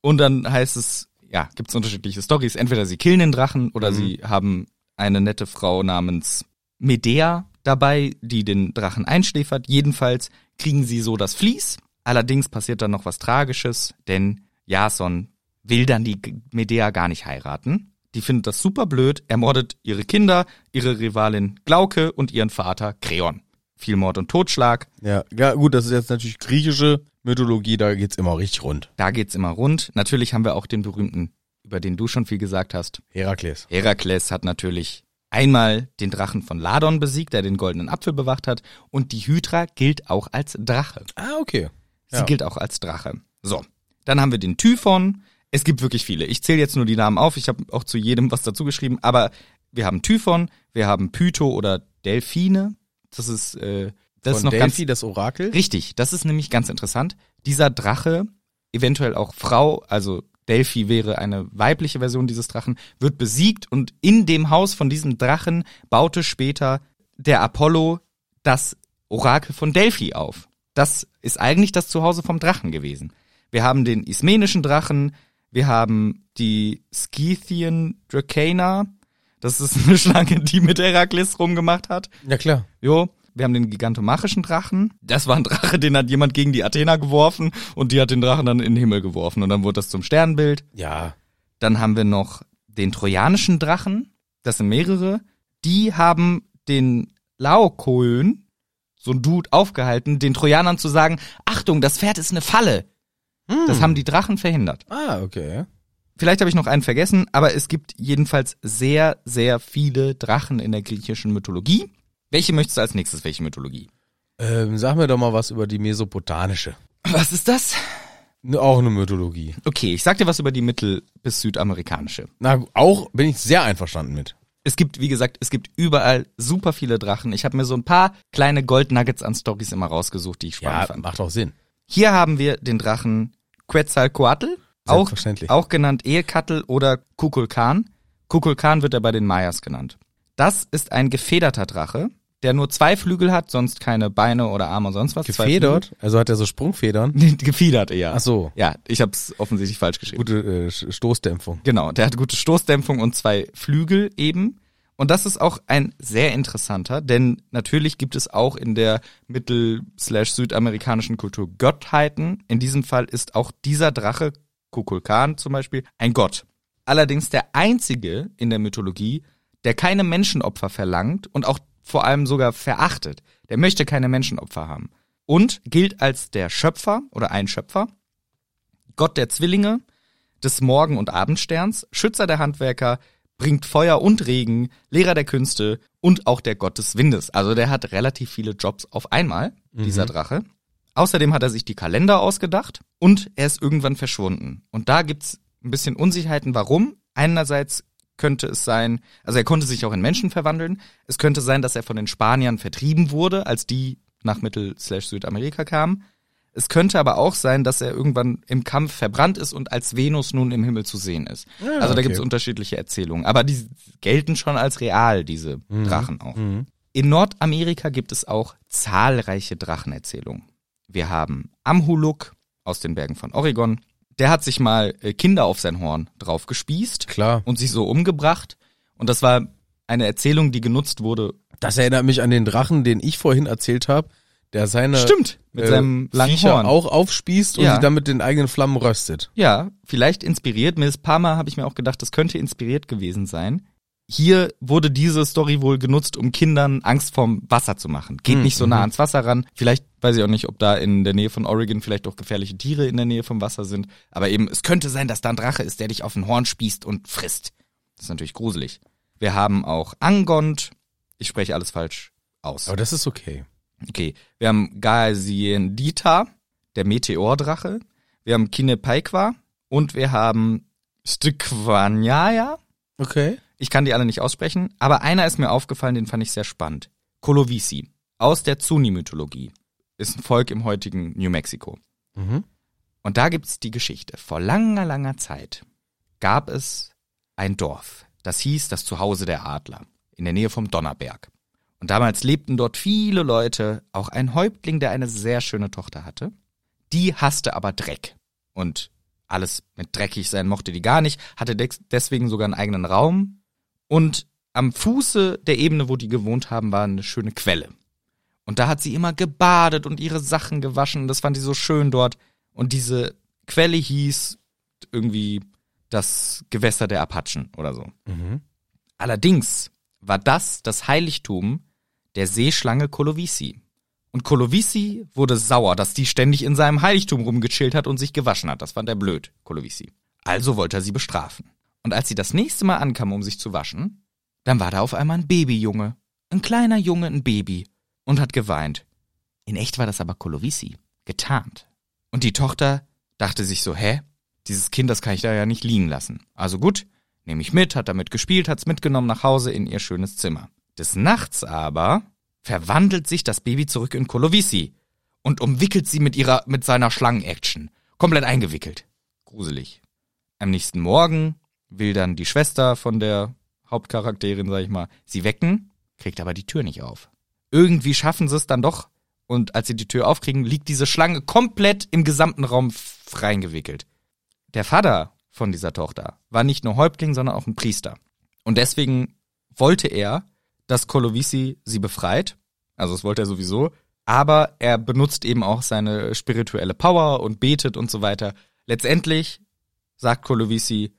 [SPEAKER 1] und dann heißt es, ja, gibt's unterschiedliche Stories. Entweder sie killen den Drachen oder sie haben eine nette Frau namens Medea dabei, die den Drachen einschläfert. Jedenfalls kriegen sie so das Vlies. Allerdings passiert dann noch was Tragisches, denn Jason will dann die G- Medea gar nicht heiraten. Die findet das super blöd, ermordet ihre Kinder, ihre Rivalin Glauke und ihren Vater Kreon. Viel Mord und Totschlag.
[SPEAKER 2] Ja, ja, gut, das ist jetzt natürlich griechische Mythologie, da geht's immer richtig rund.
[SPEAKER 1] Da geht's immer rund. Natürlich haben wir auch den berühmten, über den du schon viel gesagt hast.
[SPEAKER 2] Herakles.
[SPEAKER 1] Herakles hat natürlich einmal den Drachen von Ladon besiegt, der den goldenen Apfel bewacht hat. Und die Hydra gilt auch als Drache.
[SPEAKER 2] Ah, okay.
[SPEAKER 1] Sie
[SPEAKER 2] Ja.
[SPEAKER 1] gilt auch als Drache. So, dann haben wir den Typhon. Es gibt wirklich viele. Ich zähle jetzt nur die Namen auf. Ich habe auch zu jedem was dazu geschrieben. Aber wir haben Typhon, wir haben Pytho oder Delfine. Das ist, äh, das ist
[SPEAKER 2] Von
[SPEAKER 1] noch ganz
[SPEAKER 2] Delphi, das Orakel?
[SPEAKER 1] Richtig, das ist nämlich ganz interessant. Dieser Drache, eventuell auch Frau, also Delphi wäre eine weibliche Version dieses Drachen, wird besiegt und in dem Haus von diesem Drachen baute später der Apollo das Orakel von Delphi auf. Das ist eigentlich das Zuhause vom Drachen gewesen. Wir haben den ismenischen Drachen, wir haben die Scythian Dracana, das ist eine Schlange, die mit Herakles rumgemacht hat.
[SPEAKER 2] Ja, klar.
[SPEAKER 1] Jo, wir haben den gigantomachischen Drachen. Das war ein Drache, den hat jemand gegen die Athena geworfen und die hat den Drachen dann in den Himmel geworfen und dann wurde das zum Sternbild.
[SPEAKER 2] Ja.
[SPEAKER 1] Dann haben wir noch den trojanischen Drachen. Das sind mehrere. Die haben den Laokolen, so ein Dude, aufgehalten, den Trojanern zu sagen, Achtung, das Pferd ist eine Falle. Das haben die Drachen verhindert.
[SPEAKER 2] Ah, okay.
[SPEAKER 1] Vielleicht habe ich noch einen vergessen, aber es gibt jedenfalls sehr, sehr viele Drachen in der griechischen Mythologie. Welche möchtest du als nächstes? Welche Mythologie?
[SPEAKER 2] Ähm, sag mir doch mal was über die mesopotamische.
[SPEAKER 1] Was ist das?
[SPEAKER 2] Auch eine Mythologie.
[SPEAKER 1] Okay, ich sag dir was über die mittel- bis südamerikanische.
[SPEAKER 2] Na, auch bin ich sehr einverstanden mit.
[SPEAKER 1] Es gibt, wie gesagt, es gibt überall super viele Drachen. Ich habe mir so ein paar kleine Goldnuggets an Stories immer rausgesucht, die ich spannend
[SPEAKER 2] Ja,
[SPEAKER 1] fand.
[SPEAKER 2] macht auch Sinn.
[SPEAKER 1] Hier haben wir den Drachen Quetzalcoatl, auch,
[SPEAKER 2] Selbstverständlich.
[SPEAKER 1] auch genannt Ehekattel oder Kukulkan. Kukulkan wird er bei den Mayas genannt. Das ist ein gefederter Drache, der nur zwei Flügel hat, sonst keine Beine oder Arme, sonst was. Zwei
[SPEAKER 2] Gefedert, also hat er so Sprungfedern.
[SPEAKER 1] Flügel. Nee, Gefiedert eher.
[SPEAKER 2] Ach so.
[SPEAKER 1] Ja, ich habe es offensichtlich falsch geschrieben.
[SPEAKER 2] Gute äh, Sch- Stoßdämpfung.
[SPEAKER 1] Genau, der hat gute Stoßdämpfung und zwei Flügel eben. Und das ist auch ein sehr interessanter, denn natürlich gibt es auch in der mittel-südamerikanischen Kultur Gottheiten. In diesem Fall ist auch dieser Drache, Kukulkan zum Beispiel, ein Gott. Allerdings der einzige in der Mythologie, der keine Menschenopfer verlangt und auch vor allem sogar verachtet. Der möchte keine Menschenopfer haben. Und gilt als der Schöpfer oder ein Schöpfer, Gott der Zwillinge, des Morgen- und Abendsterns, Schützer der Handwerker, bringt Feuer und Regen, Lehrer der Künste und auch der Gott des Windes. Also der hat relativ viele Jobs auf einmal, dieser Drache. Außerdem hat er sich die Kalender ausgedacht und er ist irgendwann verschwunden. Und da gibt's ein bisschen Unsicherheiten, warum. Einerseits könnte es sein, also er konnte sich auch in Menschen verwandeln. Es könnte sein, dass er von den Spaniern vertrieben wurde, als die nach Mittel-Südamerika kamen. Es könnte aber auch sein, dass er irgendwann im Kampf verbrannt ist und als Venus nun im Himmel zu sehen ist. also da
[SPEAKER 2] okay.
[SPEAKER 1] gibt's unterschiedliche Erzählungen. Aber die gelten schon als real, diese Drachen auch. In Nordamerika gibt es auch zahlreiche Drachenerzählungen. Wir haben Amhuluk aus den Bergen von Oregon. Der hat sich mal äh, Kinder auf sein Horn draufgespießt
[SPEAKER 2] Klar.
[SPEAKER 1] und sich so umgebracht. Und das war eine Erzählung, die genutzt wurde.
[SPEAKER 2] Das erinnert mich an den Drachen, den ich vorhin erzählt habe, der seine
[SPEAKER 1] Stimmt, mit
[SPEAKER 2] äh,
[SPEAKER 1] seinem langen
[SPEAKER 2] Viecher
[SPEAKER 1] Horn.
[SPEAKER 2] auch aufspießt und
[SPEAKER 1] Ja.
[SPEAKER 2] sie dann mit den eigenen Flammen röstet.
[SPEAKER 1] Ja, vielleicht inspiriert. Mir ist paar Mal habe ich mir auch gedacht, das könnte inspiriert gewesen sein. Hier wurde diese Story wohl genutzt, um Kindern Angst vorm Wasser zu machen. Geht
[SPEAKER 2] Hm,
[SPEAKER 1] nicht so nah ans Wasser ran. Vielleicht weiß ich auch nicht, ob da in der Nähe von Oregon vielleicht auch gefährliche Tiere in der Nähe vom Wasser sind. Aber eben, es könnte sein, dass da ein Drache ist, der dich auf ein Horn spießt und frisst. Das ist natürlich gruselig. Wir haben auch Angond. Ich spreche alles falsch aus.
[SPEAKER 2] Aber das ist okay.
[SPEAKER 1] Okay, wir haben Gaziendita, der Meteordrache, wir haben Kinepaikwa und wir haben Stykvanyaya.
[SPEAKER 2] Okay.
[SPEAKER 1] Ich kann die alle nicht aussprechen, aber einer ist mir aufgefallen, den fand ich sehr spannend. Colovisi aus der Zuni-Mythologie ist ein Volk im heutigen New Mexico.
[SPEAKER 2] Mhm.
[SPEAKER 1] Und da gibt's die Geschichte. Vor langer, langer Zeit gab es ein Dorf. Das hieß das Zuhause der Adler in der Nähe vom Donnerberg. Und damals lebten dort viele Leute, auch ein Häuptling, der eine sehr schöne Tochter hatte. Die hasste aber Dreck. Und alles mit dreckig sein mochte die gar nicht, hatte dex- deswegen sogar einen eigenen Raum. Und am Fuße der Ebene, wo die gewohnt haben, war eine schöne Quelle. Und da hat sie immer gebadet und ihre Sachen gewaschen. Das fand sie so schön dort. Und diese Quelle hieß irgendwie das Gewässer der Apachen oder so.
[SPEAKER 2] Mhm.
[SPEAKER 1] Allerdings war das das Heiligtum der Seeschlange Kolovisi. Und Kolovisi wurde sauer, dass die ständig in seinem Heiligtum rumgechillt hat und sich gewaschen hat. Das fand er blöd, Kolovisi. Also wollte er sie bestrafen. Und als sie das nächste Mal ankam, um sich zu waschen, dann war da auf einmal ein Babyjunge. Ein kleiner Junge, ein Baby. Und hat geweint. In echt war das aber Kolovisi. Getarnt. Und die Tochter dachte sich so, hä? Dieses Kind, das kann ich da ja nicht liegen lassen. Also gut, nehme ich mit, hat damit gespielt, hat's mitgenommen nach Hause in ihr schönes Zimmer. Des Nachts aber verwandelt sich das Baby zurück in Kolovisi und umwickelt sie mit ihrer, mit seiner Schlangen-Action. Komplett eingewickelt. Gruselig. Am nächsten Morgen will dann die Schwester von der Hauptcharakterin, sag ich mal, sie wecken, kriegt aber die Tür nicht auf. Irgendwie schaffen sie es dann doch und als sie die Tür aufkriegen, liegt diese Schlange komplett im gesamten Raum f- reingewickelt. Der Vater von dieser Tochter war nicht nur Häuptling, sondern auch ein Priester. Und deswegen wollte er, dass Kolovisi sie befreit Also das wollte er sowieso. Aber er benutzt eben auch seine spirituelle Power und betet und so weiter. Letztendlich sagt Kolovisi,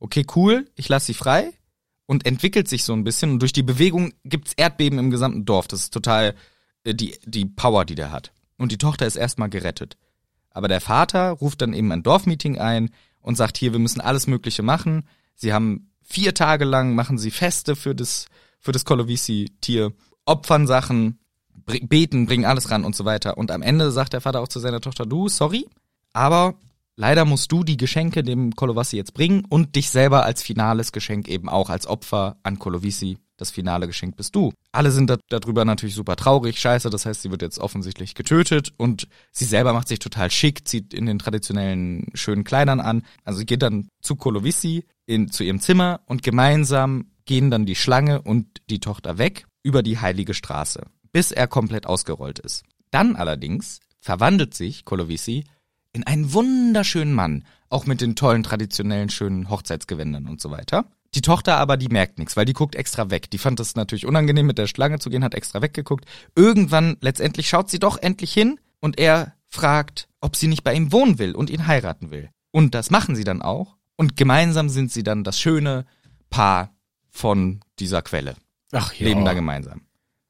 [SPEAKER 1] okay, cool, ich lasse sie frei und entwickelt sich so ein bisschen. Und durch die Bewegung gibt's Erdbeben im gesamten Dorf. Das ist total äh, die, die Power, die der hat. Und die Tochter ist erstmal gerettet. Aber der Vater ruft dann eben ein Dorfmeeting ein und sagt, hier, wir müssen alles Mögliche machen. Sie haben vier Tage lang, machen sie Feste für das, für das Kolovisi-Tier, opfern Sachen, br- beten, bringen alles ran und so weiter. Und am Ende sagt der Vater auch zu seiner Tochter, du, sorry, aber leider musst du die Geschenke dem Kolovasi jetzt bringen und dich selber als finales Geschenk eben auch als Opfer an Kolovisi. Das finale Geschenk bist du. Alle sind da, darüber natürlich super traurig. Scheiße, das heißt, sie wird jetzt offensichtlich getötet und sie selber macht sich total schick, zieht in den traditionellen schönen Kleidern an. Also sie geht dann zu Kolovisi in, zu ihrem Zimmer und gemeinsam gehen dann die Schlange und die Tochter weg über die heilige Straße, bis er komplett ausgerollt ist. Dann allerdings verwandelt sich Kolovisi in einen wunderschönen Mann, auch mit den tollen traditionellen schönen Hochzeitsgewändern und so weiter. Die Tochter aber, die merkt nichts, weil die guckt extra weg. Die fand das natürlich unangenehm, mit der Schlange zu gehen, hat extra weggeguckt. Irgendwann letztendlich schaut sie doch endlich hin und er fragt, ob sie nicht bei ihm wohnen will und ihn heiraten will. Und das machen sie dann auch. Und gemeinsam sind sie dann das schöne Paar von dieser Quelle.
[SPEAKER 2] Ach ja.
[SPEAKER 1] Leben da gemeinsam.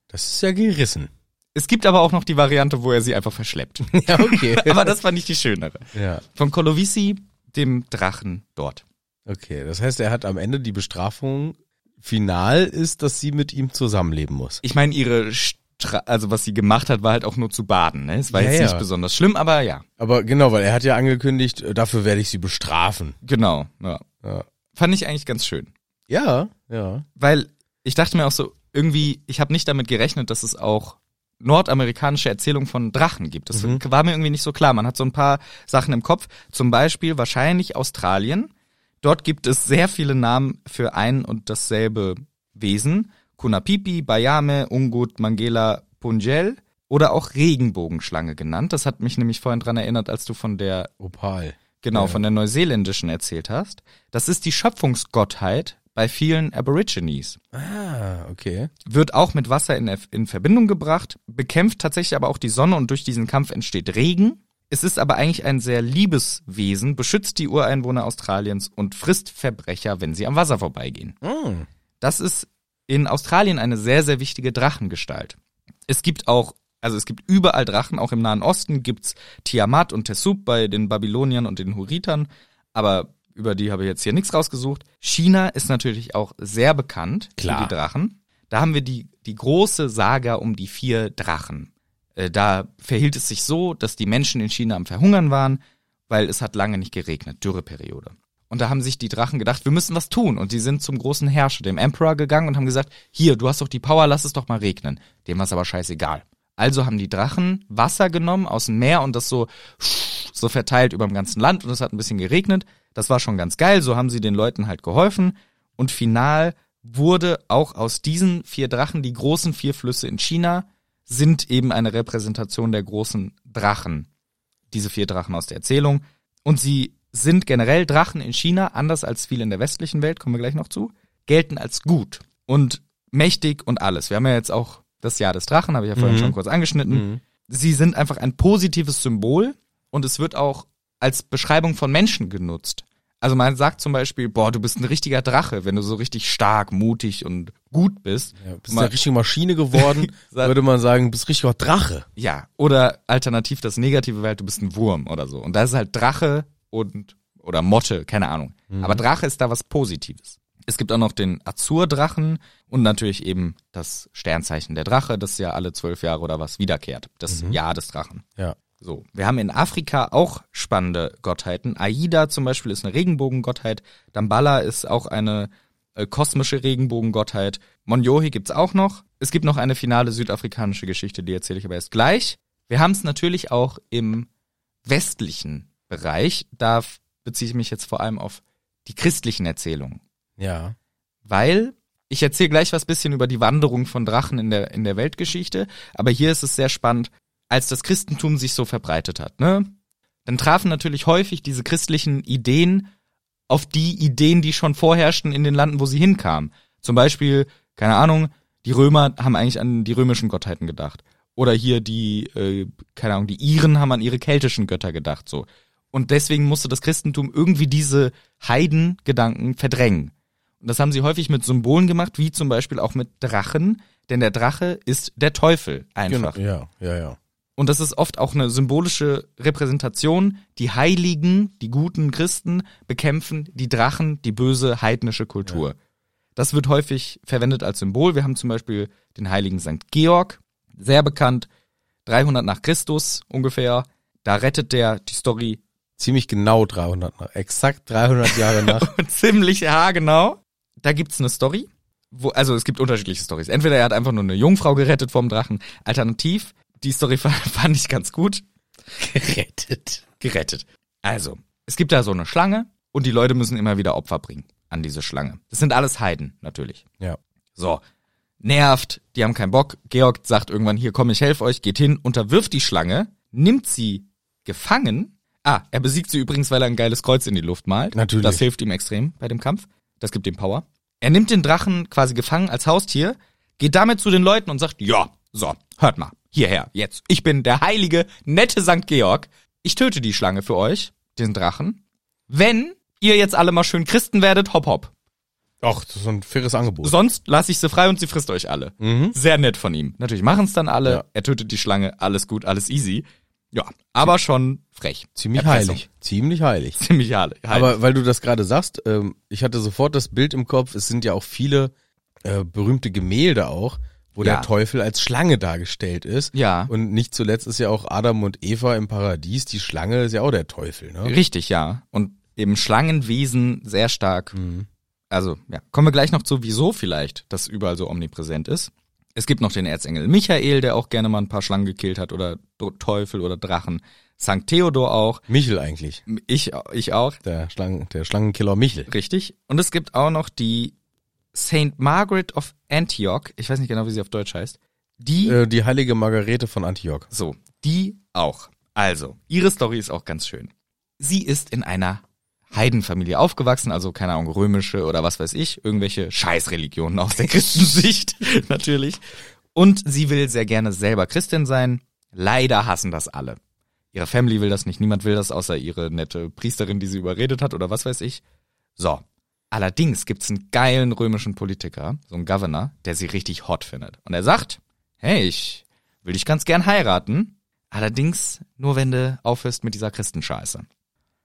[SPEAKER 2] Das ist ja gerissen.
[SPEAKER 1] Es gibt aber auch noch die Variante, wo er sie einfach verschleppt.
[SPEAKER 2] Ja, okay.
[SPEAKER 1] aber das fand ich die schönere.
[SPEAKER 2] ja,
[SPEAKER 1] Von Kolovisi, dem Drachen dort.
[SPEAKER 2] okay. Das heißt, er hat am Ende die Bestrafung final ist, dass sie mit ihm zusammenleben muss.
[SPEAKER 1] Ich meine, ihre Stra also was sie gemacht hat, war halt auch nur zu baden. Ne? Es war
[SPEAKER 2] Ja,
[SPEAKER 1] jetzt
[SPEAKER 2] ja.
[SPEAKER 1] nicht besonders schlimm, aber ja,
[SPEAKER 2] Aber genau, weil er hat ja angekündigt, äh, dafür werde ich sie bestrafen.
[SPEAKER 1] genau. Ja.
[SPEAKER 2] Ja.
[SPEAKER 1] Fand ich eigentlich ganz schön.
[SPEAKER 2] Ja, ja.
[SPEAKER 1] Weil ich dachte mir auch so, irgendwie, ich habe nicht damit gerechnet, dass es auch nordamerikanische Erzählungen von Drachen gibt. Das war mir irgendwie nicht so klar. Man hat so ein paar Sachen im Kopf. Zum Beispiel wahrscheinlich Australien. Dort gibt es sehr viele Namen für ein und dasselbe Wesen. Kunapipi, Bayame, Ungut, Mangela, Punjel oder auch Regenbogenschlange genannt. Das hat mich nämlich vorhin dran erinnert, als du von der
[SPEAKER 2] Opal.
[SPEAKER 1] genau,
[SPEAKER 2] Ja.
[SPEAKER 1] von der neuseeländischen erzählt hast. Das ist die Schöpfungsgottheit bei vielen Aborigines.
[SPEAKER 2] Ah, okay.
[SPEAKER 1] Wird auch mit Wasser in, in Verbindung gebracht, bekämpft tatsächlich aber auch die Sonne und durch diesen Kampf entsteht Regen. Es ist aber eigentlich ein sehr liebes Wesen, beschützt die Ureinwohner Australiens und frisst Verbrecher, wenn sie am Wasser vorbeigehen.
[SPEAKER 2] Hm.
[SPEAKER 1] Das ist in Australien eine sehr, sehr wichtige Drachengestalt. Es gibt auch, also es gibt überall Drachen, auch im Nahen Osten gibt's Tiamat und Tesub bei den Babyloniern und den Huritern, aber über die habe ich jetzt hier nichts rausgesucht. China ist natürlich auch sehr bekannt
[SPEAKER 2] Klar.
[SPEAKER 1] für die Drachen. Da haben wir die, die große Saga um die vier Drachen. Äh, Da verhielt es sich so, dass die Menschen in China am Verhungern waren, weil es hat lange nicht geregnet, Dürreperiode. Und da haben sich die Drachen gedacht, wir müssen was tun. Und die sind zum großen Herrscher, dem Emperor, gegangen und haben gesagt, hier, du hast doch die Power, lass es doch mal regnen. Dem war es aber scheißegal. Also haben die Drachen Wasser genommen aus dem Meer und das so, so verteilt über dem ganzen Land und es hat ein bisschen geregnet. Das war schon ganz geil, so haben sie den Leuten halt geholfen. Und final wurde auch aus diesen vier Drachen, die großen vier Flüsse in China, sind eben eine Repräsentation der großen Drachen diese vier Drachen aus der Erzählung. Und sie sind generell Drachen in China, anders als viele in der westlichen Welt, kommen wir gleich noch zu, gelten als gut und mächtig und alles. Wir haben ja jetzt auch das Jahr des Drachen, habe ich ja vorhin
[SPEAKER 2] Mhm.
[SPEAKER 1] schon kurz angeschnitten. Sie sind einfach ein positives Symbol und es wird auch als Beschreibung von Menschen genutzt. Also man sagt zum Beispiel, boah, du bist ein richtiger Drache, wenn du so richtig stark, mutig und gut bist.
[SPEAKER 2] Ja, bist
[SPEAKER 1] Man-
[SPEAKER 2] eine richtige Maschine geworden, würde man sagen, bist richtiger Drache.
[SPEAKER 1] Ja, oder alternativ das Negative wäre halt, du bist ein Wurm oder so. Und da ist halt Drache und oder Motte, keine Ahnung. Aber Drache ist da was Positives. Es gibt auch noch den Azurdrachen und natürlich eben das Sternzeichen der Drache, das ja alle zwölf Jahre oder was wiederkehrt. Das Jahr des Drachen.
[SPEAKER 2] Ja.
[SPEAKER 1] So, wir haben in Afrika auch spannende Gottheiten. Aida zum Beispiel ist eine Regenbogengottheit. Damballa ist auch eine äh, kosmische Regenbogengottheit. Monjohi gibt's auch noch. Es gibt noch eine finale südafrikanische Geschichte, die erzähle ich aber erst gleich. Wir haben es natürlich auch im westlichen Bereich. Da f- beziehe ich mich jetzt vor allem auf die christlichen Erzählungen
[SPEAKER 2] Ja.
[SPEAKER 1] weil ich erzähle gleich was bisschen über die Wanderung von Drachen in der, in der Weltgeschichte, aber hier ist es sehr spannend, als das Christentum sich so verbreitet hat, ne? Dann trafen natürlich häufig diese christlichen Ideen auf die Ideen, die schon vorherrschten in den Landen, wo sie hinkamen. Zum Beispiel, keine Ahnung, die Römer haben eigentlich an die römischen Gottheiten gedacht. Oder hier die, äh, keine Ahnung, die Iren haben an ihre keltischen Götter gedacht, so. Und deswegen musste das Christentum irgendwie diese Heidengedanken verdrängen. Und das haben sie häufig mit Symbolen gemacht, wie zum Beispiel auch mit Drachen, denn der Drache ist der Teufel einfach.
[SPEAKER 2] Ja, ja, ja.
[SPEAKER 1] Und das ist oft auch eine symbolische Repräsentation. Die Heiligen, die guten Christen bekämpfen die Drachen, die böse heidnische Kultur. Das wird häufig verwendet als Symbol. Wir haben zum Beispiel den heiligen St. Georg, sehr bekannt, 300 nach Christus ungefähr. Da rettet der, die Story
[SPEAKER 2] Ziemlich genau 300, nach- exakt 300 Jahre nach.
[SPEAKER 1] ziemlich haargenau. Da gibt's eine Story. Wo, also es gibt unterschiedliche Stories. Entweder er hat einfach nur eine Jungfrau gerettet vom Drachen. Alternativ, die Story fa- fand ich ganz gut.
[SPEAKER 2] Gerettet.
[SPEAKER 1] gerettet. Also, es gibt da so eine Schlange und die Leute müssen immer wieder Opfer bringen an diese Schlange. Das sind alles Heiden, natürlich.
[SPEAKER 2] Ja.
[SPEAKER 1] So, nervt, die haben keinen Bock. Georg sagt irgendwann, hier komm, ich helfe euch, geht hin, unterwirft die Schlange, nimmt sie gefangen. Ah, er besiegt sie übrigens, weil er ein geiles Kreuz in die Luft malt.
[SPEAKER 2] Natürlich.
[SPEAKER 1] Das hilft ihm extrem bei dem Kampf. Das gibt ihm Power. Er nimmt den Drachen quasi gefangen als Haustier, geht damit zu den Leuten und sagt, ja, so, hört mal, hierher, jetzt. Ich bin der heilige, nette St. Georg. Ich töte die Schlange für euch, den Drachen. Wenn ihr jetzt alle mal schön Christen werdet, hopp hopp.
[SPEAKER 2] Ach, das ist ein faires Angebot.
[SPEAKER 1] Sonst lasse ich sie frei und sie frisst euch alle. Sehr nett von ihm. Natürlich machen es dann alle.
[SPEAKER 2] Mhm. Ja.
[SPEAKER 1] Er tötet die Schlange. Alles gut, alles easy. Ja, aber schon frech.
[SPEAKER 2] Ziemlich
[SPEAKER 1] Erpressung.
[SPEAKER 2] heilig. Ziemlich heilig.
[SPEAKER 1] Ziemlich heilig.
[SPEAKER 2] Aber weil du das gerade sagst, ähm, ich hatte sofort das Bild im Kopf, es sind ja auch viele äh, berühmte Gemälde auch, wo
[SPEAKER 1] Ja.
[SPEAKER 2] der Teufel als Schlange dargestellt ist.
[SPEAKER 1] Ja.
[SPEAKER 2] Und nicht zuletzt ist ja auch Adam und Eva im Paradies, die Schlange ist ja auch der Teufel, ne?
[SPEAKER 1] Richtig, ja. Und eben Schlangenwesen sehr stark.
[SPEAKER 2] Mhm.
[SPEAKER 1] Also, ja. Kommen wir gleich noch zu, wieso vielleicht das überall so omnipräsent ist. Es gibt noch den Erzengel Michael, der auch gerne mal ein paar Schlangen gekillt hat oder Dr- Teufel oder Drachen. Sankt Theodor auch.
[SPEAKER 2] Michel eigentlich.
[SPEAKER 1] Ich, ich auch.
[SPEAKER 2] Der, Schlangen, der Schlangenkiller Michel.
[SPEAKER 1] Richtig. Und es gibt auch noch die St. Margaret of Antioch. Ich weiß nicht genau, wie sie auf Deutsch heißt. Die,
[SPEAKER 2] Äh, die heilige Margarete von Antioch.
[SPEAKER 1] so, die auch. Also, ihre Story ist auch ganz schön. Sie ist in einer Heidenfamilie aufgewachsen, also keine Ahnung, römische oder was weiß ich, irgendwelche Scheißreligionen aus der Christensicht, natürlich. Und sie will sehr gerne selber Christin sein. Leider hassen das alle. Ihre Family will das nicht, niemand will das, außer ihre nette Priesterin, die sie überredet hat oder was weiß ich. So. Allerdings gibt's einen geilen römischen Politiker, so einen Governor, der sie richtig hot findet. Und er sagt, hey, ich will dich ganz gern heiraten. Allerdings nur, wenn du aufhörst mit dieser Christenscheiße.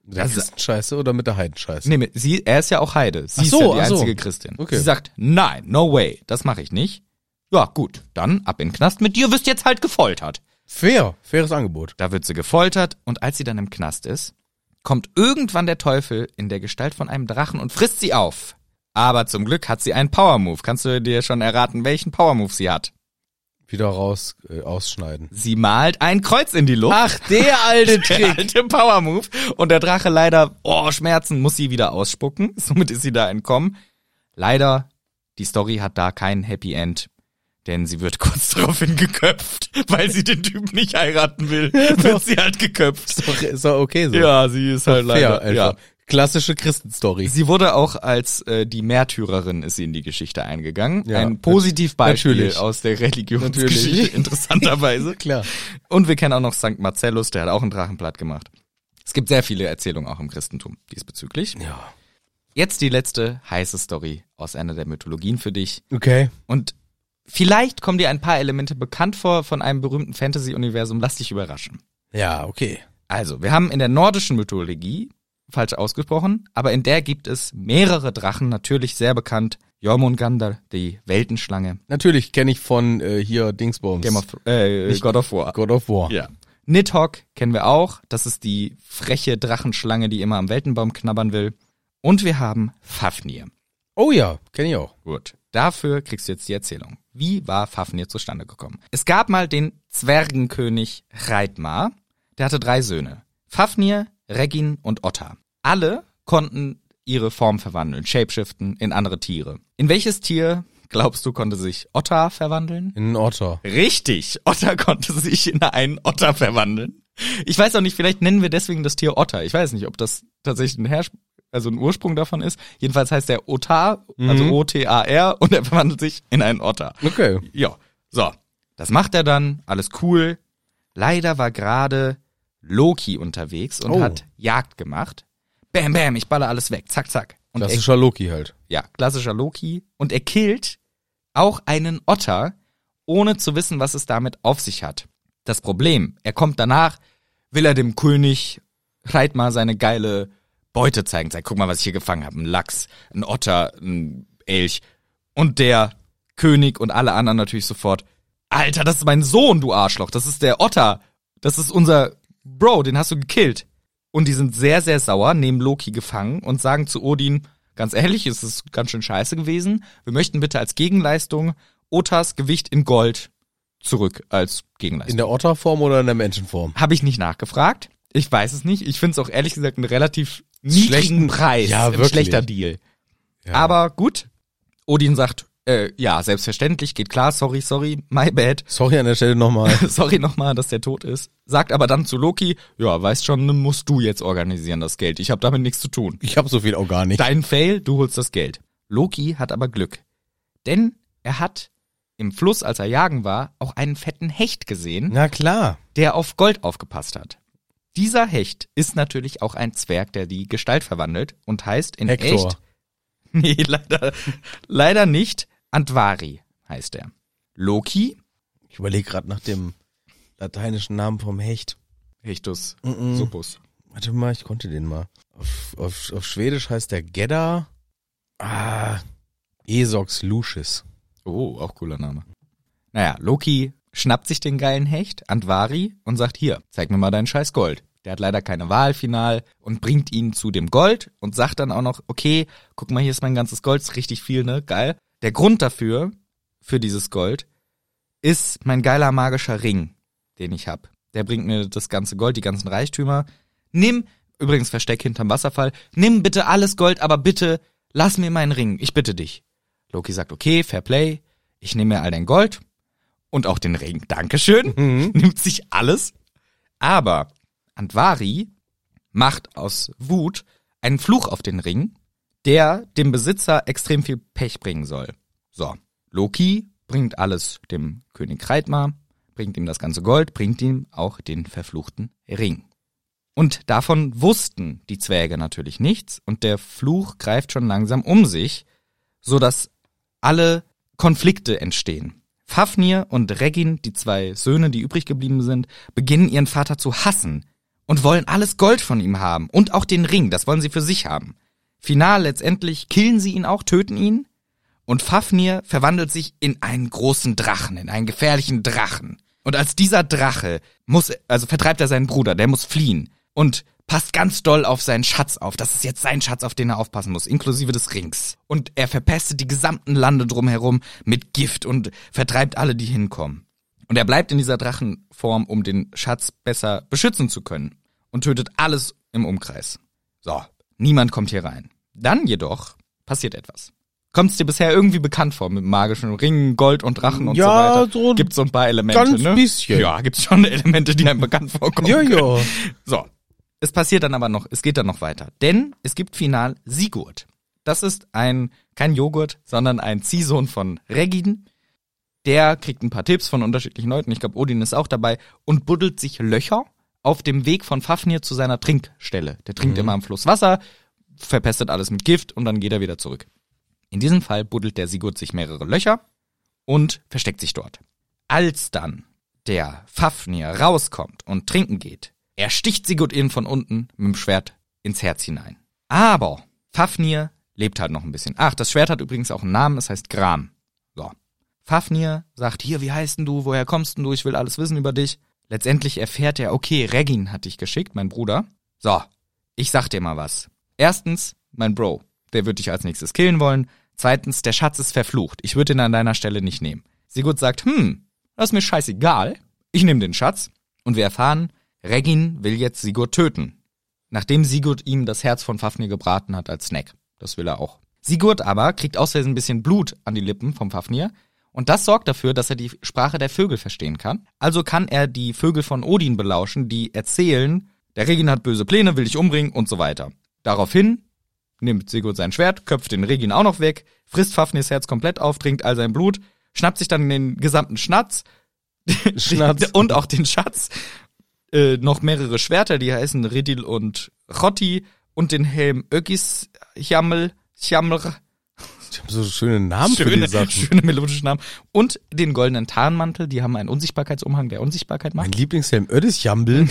[SPEAKER 2] Mit der
[SPEAKER 1] Also-
[SPEAKER 2] Christenscheiße oder mit der Heidenscheiße?
[SPEAKER 1] Nee, sie, er ist ja auch Heide. Sie
[SPEAKER 2] Ach so,
[SPEAKER 1] ist ja die
[SPEAKER 2] ach so.
[SPEAKER 1] einzige Christin.
[SPEAKER 2] Okay.
[SPEAKER 1] Sie sagt, nein, no way, das mache ich nicht. Ja, gut, dann ab in den Knast mit dir, wirst jetzt halt gefoltert.
[SPEAKER 2] Fair, faires Angebot.
[SPEAKER 1] Da wird sie gefoltert und als sie dann im Knast ist, kommt irgendwann der Teufel in der Gestalt von einem Drachen und frisst sie auf. Aber zum Glück hat sie einen Power-Move. Kannst du dir schon erraten, welchen Power-Move sie hat?
[SPEAKER 2] Wieder raus, äh, ausschneiden.
[SPEAKER 1] Sie malt ein Kreuz in die Luft.
[SPEAKER 2] Ach, der alte
[SPEAKER 1] Der alte Power Move. Und der Drache leider, oh, Schmerzen, muss sie wieder ausspucken. Somit ist sie da entkommen. Leider, die Story hat da kein Happy End. Denn sie wird kurz daraufhin geköpft, weil sie den Typen nicht heiraten will. Wird sie halt geköpft.
[SPEAKER 2] Doch, ist doch okay so.
[SPEAKER 1] Ja, sie ist halt
[SPEAKER 2] fair,
[SPEAKER 1] leider. Ja.
[SPEAKER 2] einfach. Klassische Christenstory.
[SPEAKER 1] Sie wurde auch als äh, die Märtyrerin ist sie in die Geschichte eingegangen.
[SPEAKER 2] Ja,
[SPEAKER 1] Ein Positivbeispiel
[SPEAKER 2] natürlich.
[SPEAKER 1] aus der Religionsgeschichte,
[SPEAKER 2] Natürlich.
[SPEAKER 1] interessanterweise.
[SPEAKER 2] Klar.
[SPEAKER 1] Und wir kennen auch noch St. Marcellus, der hat auch einen Drachen platt gemacht. Es gibt sehr viele Erzählungen auch im Christentum diesbezüglich.
[SPEAKER 2] Ja.
[SPEAKER 1] Jetzt die letzte heiße Story aus einer der Mythologien für dich.
[SPEAKER 2] Okay.
[SPEAKER 1] Und vielleicht kommen dir ein paar Elemente bekannt vor von einem berühmten Fantasy-Universum. Lass dich überraschen.
[SPEAKER 2] Ja, okay.
[SPEAKER 1] Also, wir haben in der nordischen Mythologie, falsch ausgesprochen, aber in der gibt es mehrere Drachen, natürlich sehr bekannt. Jormungandr, die Weltenschlange,
[SPEAKER 2] Natürlich kenne ich von äh, hier Dingsbums.
[SPEAKER 1] Game of, äh,
[SPEAKER 2] Nicht-
[SPEAKER 1] God of War.
[SPEAKER 2] God of War.
[SPEAKER 1] Ja. Nidhogg kennen wir auch. Das ist die freche Drachenschlange, die immer am Weltenbaum knabbern will. Und wir haben Fafnir.
[SPEAKER 2] Oh ja, kenne ich auch.
[SPEAKER 1] Gut. Dafür kriegst du jetzt die Erzählung. Wie war Fafnir zustande gekommen? Es gab mal den Zwergenkönig Reitmar. Der hatte drei Söhne. Fafnir, Regin und Otta. Alle konnten ihre Form verwandeln, shapeshiften in andere Tiere. In welches Tier, glaubst du, konnte sich Otta verwandeln?
[SPEAKER 2] In einen Otter.
[SPEAKER 1] Richtig, Otter konnte sich in einen Otter verwandeln. Ich weiß auch nicht, vielleicht nennen wir deswegen das Tier Otter. Ich weiß nicht, ob das tatsächlich ein Herr also ein Ursprung davon ist. Jedenfalls heißt der Otar, also O-T-A-R, und er verwandelt sich in einen Otter.
[SPEAKER 2] Okay.
[SPEAKER 1] Ja, so. Das macht er dann, alles cool. Leider war gerade Loki unterwegs und
[SPEAKER 2] Oh.
[SPEAKER 1] hat Jagd gemacht. Bam, bam, ich baller alles weg, zack, zack. Und er,
[SPEAKER 2] Klassischer Loki halt.
[SPEAKER 1] ja, klassischer Loki. Und er killt auch einen Otter, ohne zu wissen, was es damit auf sich hat. Das Problem, er kommt danach, will er dem König Reitmar seine geile Beute zeigen. Sagt, guck mal, was ich hier gefangen habe. Ein Lachs, ein Otter, ein Elch. Und der König und alle anderen natürlich sofort, Alter, das ist mein Sohn, du Arschloch. Das ist der Otter. Das ist unser Bro, den hast du gekillt. Und die sind sehr, sehr sauer, nehmen Loki gefangen und sagen zu Odin, ganz ehrlich, es ist ganz schön scheiße gewesen. Wir möchten bitte als Gegenleistung Otas Gewicht in Gold zurück als Gegenleistung.
[SPEAKER 2] In der Otterform oder in der Menschenform?
[SPEAKER 1] Habe ich nicht nachgefragt. Ich weiß es nicht. Ich finde es auch ehrlich gesagt einen relativ niedrigen
[SPEAKER 2] Schlechten-
[SPEAKER 1] Preis.
[SPEAKER 2] Ja,
[SPEAKER 1] Ein
[SPEAKER 2] wirklich.
[SPEAKER 1] Schlechter Deal. Aber gut. Odin sagt, äh, ja, selbstverständlich, geht klar, sorry, sorry, my bad.
[SPEAKER 2] Sorry an der Stelle nochmal.
[SPEAKER 1] Sorry nochmal, dass der tot ist. Sagt aber dann zu Loki, ja, weißt schon, musst du jetzt organisieren das Geld. Ich habe damit nichts zu tun.
[SPEAKER 2] Ich habe so viel auch gar nicht.
[SPEAKER 1] Dein Fail, du holst das Geld. Loki hat aber Glück. Denn er hat im Fluss, als er jagen war, auch einen fetten Hecht gesehen
[SPEAKER 2] Na klar.
[SPEAKER 1] der auf Gold aufgepasst hat. Dieser Hecht ist natürlich auch ein Zwerg, der die Gestalt verwandelt und heißt in
[SPEAKER 2] Hector.
[SPEAKER 1] echt Nee, leider leider nicht Antvari heißt er. Loki,
[SPEAKER 2] Ich überlege gerade nach dem lateinischen Namen vom Hecht.
[SPEAKER 1] Hechtus
[SPEAKER 2] Mhm.
[SPEAKER 1] Suppus.
[SPEAKER 2] Warte mal, ich konnte den mal. Auf, auf, auf Schwedisch heißt der Gedda. Ah, Esox Lucis.
[SPEAKER 1] Oh, auch cooler Name. Naja, Loki schnappt sich den geilen Hecht, Antvari, und sagt, hier, zeig mir mal dein scheiß Gold. Der hat leider keine Wahl final und bringt ihn zu dem Gold und sagt dann auch noch, okay, guck mal, hier ist mein ganzes Gold, ist richtig viel, ne, geil. Der Grund dafür, für dieses Gold, ist mein geiler magischer Ring, den ich hab. Der bringt mir das ganze Gold, die ganzen Reichtümer. Nimm, übrigens Versteck hinterm Wasserfall, nimm bitte alles Gold, aber bitte lass mir meinen Ring, ich bitte dich. Loki sagt, okay, fair play, ich nehme mir all dein Gold und auch den Ring, Dankeschön, nimmt sich alles. Aber Antvari macht aus Wut einen Fluch auf den Ring, der dem Besitzer extrem viel Pech bringen soll. So, Loki bringt alles dem König Reitmar, bringt ihm das ganze Gold, bringt ihm auch den verfluchten Ring. Und davon wussten die Zwerge natürlich nichts und der Fluch greift schon langsam um sich, so dass alle Konflikte entstehen. Fafnir und Regin, die zwei Söhne, die übrig geblieben sind, beginnen ihren Vater zu hassen und wollen alles Gold von ihm haben und auch den Ring, das wollen sie für sich haben. Final letztendlich killen sie ihn auch, töten ihn und Fafnir verwandelt sich in einen großen Drachen, in einen gefährlichen Drachen. Und als dieser Drache muss, also vertreibt er seinen Bruder, der muss fliehen und passt ganz doll auf seinen Schatz auf. Das ist jetzt sein Schatz, auf den er aufpassen muss, inklusive des Rings. Und er verpestet die gesamten Lande drumherum mit Gift und vertreibt alle, die hinkommen. Und er bleibt in dieser Drachenform, um den Schatz besser beschützen zu können und tötet alles im Umkreis. So, niemand kommt hier rein. Dann jedoch passiert etwas. Kommt's dir bisher irgendwie bekannt vor mit magischen Ringen, Gold und Drachen und
[SPEAKER 2] Ja,
[SPEAKER 1] so weiter?
[SPEAKER 2] so
[SPEAKER 1] gibt's so ein paar Elemente,
[SPEAKER 2] ganz
[SPEAKER 1] ne?
[SPEAKER 2] bisschen.
[SPEAKER 1] Ja, gibt's schon Elemente, die einem bekannt vorkommen.
[SPEAKER 2] Ja,
[SPEAKER 1] können.
[SPEAKER 2] ja.
[SPEAKER 1] So. Es passiert dann aber noch, es geht dann noch weiter. Denn es gibt final Sigurd. Das ist ein, kein Joghurt, sondern ein Ziehsohn von Regin. Der kriegt ein paar Tipps von unterschiedlichen Leuten. Ich glaube, Odin ist auch dabei und buddelt sich Löcher auf dem Weg von Fafnir zu seiner Trinkstelle. Der
[SPEAKER 2] Mhm.
[SPEAKER 1] trinkt immer am Fluss Wasser, verpestet alles mit Gift und dann geht er wieder zurück. In diesem Fall buddelt der Sigurd sich mehrere Löcher und versteckt sich dort. Als dann der Fafnir rauskommt und trinken geht, ersticht Sigurd ihn von unten mit dem Schwert ins Herz hinein. Aber Fafnir lebt halt noch ein bisschen. Ach, das Schwert hat übrigens auch einen Namen, es heißt Gram. So. Fafnir sagt, hier, wie heißt denn du, woher kommst denn du, ich will alles wissen über dich. Letztendlich erfährt er, okay, Regin hat dich geschickt, mein Bruder. So, ich sag dir mal was. Erstens, mein Bro, der wird dich als nächstes killen wollen. Zweitens, der Schatz ist verflucht. Ich würde ihn an deiner Stelle nicht nehmen. Sigurd sagt, hm, das ist mir scheißegal. Ich nehme den Schatz. Und wir erfahren, Regin will jetzt Sigurd töten. Nachdem Sigurd ihm das Herz von Fafnir gebraten hat als Snack. Das will er auch. Sigurd aber kriegt aus Versehen ein bisschen Blut an die Lippen vom Fafnir. Und das sorgt dafür, dass er die Sprache der Vögel verstehen kann. Also kann er die Vögel von Odin belauschen, die erzählen, der Regin hat böse Pläne, will dich umbringen und so weiter. Daraufhin nimmt Sigurd sein Schwert, köpft den Regin auch noch weg, frisst Fafnirs Herz komplett auf, trinkt all sein Blut, schnappt sich dann den gesamten Schnatz,
[SPEAKER 2] Schnatz.
[SPEAKER 1] und auch den Schatz, äh, noch mehrere Schwerter, die heißen Ridil und Chotti und den Helm Ökis Hjammel, Hjammel,
[SPEAKER 2] Ich habe so schöne Namen für die
[SPEAKER 1] schöne,
[SPEAKER 2] Sachen.
[SPEAKER 1] schöne melodische Namen und den goldenen Tarnmantel, die haben einen Unsichtbarkeitsumhang, der Unsichtbarkeit
[SPEAKER 2] Mein
[SPEAKER 1] macht.
[SPEAKER 2] Lieblingsfilm Ödis Jambel.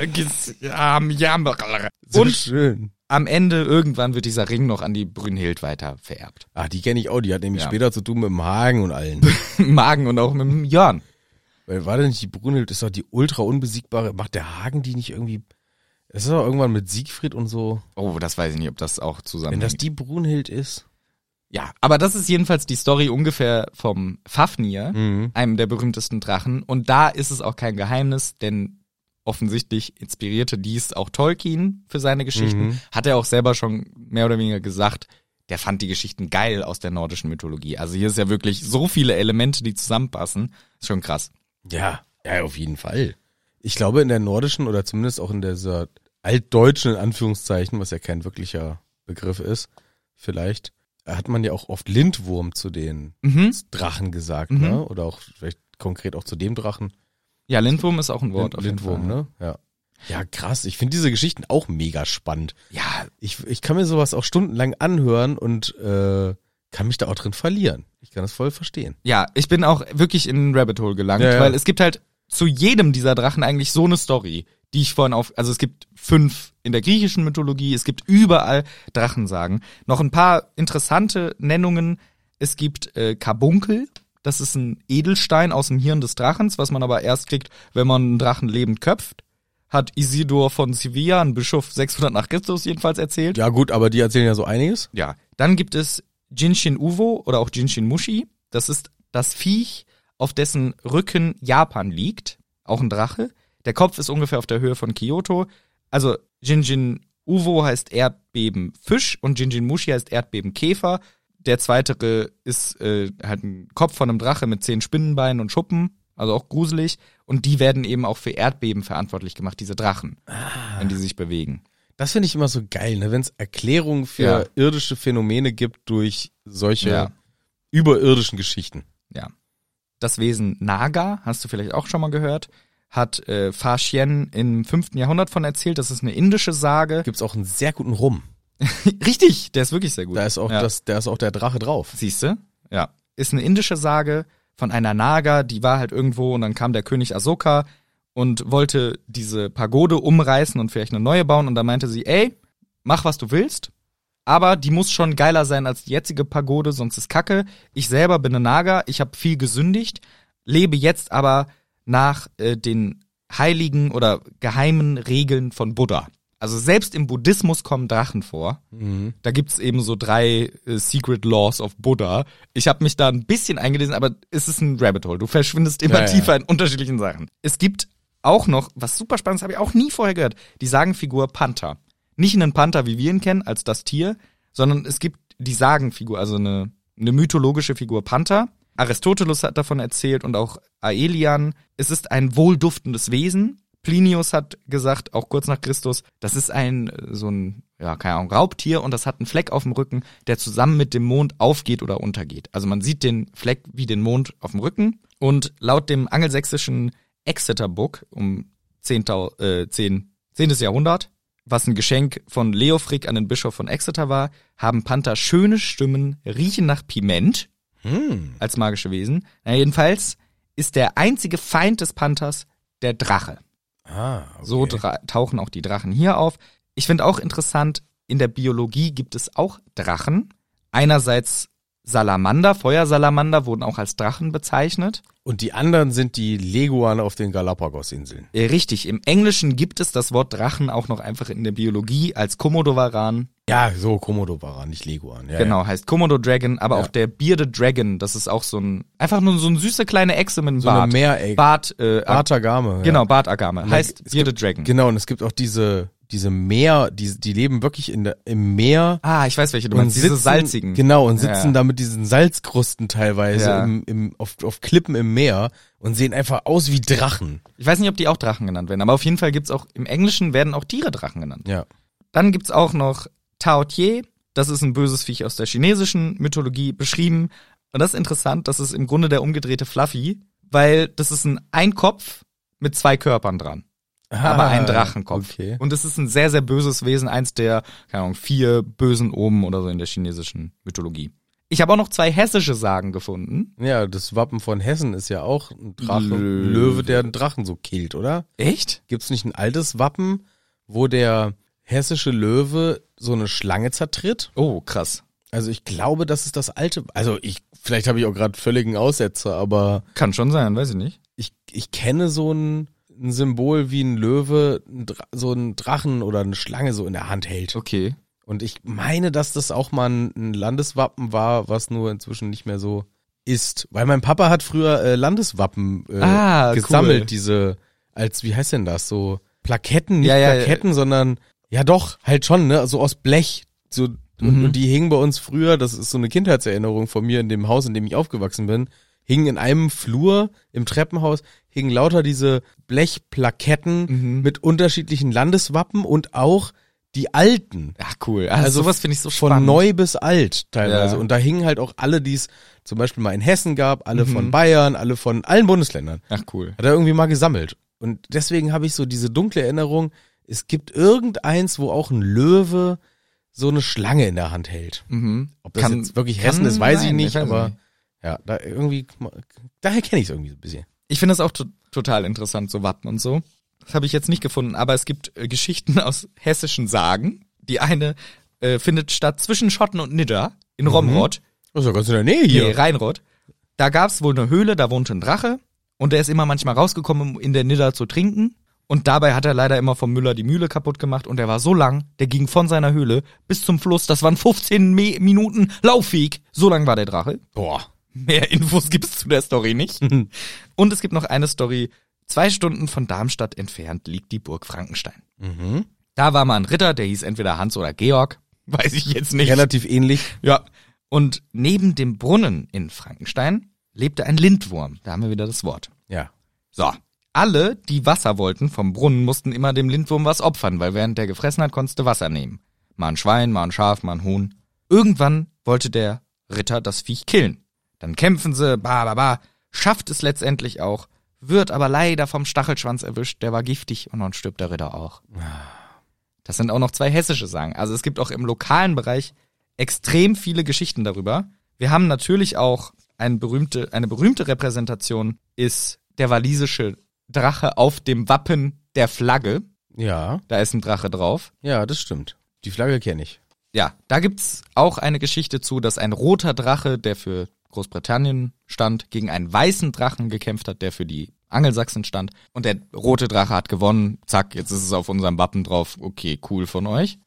[SPEAKER 1] Ökis Jam- Jammel.
[SPEAKER 2] So
[SPEAKER 1] Und
[SPEAKER 2] schön.
[SPEAKER 1] am Ende irgendwann wird dieser Ring noch an die Brünnhild weiter vererbt.
[SPEAKER 2] Ah, die kenne ich auch. Die hat nämlich
[SPEAKER 1] Ja.
[SPEAKER 2] später zu tun mit dem Hagen und allen.
[SPEAKER 1] Magen und auch mit dem Jörn.
[SPEAKER 2] Weil war denn nicht die Brunhild, ist doch die ultra unbesiegbare. Macht der Hagen die nicht irgendwie. Das ist doch irgendwann mit Siegfried und so.
[SPEAKER 1] Oh, das weiß ich nicht, ob das auch zusammen.
[SPEAKER 2] Wenn das die Brunhild ist.
[SPEAKER 1] ja, aber das ist jedenfalls die Story ungefähr vom Fafnir,
[SPEAKER 2] Mhm.
[SPEAKER 1] einem der berühmtesten Drachen. Und da ist es auch kein Geheimnis, denn offensichtlich inspirierte dies auch Tolkien für seine Geschichten.
[SPEAKER 2] Mhm.
[SPEAKER 1] Hat er auch selber schon mehr oder weniger gesagt, der fand die Geschichten geil aus der nordischen Mythologie. Also hier ist ja wirklich so viele Elemente, die zusammenpassen. Ist schon krass.
[SPEAKER 2] Ja, ja, auf jeden Fall. Ich glaube, in der nordischen oder zumindest auch in dieser altdeutschen, in Anführungszeichen, was ja kein wirklicher Begriff ist, vielleicht, hat man ja auch oft Lindwurm zu den
[SPEAKER 1] Mhm.
[SPEAKER 2] Drachen gesagt,
[SPEAKER 1] Mhm.
[SPEAKER 2] ne? Oder auch vielleicht konkret auch zu dem Drachen.
[SPEAKER 1] Ja, Lindwurm ist auch ein Wort. auf jeden
[SPEAKER 2] Lindwurm,
[SPEAKER 1] Fall.
[SPEAKER 2] ne? Ja. Ja, krass. Ich finde diese Geschichten auch mega spannend.
[SPEAKER 1] Ja,
[SPEAKER 2] Ich, ich kann mir sowas auch stundenlang anhören und äh, kann mich da auch drin verlieren. Ich kann das voll verstehen.
[SPEAKER 1] Ja, ich bin auch wirklich in ein Rabbit Hole gelangt,
[SPEAKER 2] Ja, ja.
[SPEAKER 1] weil es gibt halt zu jedem dieser Drachen eigentlich so eine Story, die ich vorhin auf, also es gibt fünf in der griechischen Mythologie, es gibt überall Drachensagen. Noch ein paar interessante Nennungen. Es gibt äh, Karbunkel, das ist ein Edelstein aus dem Hirn des Drachens, was man aber erst kriegt, wenn man einen Drachen lebend köpft. Hat Isidor von Sevilla, ein Bischof 600 nach Christus jedenfalls erzählt.
[SPEAKER 2] Ja gut, aber die erzählen ja so einiges.
[SPEAKER 1] Ja, dann gibt es Jinshin Uwo oder auch Jinshin Mushi. Das ist das Viech, auf dessen Rücken Japan liegt. Auch ein Drache. Der Kopf ist ungefähr auf der Höhe von Kyoto. Also Jinshin Uwo heißt Erdbebenfisch und Jinshin Mushi heißt Erdbebenkäfer. Der zweitere ist äh, halt ein Kopf von einem Drache mit zehn Spinnenbeinen und Schuppen. Also auch gruselig. Und die werden eben auch für Erdbeben verantwortlich gemacht, diese Drachen, wenn die sich bewegen.
[SPEAKER 2] Das finde ich immer so geil, ne? wenn es Erklärungen für
[SPEAKER 1] Ja.
[SPEAKER 2] irdische Phänomene gibt durch solche
[SPEAKER 1] Ja.
[SPEAKER 2] überirdischen Geschichten.
[SPEAKER 1] Ja. Das Wesen Naga, hast du vielleicht auch schon mal gehört, hat äh, Fa Xian im 5. Jahrhundert von erzählt. Das ist eine indische Sage.
[SPEAKER 2] Gibt's auch einen sehr guten Rum.
[SPEAKER 1] Richtig, der ist wirklich sehr gut.
[SPEAKER 2] Da ist auch
[SPEAKER 1] ja.
[SPEAKER 2] das, da ist auch der Drache drauf.
[SPEAKER 1] Siehst du? Ja. Ist eine indische Sage von einer Naga, die war halt irgendwo und dann kam der König Asoka und wollte diese Pagode umreißen und vielleicht eine neue bauen und da meinte sie, ey, mach was du willst, aber die muss schon geiler sein als die jetzige Pagode, sonst ist Kacke. Ich selber bin eine Naga, ich habe viel gesündigt, lebe jetzt aber nach äh, den heiligen oder geheimen Regeln von Buddha. Also selbst im Buddhismus kommen Drachen vor.
[SPEAKER 2] Mhm.
[SPEAKER 1] Da gibt's eben so drei äh, Secret Laws of Buddha. Ich habe mich da ein bisschen eingelesen, aber es ist ein Rabbit Hole. Du verschwindest immer
[SPEAKER 2] Ja, ja.
[SPEAKER 1] tiefer in unterschiedlichen Sachen. Es gibt auch noch, was super spannendes habe ich auch nie vorher gehört, die Sagenfigur Panther. Nicht einen Panther, wie wir ihn kennen, als das Tier, sondern es gibt die Sagenfigur, also eine, eine mythologische Figur Panther. Aristoteles hat davon erzählt und auch Aelian. Es ist ein wohlduftendes Wesen. Plinius hat gesagt, auch kurz nach Christus, das ist ein, äh, so ein, ja, keine Ahnung, Raubtier und das hat einen Fleck auf dem Rücken, der zusammen mit dem Mond aufgeht oder untergeht. Also man sieht den Fleck wie den Mond auf dem Rücken und laut dem angelsächsischen Exeter Book um 10. Äh, 10, 10. Jahrhundert, was ein Geschenk von Leofric an den Bischof von Exeter war, haben Panther schöne Stimmen, riechen nach Piment
[SPEAKER 2] Hm.
[SPEAKER 1] als magische Wesen. Na, jedenfalls ist der einzige Feind des Panthers der Drache.
[SPEAKER 2] Ah, okay.
[SPEAKER 1] So dra- tauchen auch die Drachen hier auf. Ich finde auch interessant, in der Biologie gibt es auch Drachen. Einerseits Salamander, Feuersalamander wurden auch als Drachen bezeichnet.
[SPEAKER 2] Und die anderen sind die Leguane auf den Galapagos-Inseln.
[SPEAKER 1] Äh, Richtig, im Englischen gibt es das Wort Drachen auch noch einfach in der Biologie als Komodowaran.
[SPEAKER 2] Ja, so Komodo-Varan, nicht Leguan. Ja,
[SPEAKER 1] Genau, heißt Komodo Dragon, aber
[SPEAKER 2] Ja.
[SPEAKER 1] auch der Bearded Dragon, das ist auch so ein, einfach nur so ein süße kleine Echse mit einem
[SPEAKER 2] So eine
[SPEAKER 1] Bart.
[SPEAKER 2] Meeregg-
[SPEAKER 1] Bart, äh,
[SPEAKER 2] Ja. Artagame.
[SPEAKER 1] Genau, Bartagame.
[SPEAKER 2] Ja.
[SPEAKER 1] Heißt
[SPEAKER 2] Es
[SPEAKER 1] Bearded
[SPEAKER 2] gibt-
[SPEAKER 1] Dragon.
[SPEAKER 2] Genau, und es gibt auch diese, diese Meer, die, die leben wirklich in der, im Meer.
[SPEAKER 1] Ah, ich weiß welche du meinst. Diese salzigen.
[SPEAKER 2] Genau, und sitzen
[SPEAKER 1] Ja.
[SPEAKER 2] da mit diesen Salzkrusten teilweise
[SPEAKER 1] Ja.
[SPEAKER 2] im, im, auf, auf Klippen im Meer und sehen einfach aus wie Drachen.
[SPEAKER 1] Ich weiß nicht, ob die auch Drachen genannt werden, aber auf jeden Fall gibt's auch, im Englischen werden auch Tiere Drachen genannt.
[SPEAKER 2] Ja.
[SPEAKER 1] Dann gibt's auch noch Tao Tie, das ist ein böses Viech aus der chinesischen Mythologie, beschrieben. Und das ist interessant, das ist im Grunde der umgedrehte Fluffy, weil das ist ein Einkopf mit zwei Körpern dran. aber
[SPEAKER 2] Ah,
[SPEAKER 1] ein Drachenkopf.
[SPEAKER 2] okay.
[SPEAKER 1] Und es ist ein sehr, sehr böses Wesen, eins der, keine Ahnung, vier bösen Omen oder so in der chinesischen Mythologie. Ich habe auch noch zwei hessische Sagen gefunden.
[SPEAKER 2] Ja, das Wappen von Hessen ist ja auch ein Drache,
[SPEAKER 1] Löwe.
[SPEAKER 2] Löwe, der einen Drachen so killt, oder?
[SPEAKER 1] Echt?
[SPEAKER 2] Gibt's nicht ein altes Wappen, wo der hessische Löwe so eine Schlange zertritt?
[SPEAKER 1] Oh, krass.
[SPEAKER 2] Also ich glaube, das ist das alte. Also ich, vielleicht habe ich auch gerade völligen Aussetzer, aber
[SPEAKER 1] Kann schon sein, weiß ich nicht.
[SPEAKER 2] ich, ich kenne so ein, ein Symbol wie ein Löwe, ein Dra so einen Drachen oder eine Schlange so in der Hand hält.
[SPEAKER 1] Okay.
[SPEAKER 2] Und ich meine, dass das auch mal ein, ein Landeswappen war, was nur inzwischen nicht mehr so ist. Weil mein Papa hat früher äh, Landeswappen äh,
[SPEAKER 1] Ah,
[SPEAKER 2] gesammelt,
[SPEAKER 1] cool.
[SPEAKER 2] diese, als, wie heißt denn das, so Plaketten, nicht
[SPEAKER 1] Ja, ja,
[SPEAKER 2] Plaketten, sondern, ja doch, halt schon, ne, so aus Blech, so, und,
[SPEAKER 1] Mhm.
[SPEAKER 2] und die hingen bei uns früher, das ist so eine Kindheitserinnerung von mir in dem Haus, in dem ich aufgewachsen bin, hingen in einem Flur im Treppenhaus, hingen lauter diese Blechplaketten
[SPEAKER 1] Mhm.
[SPEAKER 2] mit unterschiedlichen Landeswappen und auch die alten
[SPEAKER 1] Ach cool. Also,
[SPEAKER 2] Also
[SPEAKER 1] sowas finde ich so
[SPEAKER 2] von
[SPEAKER 1] spannend.
[SPEAKER 2] neu bis alt teilweise.
[SPEAKER 1] Ja.
[SPEAKER 2] Und da hingen halt auch alle, die es zum Beispiel mal in Hessen gab, alle
[SPEAKER 1] Mhm.
[SPEAKER 2] von Bayern, alle von allen Bundesländern.
[SPEAKER 1] Ach cool.
[SPEAKER 2] Hat er irgendwie mal gesammelt. Und deswegen habe ich so diese dunkle Erinnerung, es gibt irgendeins, wo auch ein Löwe so eine Schlange in der Hand hält.
[SPEAKER 1] Mhm.
[SPEAKER 2] Ob das
[SPEAKER 1] Kann-
[SPEAKER 2] jetzt wirklich
[SPEAKER 1] kann
[SPEAKER 2] Hessen ist, weiß ich
[SPEAKER 1] sein,
[SPEAKER 2] nicht,
[SPEAKER 1] ich weiß es
[SPEAKER 2] aber
[SPEAKER 1] nicht.
[SPEAKER 2] ja, da irgendwie, daher kenne ich es irgendwie so ein bisschen.
[SPEAKER 1] Ich finde das auch to total interessant, so Wappen und so. Das habe ich jetzt nicht gefunden, aber es gibt äh, Geschichten aus hessischen Sagen. Die eine äh, findet statt zwischen Schotten und Nidda in Romrod.
[SPEAKER 2] Das ist ja ganz in der Nähe
[SPEAKER 1] Nee, Rheinrod. Da gab's wohl eine Höhle, da wohnte ein Drache. Und der ist immer manchmal rausgekommen, um in der Nidda zu trinken. Und dabei hat er leider immer vom Müller die Mühle kaputt gemacht. Und der war so lang, der ging von seiner Höhle bis zum Fluss. Das waren 15 Me Minuten Laufweg. So lang war der Drache.
[SPEAKER 2] Boah.
[SPEAKER 1] Mehr Infos gibt's zu der Story nicht. Und es gibt noch eine Story. Zwei Stunden von Darmstadt entfernt liegt die Burg Frankenstein.
[SPEAKER 2] Mhm.
[SPEAKER 1] Da war mal ein Ritter, der hieß entweder Hans oder Georg. Weiß ich jetzt nicht.
[SPEAKER 2] Relativ ähnlich.
[SPEAKER 1] Ja. Und neben dem Brunnen in Frankenstein lebte ein Lindwurm. Da haben wir wieder das Wort.
[SPEAKER 2] Ja.
[SPEAKER 1] So. Alle, die Wasser wollten vom Brunnen, mussten immer dem Lindwurm was opfern, weil während der gefressen hat, konntest du Wasser nehmen. Mal ein Schwein, mal ein Schaf, mal ein Huhn. Irgendwann wollte der Ritter das Viech killen. Dann kämpfen sie, ba, ba, ba, schafft es letztendlich auch, wird aber leider vom Stachelschwanz erwischt, der war giftig und dann stirbt der Ritter auch. Das sind auch noch zwei hessische Sagen. Also es gibt auch im lokalen Bereich extrem viele Geschichten darüber. Wir haben natürlich auch eine berühmte, eine berühmte Repräsentation ist der walisische Drache auf dem Wappen der Flagge.
[SPEAKER 2] Ja.
[SPEAKER 1] Da ist ein Drache drauf.
[SPEAKER 2] Ja, das stimmt. Die Flagge kenne ich.
[SPEAKER 1] Ja, da gibt's auch eine Geschichte zu, dass ein roter Drache, der für Großbritannien stand, gegen einen weißen Drachen gekämpft hat, der für die Angelsachsen stand. Und der rote Drache hat gewonnen. Zack, jetzt ist es auf unserem Wappen drauf. Okay, cool von euch.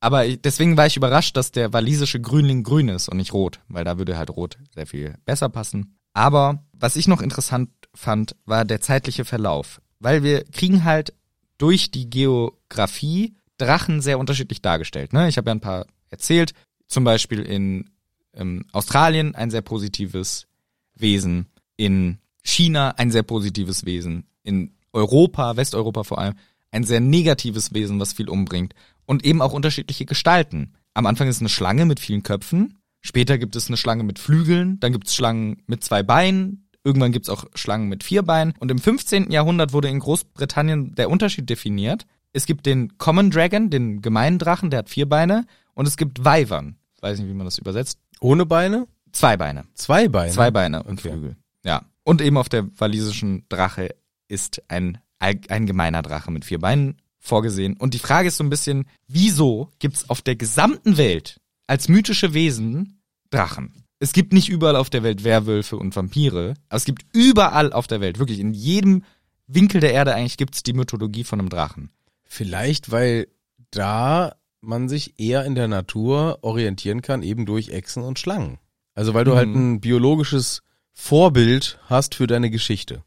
[SPEAKER 1] Aber ich- deswegen war ich überrascht, dass der walisische Grünling grün ist und nicht rot, weil da würde halt rot sehr viel besser passen. Aber was ich noch interessant fand, war der zeitliche Verlauf. Weil wir kriegen halt durch die Geografie Drachen sehr unterschiedlich dargestellt. Ne? Ich habe ja ein paar erzählt. Zum Beispiel in ähm, Australien ein sehr positives Wesen, in China ein sehr positives Wesen, in Europa, Westeuropa vor allem, ein sehr negatives Wesen, was viel umbringt und eben auch unterschiedliche Gestalten. Am Anfang ist eine Schlange mit vielen Köpfen, später gibt es eine Schlange mit Flügeln, dann gibt es Schlangen mit zwei Beinen, irgendwann gibt es auch Schlangen mit vier Beinen und im 15. Jahrhundert wurde in Großbritannien der Unterschied definiert. Es gibt den Common Dragon, den gemeinen Drachen, der hat vier Beine und es gibt Weibern, weiß nicht, wie man das übersetzt,
[SPEAKER 2] Ohne Beine?
[SPEAKER 1] zwei Beine.
[SPEAKER 2] Zwei Beine.
[SPEAKER 1] Zwei Beine und
[SPEAKER 2] Okay.
[SPEAKER 1] Flügel. Ja. Und eben auf der walisischen Drache ist ein all- allgemeiner Drache mit vier Beinen vorgesehen. Und die Frage ist so ein bisschen, wieso gibt's auf der gesamten Welt als mythische Wesen Drachen? Es gibt nicht überall auf der Welt Werwölfe und Vampire, aber es gibt überall auf der Welt, wirklich in jedem Winkel der Erde eigentlich gibt's die Mythologie von einem Drachen.
[SPEAKER 2] Vielleicht, weil da man sich eher in der Natur orientieren kann, eben durch Echsen und Schlangen. Also weil du
[SPEAKER 1] Mhm.
[SPEAKER 2] halt ein biologisches Vorbild hast für deine Geschichte.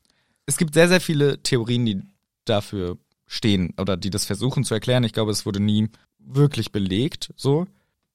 [SPEAKER 1] es gibt sehr, sehr viele Theorien, die dafür stehen oder die das versuchen zu erklären. Ich glaube, es wurde nie wirklich belegt, so.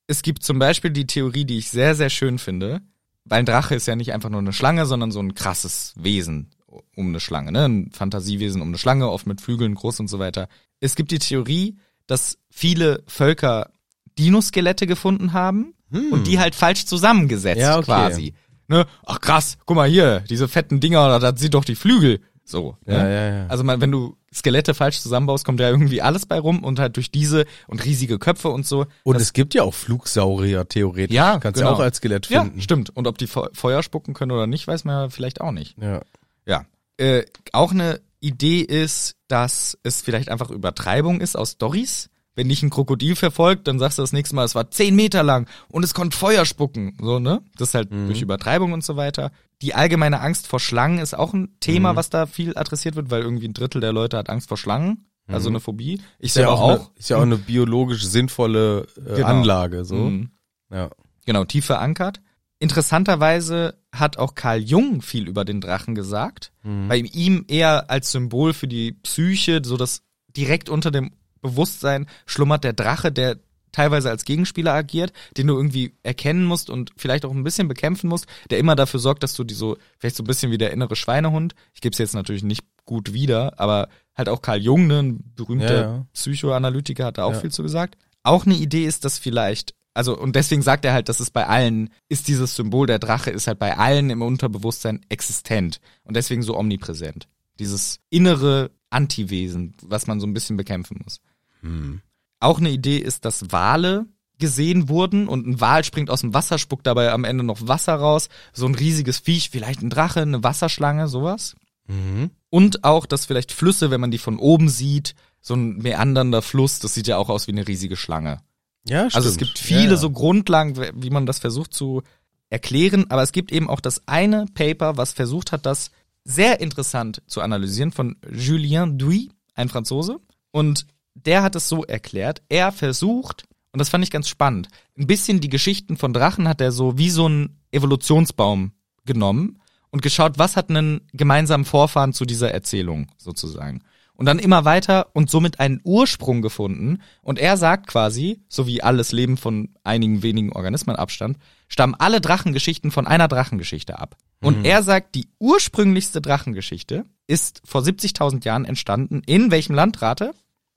[SPEAKER 1] Es gibt zum Beispiel die Theorie, die ich sehr, sehr schön finde, weil ein Drache ist ja nicht einfach nur eine Schlange, sondern so ein krasses Wesen um eine Schlange, ne? Ein Fantasiewesen um eine Schlange, oft mit Flügeln groß und so weiter. Es gibt die Theorie, dass viele Völker Dinoskelette gefunden haben und die halt falsch zusammengesetzt
[SPEAKER 2] Hm. Ja, okay.
[SPEAKER 1] quasi. Ne? Ach krass, guck mal hier, diese fetten Dinger, da, da sind doch die Flügel. So.
[SPEAKER 2] Ja,
[SPEAKER 1] ne?
[SPEAKER 2] ja, ja.
[SPEAKER 1] Also man, wenn du Skelette falsch zusammenbaust, kommt da irgendwie alles bei rum und halt durch diese und riesige Köpfe und so.
[SPEAKER 2] Und es gibt ja auch Flugsaurier theoretisch.
[SPEAKER 1] Ja,
[SPEAKER 2] Kannst
[SPEAKER 1] genau.
[SPEAKER 2] ja auch als Skelett
[SPEAKER 1] Ja,
[SPEAKER 2] finden.
[SPEAKER 1] stimmt. Und ob die Fe Feuer spucken können oder nicht, weiß man ja vielleicht auch nicht.
[SPEAKER 2] Ja.
[SPEAKER 1] Ja. Äh, auch eine Idee ist, dass es vielleicht einfach Übertreibung ist aus Stories. Wenn dich ein Krokodil verfolgt, dann sagst du das nächste Mal, es war zehn Meter lang und es konnte Feuer spucken. So, ne? Das ist halt
[SPEAKER 2] Mhm.
[SPEAKER 1] durch Übertreibung und so weiter. Die allgemeine Angst vor Schlangen ist auch ein
[SPEAKER 2] Mhm.
[SPEAKER 1] Thema, was da viel adressiert wird, weil irgendwie ein Drittel der Leute hat Angst vor Schlangen. Also eine Phobie. Ich
[SPEAKER 2] Mhm. Ist ja
[SPEAKER 1] selber
[SPEAKER 2] auch,
[SPEAKER 1] auch.
[SPEAKER 2] Eine, ist ja auch eine biologisch sinnvolle äh,
[SPEAKER 1] Genau.
[SPEAKER 2] Anlage, so.
[SPEAKER 1] Mhm.
[SPEAKER 2] Ja.
[SPEAKER 1] Genau, tief verankert. Interessanterweise hat auch Carl Jung viel über den Drachen gesagt,
[SPEAKER 2] Mhm.
[SPEAKER 1] bei ihm eher als Symbol für die Psyche, so dass direkt unter dem Bewusstsein schlummert der Drache, der teilweise als Gegenspieler agiert, den du irgendwie erkennen musst und vielleicht auch ein bisschen bekämpfen musst, der immer dafür sorgt, dass du die so, vielleicht so ein bisschen wie der innere Schweinehund, ich gebe es jetzt natürlich nicht gut wieder, aber halt auch Carl Jung, ne, ein berühmter
[SPEAKER 2] Ja, ja.
[SPEAKER 1] Psychoanalytiker hat da auch
[SPEAKER 2] Ja.
[SPEAKER 1] viel zu gesagt. Auch eine Idee ist, dass vielleicht, also und deswegen sagt er halt, dass es bei allen ist dieses Symbol der Drache ist halt bei allen im Unterbewusstsein existent und deswegen so omnipräsent. Dieses innere Antiwesen, was man so ein bisschen bekämpfen muss. Auch eine Idee ist, dass Wale gesehen wurden und ein Wal springt aus dem Wasser, spuckt dabei am Ende noch Wasser raus. So ein riesiges Viech, vielleicht ein Drache, eine Wasserschlange, sowas. Und auch, dass vielleicht Flüsse, wenn man die von oben sieht, so ein meandernder Fluss, das sieht ja auch aus wie eine riesige Schlange.
[SPEAKER 2] Ja, stimmt.
[SPEAKER 1] Also es gibt viele
[SPEAKER 2] ja, ja.
[SPEAKER 1] so Grundlagen, w- wie man das versucht zu erklären, aber es gibt eben auch das eine Paper, was versucht hat, das sehr interessant zu analysieren von Julien Duy, ein Franzose. Und der hat es so erklärt, er versucht, und das fand ich ganz spannend, ein bisschen die Geschichten von Drachen hat er so wie so einen Evolutionsbaum genommen und geschaut, was hat einen gemeinsamen Vorfahren zu dieser Erzählung sozusagen. Und dann immer weiter und somit einen Ursprung gefunden. Und er sagt quasi, so wie alles Leben von einigen wenigen Organismen abstammt, stammen alle Drachengeschichten von einer Drachengeschichte ab. Und er sagt, die ursprünglichste Drachengeschichte ist vor 70.000 Jahren entstanden. In welchem Land rate?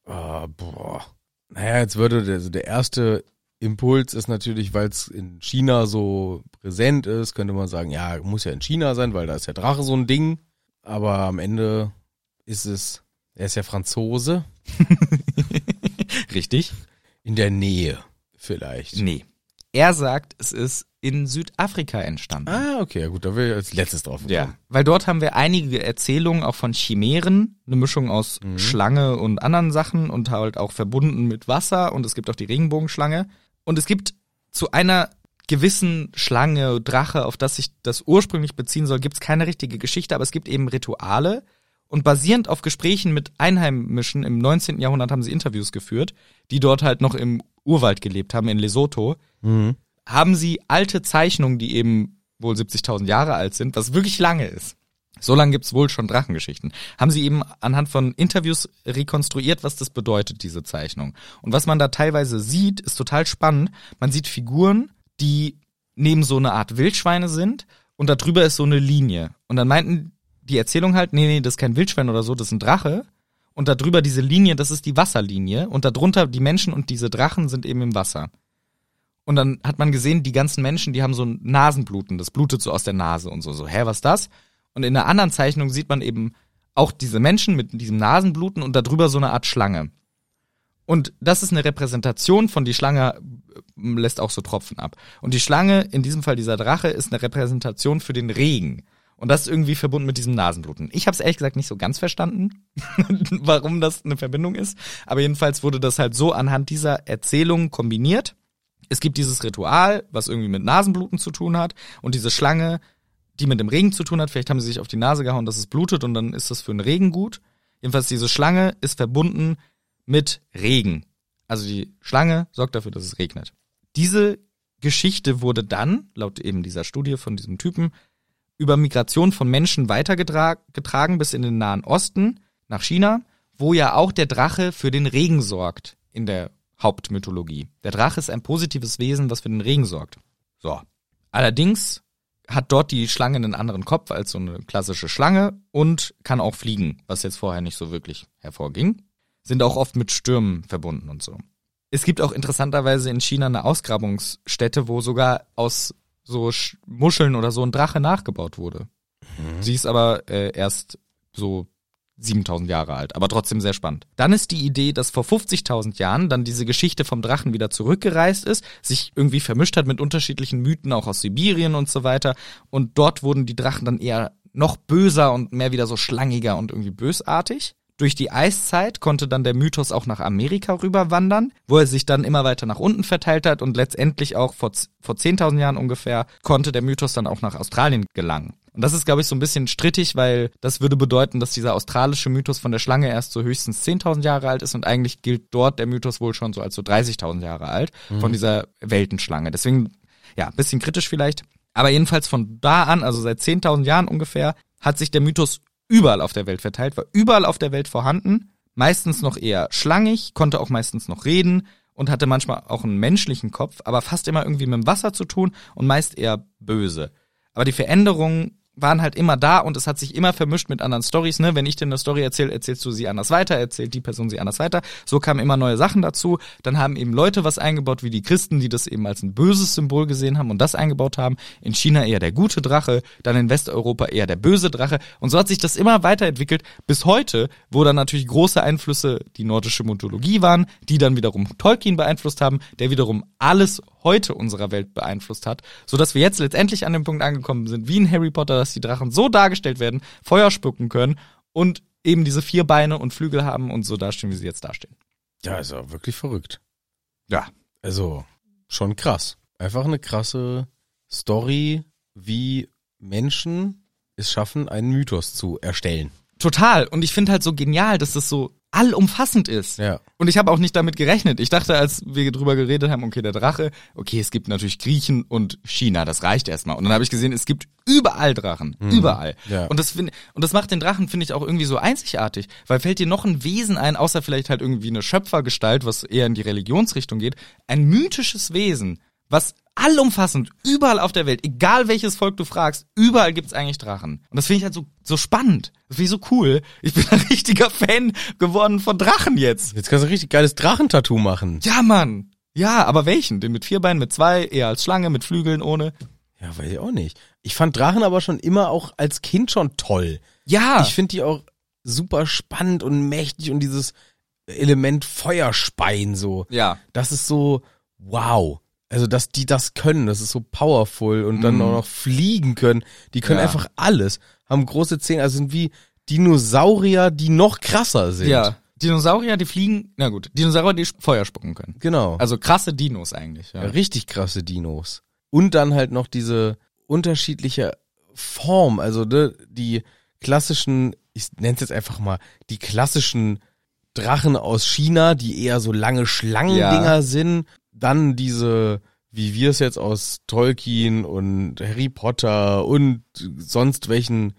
[SPEAKER 2] Ah, boah. Naja, jetzt würde der, also der erste Impuls ist natürlich, weil es in China so präsent ist, könnte man sagen, ja, muss ja in China sein, weil da ist der Drache so ein Ding. Aber am Ende ist es, er ist ja Franzose,
[SPEAKER 1] Richtig?
[SPEAKER 2] in der Nähe vielleicht.
[SPEAKER 1] Nee. Er sagt, es ist in Südafrika entstanden.
[SPEAKER 2] Ah, okay, ja gut, da will ich als letztes drauf
[SPEAKER 1] Ja, weil dort haben wir einige Erzählungen auch von Chimären, eine Mischung aus Schlange und anderen Sachen und halt auch verbunden mit Wasser und es gibt auch die Regenbogenschlange und es gibt zu einer gewissen Schlange, Drache, auf das sich das ursprünglich beziehen soll, gibt's keine richtige Geschichte, aber es gibt eben Rituale und basierend auf Gesprächen mit Einheimischen im 19. Jahrhundert haben sie Interviews geführt, die dort halt noch im Urwald gelebt haben in Lesotho haben sie alte Zeichnungen, die eben wohl 70.000 Jahre alt sind, was wirklich lange ist. So lange gibt's wohl schon Drachengeschichten. Haben sie eben anhand von Interviews rekonstruiert, was das bedeutet, diese Zeichnung. Und was man da teilweise sieht, ist total spannend. Man sieht Figuren, die neben so eine Art Wildschweine sind und da drüber ist so eine Linie. Und dann meinten die Erzählung halt, nee, nee, das ist kein Wildschwein oder so, das ist ein Drache. Und da drüber diese Linie, das ist die Wasserlinie. Und darunter die Menschen und diese Drachen sind eben im Wasser. Und dann hat man gesehen, die ganzen Menschen, die haben so ein Nasenbluten. Das blutet so aus der Nase und so. So, hä, was ist das? Und in einer anderen Zeichnung sieht man eben auch diese Menschen mit diesem Nasenbluten und darüber so eine Art Schlange. Und das ist eine Repräsentation von die Schlange äh, lässt auch so Tropfen ab. Und die Schlange, in diesem Fall dieser Drache, ist eine Repräsentation für den Regen. Und das ist irgendwie verbunden mit diesem Nasenbluten. Ich habe es ehrlich gesagt nicht so ganz verstanden, warum das eine Verbindung ist. Aber jedenfalls wurde das halt so anhand dieser Erzählung kombiniert es gibt dieses Ritual, was irgendwie mit Nasenbluten zu tun hat und diese Schlange, die mit dem Regen zu tun hat, vielleicht haben sie sich auf die Nase gehauen, dass es blutet und dann ist das für den Regen gut. Jedenfalls diese Schlange ist verbunden mit Regen. Also die Schlange sorgt dafür, dass es regnet. Diese Geschichte wurde dann, laut eben dieser Studie von diesem Typen, über Migration von Menschen weitergetragen bis in den Nahen Osten, nach China, wo ja auch der Drache für den Regen sorgt in der Hauptmythologie. Der Drache ist ein positives Wesen, was für den Regen sorgt. So. Allerdings hat dort die Schlange einen anderen Kopf als so eine klassische Schlange und kann auch fliegen, was jetzt vorher nicht so wirklich hervorging. Sind auch oft mit Stürmen verbunden und so. Es gibt auch interessanterweise in China eine Ausgrabungsstätte, wo sogar aus so Sch- Muscheln oder so ein Drache nachgebaut wurde. Sie ist aber äh, erst so 7000 Jahre alt, aber trotzdem sehr spannend. Dann ist die Idee, dass vor 50.000 Jahren dann diese Geschichte vom Drachen wieder zurückgereist ist, sich irgendwie vermischt hat mit unterschiedlichen Mythen auch aus Sibirien und so weiter und dort wurden die Drachen dann eher noch böser und mehr wieder so schlangiger und irgendwie bösartig. Durch die Eiszeit konnte dann der Mythos auch nach Amerika rüberwandern, wo er sich dann immer weiter nach unten verteilt hat und letztendlich auch vor, z- vor 10.000 Jahren ungefähr konnte der Mythos dann auch nach Australien gelangen. Und das ist, glaube ich, so ein bisschen strittig, weil das würde bedeuten, dass dieser australische Mythos von der Schlange erst so höchstens 10.000 Jahre alt ist und eigentlich gilt dort der Mythos wohl schon so als so 30.000 Jahre alt von dieser Weltenschlange. Deswegen ja, bisschen kritisch vielleicht. Aber jedenfalls von da an, also seit 10.000 Jahren ungefähr, hat sich der Mythos überall auf der Welt verteilt, war überall auf der Welt vorhanden, meistens noch eher schlangig, konnte auch meistens noch reden und hatte manchmal auch einen menschlichen Kopf, aber fast immer irgendwie mit dem Wasser zu tun und meist eher böse. Aber die Veränderungen waren halt immer da und es hat sich immer vermischt mit anderen Stories, ne? Wenn ich dir eine Story erzähle, erzählst du sie anders weiter, erzählt die Person sie anders weiter. So kamen immer neue Sachen dazu. Dann haben eben Leute was eingebaut, wie die Christen, die das eben als ein böses Symbol gesehen haben und das eingebaut haben. In China eher der gute Drache, dann in Westeuropa eher der böse Drache. Und so hat sich das immer weiterentwickelt bis heute, wo dann natürlich große Einflüsse die nordische Mythologie waren, die dann wiederum Tolkien beeinflusst haben, der wiederum alles heute unserer Welt beeinflusst hat, so dass wir jetzt letztendlich an dem Punkt angekommen sind, wie in Harry Potter, dass die Drachen so dargestellt werden, Feuer spucken können und eben diese vier Beine und Flügel haben und so dastehen, wie sie jetzt dastehen.
[SPEAKER 2] Ja, ist ja wirklich verrückt.
[SPEAKER 1] Ja.
[SPEAKER 2] Also, schon krass. Einfach eine krasse Story, wie Menschen es schaffen, einen Mythos zu erstellen.
[SPEAKER 1] Total. Und ich finde halt so genial, dass das so allumfassend ist.
[SPEAKER 2] Ja.
[SPEAKER 1] Und ich habe auch nicht damit gerechnet. Ich dachte, als wir drüber geredet haben, okay, der Drache, okay, es gibt natürlich Griechen und China, das reicht erstmal. Und dann habe ich gesehen, es gibt überall Drachen, überall.
[SPEAKER 2] Ja.
[SPEAKER 1] Und das find, und das macht den Drachen finde ich auch irgendwie so einzigartig, weil fällt dir noch ein Wesen ein, außer vielleicht halt irgendwie eine Schöpfergestalt, was eher in die Religionsrichtung geht, ein mythisches Wesen, was allumfassend überall auf der Welt, egal welches Volk du fragst, überall gibt's eigentlich Drachen. Und das finde ich halt so so spannend. Das finde ich so cool. Ich bin ein richtiger Fan geworden von Drachen jetzt.
[SPEAKER 2] Jetzt kannst du ein richtig geiles Drachentattoo machen.
[SPEAKER 1] Ja, Mann. Ja, aber welchen? Den mit vier Beinen, mit zwei, eher als Schlange, mit Flügeln, ohne.
[SPEAKER 2] Ja, weiß ich auch nicht. Ich fand Drachen aber schon immer auch als Kind schon toll.
[SPEAKER 1] Ja.
[SPEAKER 2] Ich finde die auch super spannend und mächtig und dieses Element Feuerspein so.
[SPEAKER 1] ja.
[SPEAKER 2] Das ist so wow. Also, dass die das können, das ist so powerful und dann auch noch fliegen können. Die können
[SPEAKER 1] Mhm. Ja.
[SPEAKER 2] einfach alles. Haben große Zähne, also sind wie Dinosaurier, die noch krasser sind.
[SPEAKER 1] Ja. Dinosaurier, die fliegen, na gut, Dinosaurier, die sp- Feuer spucken können.
[SPEAKER 2] Genau.
[SPEAKER 1] Also krasse Dinos eigentlich, ja.
[SPEAKER 2] Ja, richtig krasse Dinos. Und dann halt noch diese unterschiedliche Form, also ne, die klassischen, ich nenne es jetzt einfach mal, die klassischen Drachen aus China, die eher so lange Schlangendinger
[SPEAKER 1] Ja.
[SPEAKER 2] sind. Dann diese, wie wir es jetzt aus Tolkien und Harry Potter und sonst welchen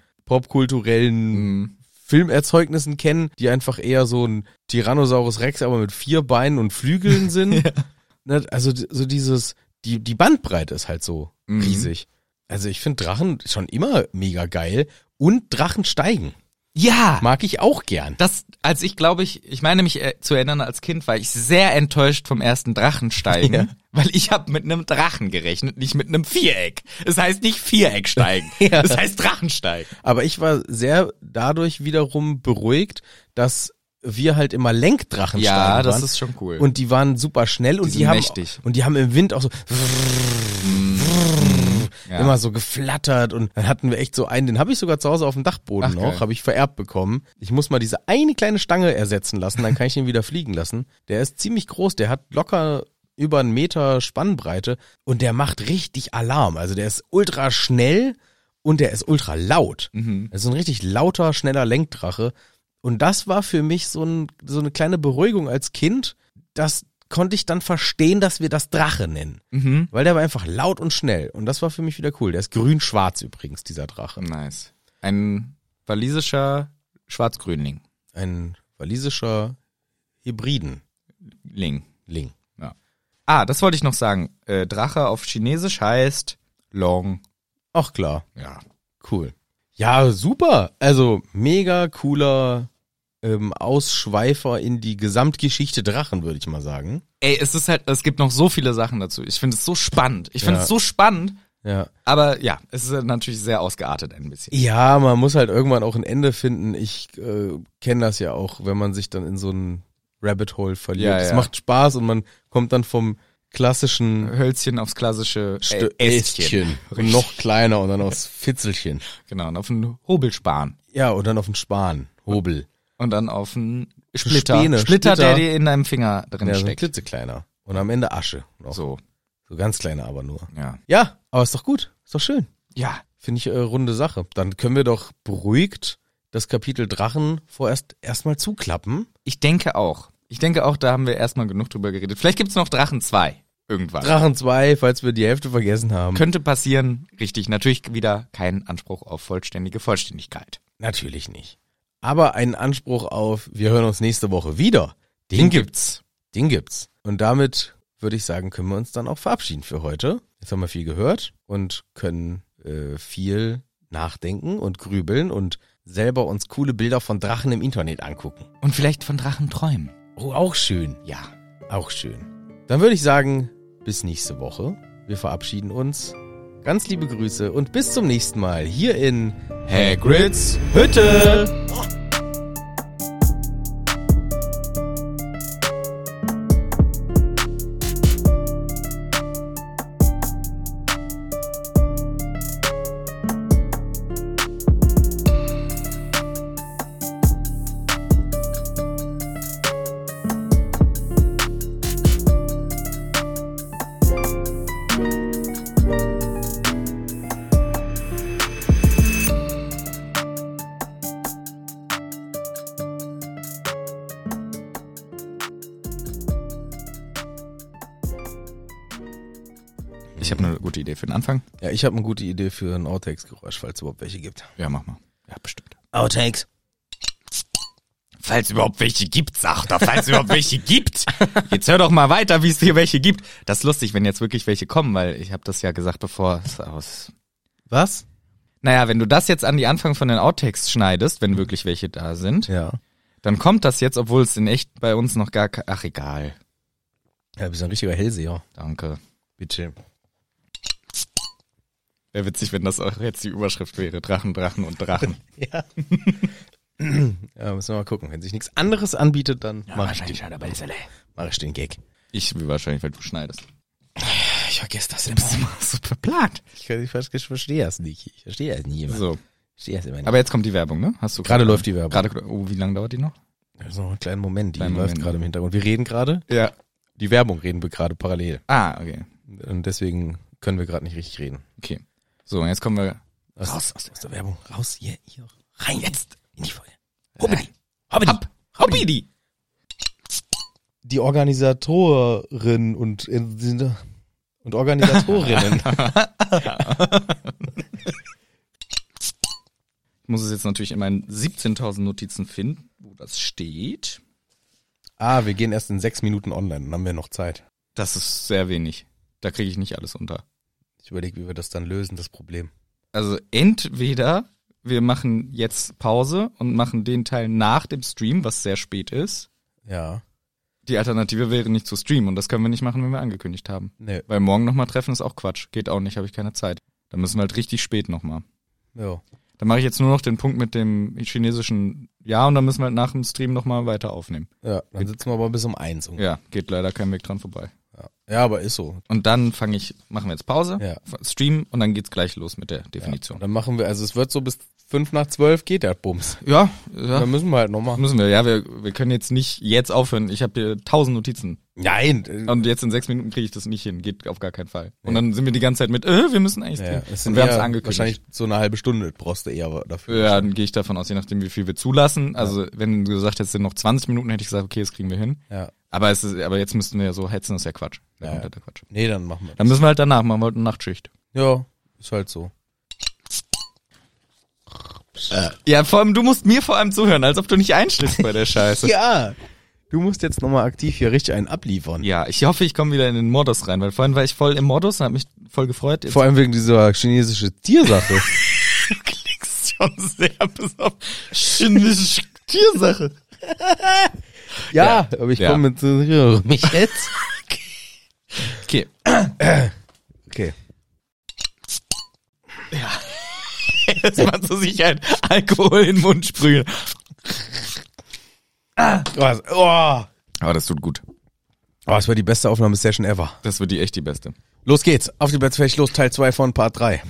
[SPEAKER 2] popkulturellen
[SPEAKER 1] Mhm.
[SPEAKER 2] Filmerzeugnissen kennen, die einfach eher so ein Tyrannosaurus Rex, aber mit vier Beinen und Flügeln sind. Ne, Also d- so dieses, die, die Bandbreite ist halt so
[SPEAKER 1] Mhm.
[SPEAKER 2] riesig. Also ich finde Drachen schon immer mega geil und Drachen steigen.
[SPEAKER 1] Ja.
[SPEAKER 2] Mag ich auch gern.
[SPEAKER 1] Das, als ich glaube ich, ich meine mich äh, zu erinnern, als Kind war ich sehr enttäuscht vom ersten Drachensteigen,
[SPEAKER 2] Ja.
[SPEAKER 1] weil ich habe mit einem Drachen gerechnet, nicht mit einem Viereck. Es heißt nicht Vierecksteigen,
[SPEAKER 2] Ja.
[SPEAKER 1] es heißt Drachensteigen.
[SPEAKER 2] Aber ich war sehr dadurch wiederum beruhigt, dass wir halt immer Lenkdrachen steigen.
[SPEAKER 1] Ja, das
[SPEAKER 2] waren.
[SPEAKER 1] ist schon cool.
[SPEAKER 2] Und die waren super schnell und
[SPEAKER 1] Die
[SPEAKER 2] die,
[SPEAKER 1] sind
[SPEAKER 2] haben
[SPEAKER 1] mächtig.
[SPEAKER 2] und die haben im Wind auch so
[SPEAKER 1] Ja.
[SPEAKER 2] immer so geflattert und dann hatten wir echt so einen, den habe ich sogar zu Hause auf dem Dachboden
[SPEAKER 1] Ach, geil.
[SPEAKER 2] noch, habe ich vererbt bekommen. Ich muss mal diese eine kleine Stange ersetzen lassen, dann kann ich ihn wieder fliegen lassen. Der ist ziemlich groß, der hat locker über einen Meter Spannbreite und der macht richtig Alarm. Also der ist ultra schnell und der ist ultra laut.
[SPEAKER 1] Mhm.
[SPEAKER 2] Das ist ein richtig lauter, schneller Lenkdrache. Und das war für mich so, ein, so eine kleine Beruhigung als Kind. Das konnte ich dann verstehen, dass wir das Drache nennen.
[SPEAKER 1] Mhm.
[SPEAKER 2] Weil der war einfach laut und schnell. Und das war für mich wieder cool. Der ist grün-schwarz übrigens, dieser Drache.
[SPEAKER 1] Nice. Ein walisischer Schwarzgrünling.
[SPEAKER 2] Ein walisischer Hybridenling.
[SPEAKER 1] Ling. Ah, das wollte ich noch sagen. Äh, Drache auf Chinesisch heißt Long.
[SPEAKER 2] Auch klar.
[SPEAKER 1] Ja.
[SPEAKER 2] Cool. Ja, super. Also mega cooler ähm, Ausschweifer in die Gesamtgeschichte Drachen, würde ich mal sagen.
[SPEAKER 1] Ey, es ist halt, es gibt noch so viele Sachen dazu. Ich finde es so spannend. Ich finde
[SPEAKER 2] Ja.
[SPEAKER 1] es so spannend,
[SPEAKER 2] Ja.
[SPEAKER 1] aber ja, es ist natürlich sehr ausgeartet ein bisschen.
[SPEAKER 2] Ja, man muss halt irgendwann auch ein Ende finden. Ich äh, kenne das ja auch, wenn man sich dann in so einen Rabbit Hole verliert.
[SPEAKER 1] Ja,
[SPEAKER 2] Es
[SPEAKER 1] ja.
[SPEAKER 2] macht Spaß und man kommt dann vom klassischen
[SPEAKER 1] Hölzchen aufs klassische äh,
[SPEAKER 2] Stö-
[SPEAKER 1] Ästchen.
[SPEAKER 2] und noch kleiner und dann aufs Fitzelchen.
[SPEAKER 1] Genau, und auf einen Hobelspan.
[SPEAKER 2] Ja, und dann auf den Span, Hobel.
[SPEAKER 1] Und dann auf einen Splitter.
[SPEAKER 2] Späne,
[SPEAKER 1] Splitter,
[SPEAKER 2] Splitter.
[SPEAKER 1] der dir in deinem Finger drin
[SPEAKER 2] Ja, so ein
[SPEAKER 1] steckt.
[SPEAKER 2] klitzekleiner. Und am Ende Asche. Noch. So.
[SPEAKER 1] So,
[SPEAKER 2] so ganz kleiner aber nur.
[SPEAKER 1] ja.
[SPEAKER 2] Ja, aber ist doch gut. Ist doch schön.
[SPEAKER 1] Ja,
[SPEAKER 2] Finde ich äh, runde Sache. Dann können wir doch beruhigt das Kapitel Drachen vorerst erstmal zuklappen.
[SPEAKER 1] ich denke auch. Ich denke auch, da haben wir erstmal genug drüber geredet. Vielleicht gibt's noch Drachen 2 irgendwann.
[SPEAKER 2] Drachen 2, falls wir die Hälfte vergessen haben.
[SPEAKER 1] Könnte passieren, richtig. Natürlich wieder kein Anspruch auf vollständige Vollständigkeit.
[SPEAKER 2] Natürlich nicht. Aber einen Anspruch auf, wir hören uns nächste Woche wieder. Den, gibt's. Den gibt's. Und damit würde ich sagen, können wir uns dann auch verabschieden für heute. Jetzt haben wir viel gehört und können äh, viel nachdenken und grübeln und selber uns coole Bilder von Drachen im Internet angucken.
[SPEAKER 1] Und vielleicht von Drachen träumen.
[SPEAKER 2] Oh, auch schön.
[SPEAKER 1] Ja.
[SPEAKER 2] Auch schön. Dann würde ich sagen, bis nächste Woche. Wir verabschieden uns. Ganz liebe Grüße und bis zum nächsten Mal hier in Hagrids Hütte.
[SPEAKER 1] Ich habe eine gute Idee für den Anfang.
[SPEAKER 2] Ja, ich habe eine gute Idee für ein Outtakes-Geräusch, falls es überhaupt welche gibt.
[SPEAKER 1] Ja, mach mal. Ja, bestimmt.
[SPEAKER 2] Outtakes.
[SPEAKER 1] Falls überhaupt welche gibt, sagt er. Falls überhaupt welche gibt. Jetzt hör doch mal weiter, wie es hier welche gibt. Das ist lustig, wenn jetzt wirklich welche kommen, weil ich habe das ja gesagt, bevor es aus
[SPEAKER 2] Was?
[SPEAKER 1] Naja, wenn du das jetzt an die Anfang von den Outtakes schneidest, wenn wirklich welche da sind,
[SPEAKER 2] Ja.
[SPEAKER 1] dann kommt das jetzt, obwohl es in echt bei uns noch gar ke- Ach, egal.
[SPEAKER 2] Ja, du bist ein richtiger Hellseher.
[SPEAKER 1] Danke.
[SPEAKER 2] Bitte.
[SPEAKER 1] Wäre witzig, wenn das auch jetzt die Überschrift wäre. Drachen, Drachen und Drachen.
[SPEAKER 2] Ja. ja, müssen wir mal gucken. Wenn sich nichts anderes anbietet, dann mach mache ich, den- mach ich den Gag.
[SPEAKER 1] Ich will wahrscheinlich, weil du schneidest.
[SPEAKER 2] Ich vergesse das immer.
[SPEAKER 1] so verplant.
[SPEAKER 2] Ich, kann- ich verstehe ich verstehe das nicht. Ich verstehe das nie immer.
[SPEAKER 1] So.
[SPEAKER 2] Ich verstehe das immer nicht.
[SPEAKER 1] Aber jetzt kommt die Werbung, ne? Hast du
[SPEAKER 2] Gerade läuft die Werbung.
[SPEAKER 1] Gerade, oh, wie lange dauert die noch?
[SPEAKER 2] Das ist noch ein kleiner Moment. Die
[SPEAKER 1] Kleinen
[SPEAKER 2] läuft
[SPEAKER 1] Moment.
[SPEAKER 2] gerade im Hintergrund. Wir reden gerade.
[SPEAKER 1] Ja.
[SPEAKER 2] Die Werbung reden wir gerade parallel.
[SPEAKER 1] Ah, okay.
[SPEAKER 2] Und deswegen können wir gerade nicht richtig reden.
[SPEAKER 1] Okay. So, und jetzt kommen wir.
[SPEAKER 2] Raus aus, aus der Werbung. Raus hier, hier. Rein jetzt. Äh, In die Folge.
[SPEAKER 1] Hoppidi. Hoppidi. Hoppidi.
[SPEAKER 2] die Organisatorin und, äh, und Organisatorinnen.
[SPEAKER 1] Ich muss es jetzt natürlich in meinen 17.000 Notizen finden, wo das steht.
[SPEAKER 2] ah, wir gehen erst in sechs Minuten online, dann haben wir noch Zeit.
[SPEAKER 1] Das ist sehr wenig. Da kriege ich nicht alles unter.
[SPEAKER 2] Ich überlege, wie wir das dann lösen, das Problem.
[SPEAKER 1] Also entweder wir machen jetzt Pause und machen den Teil nach dem Stream, was sehr spät ist.
[SPEAKER 2] Ja.
[SPEAKER 1] Die Alternative wäre nicht zu streamen und das können wir nicht machen, wenn wir angekündigt haben.
[SPEAKER 2] Nee.
[SPEAKER 1] Weil morgen nochmal treffen ist auch Quatsch. Geht auch nicht, habe ich keine Zeit. Dann müssen wir halt richtig spät nochmal.
[SPEAKER 2] Ja.
[SPEAKER 1] Dann mache ich jetzt nur noch den Punkt mit dem chinesischen Ja und dann müssen wir halt nach dem Stream nochmal weiter aufnehmen.
[SPEAKER 2] ja. Dann sitzen wir aber bis um eins. ungefähr.
[SPEAKER 1] Ja, geht leider kein Weg dran vorbei.
[SPEAKER 2] Ja. ja, aber ist so.
[SPEAKER 1] Und dann fange ich, machen wir jetzt Pause,
[SPEAKER 2] Ja.
[SPEAKER 1] streamen und dann geht's gleich los mit der
[SPEAKER 2] Ja.
[SPEAKER 1] Definition.
[SPEAKER 2] Dann machen wir, also es wird so bis fünf nach zwölf geht der Bums.
[SPEAKER 1] Ja, ja.
[SPEAKER 2] Dann müssen wir halt nochmal.
[SPEAKER 1] Müssen wir, ja, wir, wir können jetzt nicht jetzt aufhören. Ich habe hier tausend Notizen.
[SPEAKER 2] Nein. äh,
[SPEAKER 1] Und jetzt in sechs Minuten kriege ich das nicht hin. Geht auf gar keinen Fall. Und dann sind wir die ganze Zeit mit, äh, wir müssen eigentlich
[SPEAKER 2] Ja,
[SPEAKER 1] streamen.
[SPEAKER 2] es
[SPEAKER 1] Und
[SPEAKER 2] sind
[SPEAKER 1] wir haben es
[SPEAKER 2] eher
[SPEAKER 1] angekündigt.
[SPEAKER 2] Wahrscheinlich so eine halbe Stunde brauchst du eher dafür.
[SPEAKER 1] Ja, dann gehe ich davon aus, je nachdem, wie viel wir zulassen. Also, wenn du gesagt hättest, sind noch 20 Minuten, hätte ich gesagt, okay, das kriegen wir hin.
[SPEAKER 2] Ja.
[SPEAKER 1] Aber es ist, aber jetzt müssten wir ja so hetzen, ist ja Quatsch. Ja,
[SPEAKER 2] Ja.
[SPEAKER 1] kompletter Quatsch.
[SPEAKER 2] Nee, dann machen wir
[SPEAKER 1] Dann müssen wir halt danach machen, wir halt eine Nachtschicht.
[SPEAKER 2] Ja, ist halt so.
[SPEAKER 1] Ja, vor allem, du musst mir vor allem zuhören, als ob du nicht einschläfst bei der Scheiße.
[SPEAKER 2] Ja. Du musst jetzt nochmal aktiv hier richtig einen abliefern.
[SPEAKER 1] Ja, ich hoffe, ich komme wieder in den Modus rein, weil vorhin war ich voll im Modus und habe mich voll gefreut. Jetzt
[SPEAKER 2] Vor allem wegen dieser chinesische Tiersache.
[SPEAKER 1] klingst schon sehr besoffen. Chinesische Tiersache.
[SPEAKER 2] Ja, aber ich
[SPEAKER 1] Ja.
[SPEAKER 2] komme mit rühre mich jetzt.
[SPEAKER 1] Okay.
[SPEAKER 2] Okay.
[SPEAKER 1] Jetzt man zur Sicherheit Alkohol in den Mund sprühen.
[SPEAKER 2] Was? Oh.
[SPEAKER 1] Aber das tut gut.
[SPEAKER 2] Oh, es war die beste Aufnahmesession ever.
[SPEAKER 1] Das wird die echt die beste.
[SPEAKER 2] Los geht's. Auf die Platzfläche los, Teil 2 von Part 3.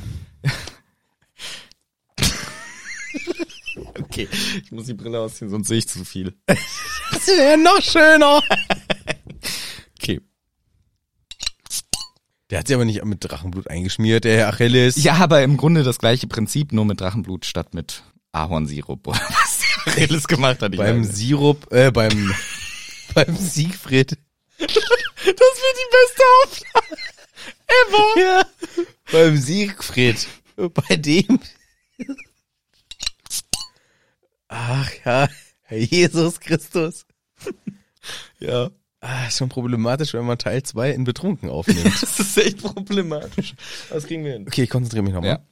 [SPEAKER 1] Okay, ich muss die Brille ausziehen, sonst sehe ich zu viel.
[SPEAKER 2] Das wäre noch schöner.
[SPEAKER 1] Okay.
[SPEAKER 2] Der hat sich aber nicht mit Drachenblut eingeschmiert, der Herr Achilles.
[SPEAKER 1] Ja, aber im Grunde das gleiche Prinzip, nur mit Drachenblut statt mit Ahornsirup oder was der Achilles gemacht hat. Ich
[SPEAKER 2] Beim
[SPEAKER 1] weiß nicht.
[SPEAKER 2] Sirup, äh, beim, beim Siegfried.
[SPEAKER 1] das wird die beste Aufnahme.
[SPEAKER 2] Ja. Beim Siegfried. Bei dem. Ach ja, Herr Jesus Christus.
[SPEAKER 1] Ja.
[SPEAKER 2] Ah, ist schon problematisch, wenn man Teil 2 in betrunken aufnimmt.
[SPEAKER 1] Das ist echt problematisch. Was kriegen wir hin?
[SPEAKER 2] Okay, ich konzentriere mich nochmal.
[SPEAKER 1] Ja.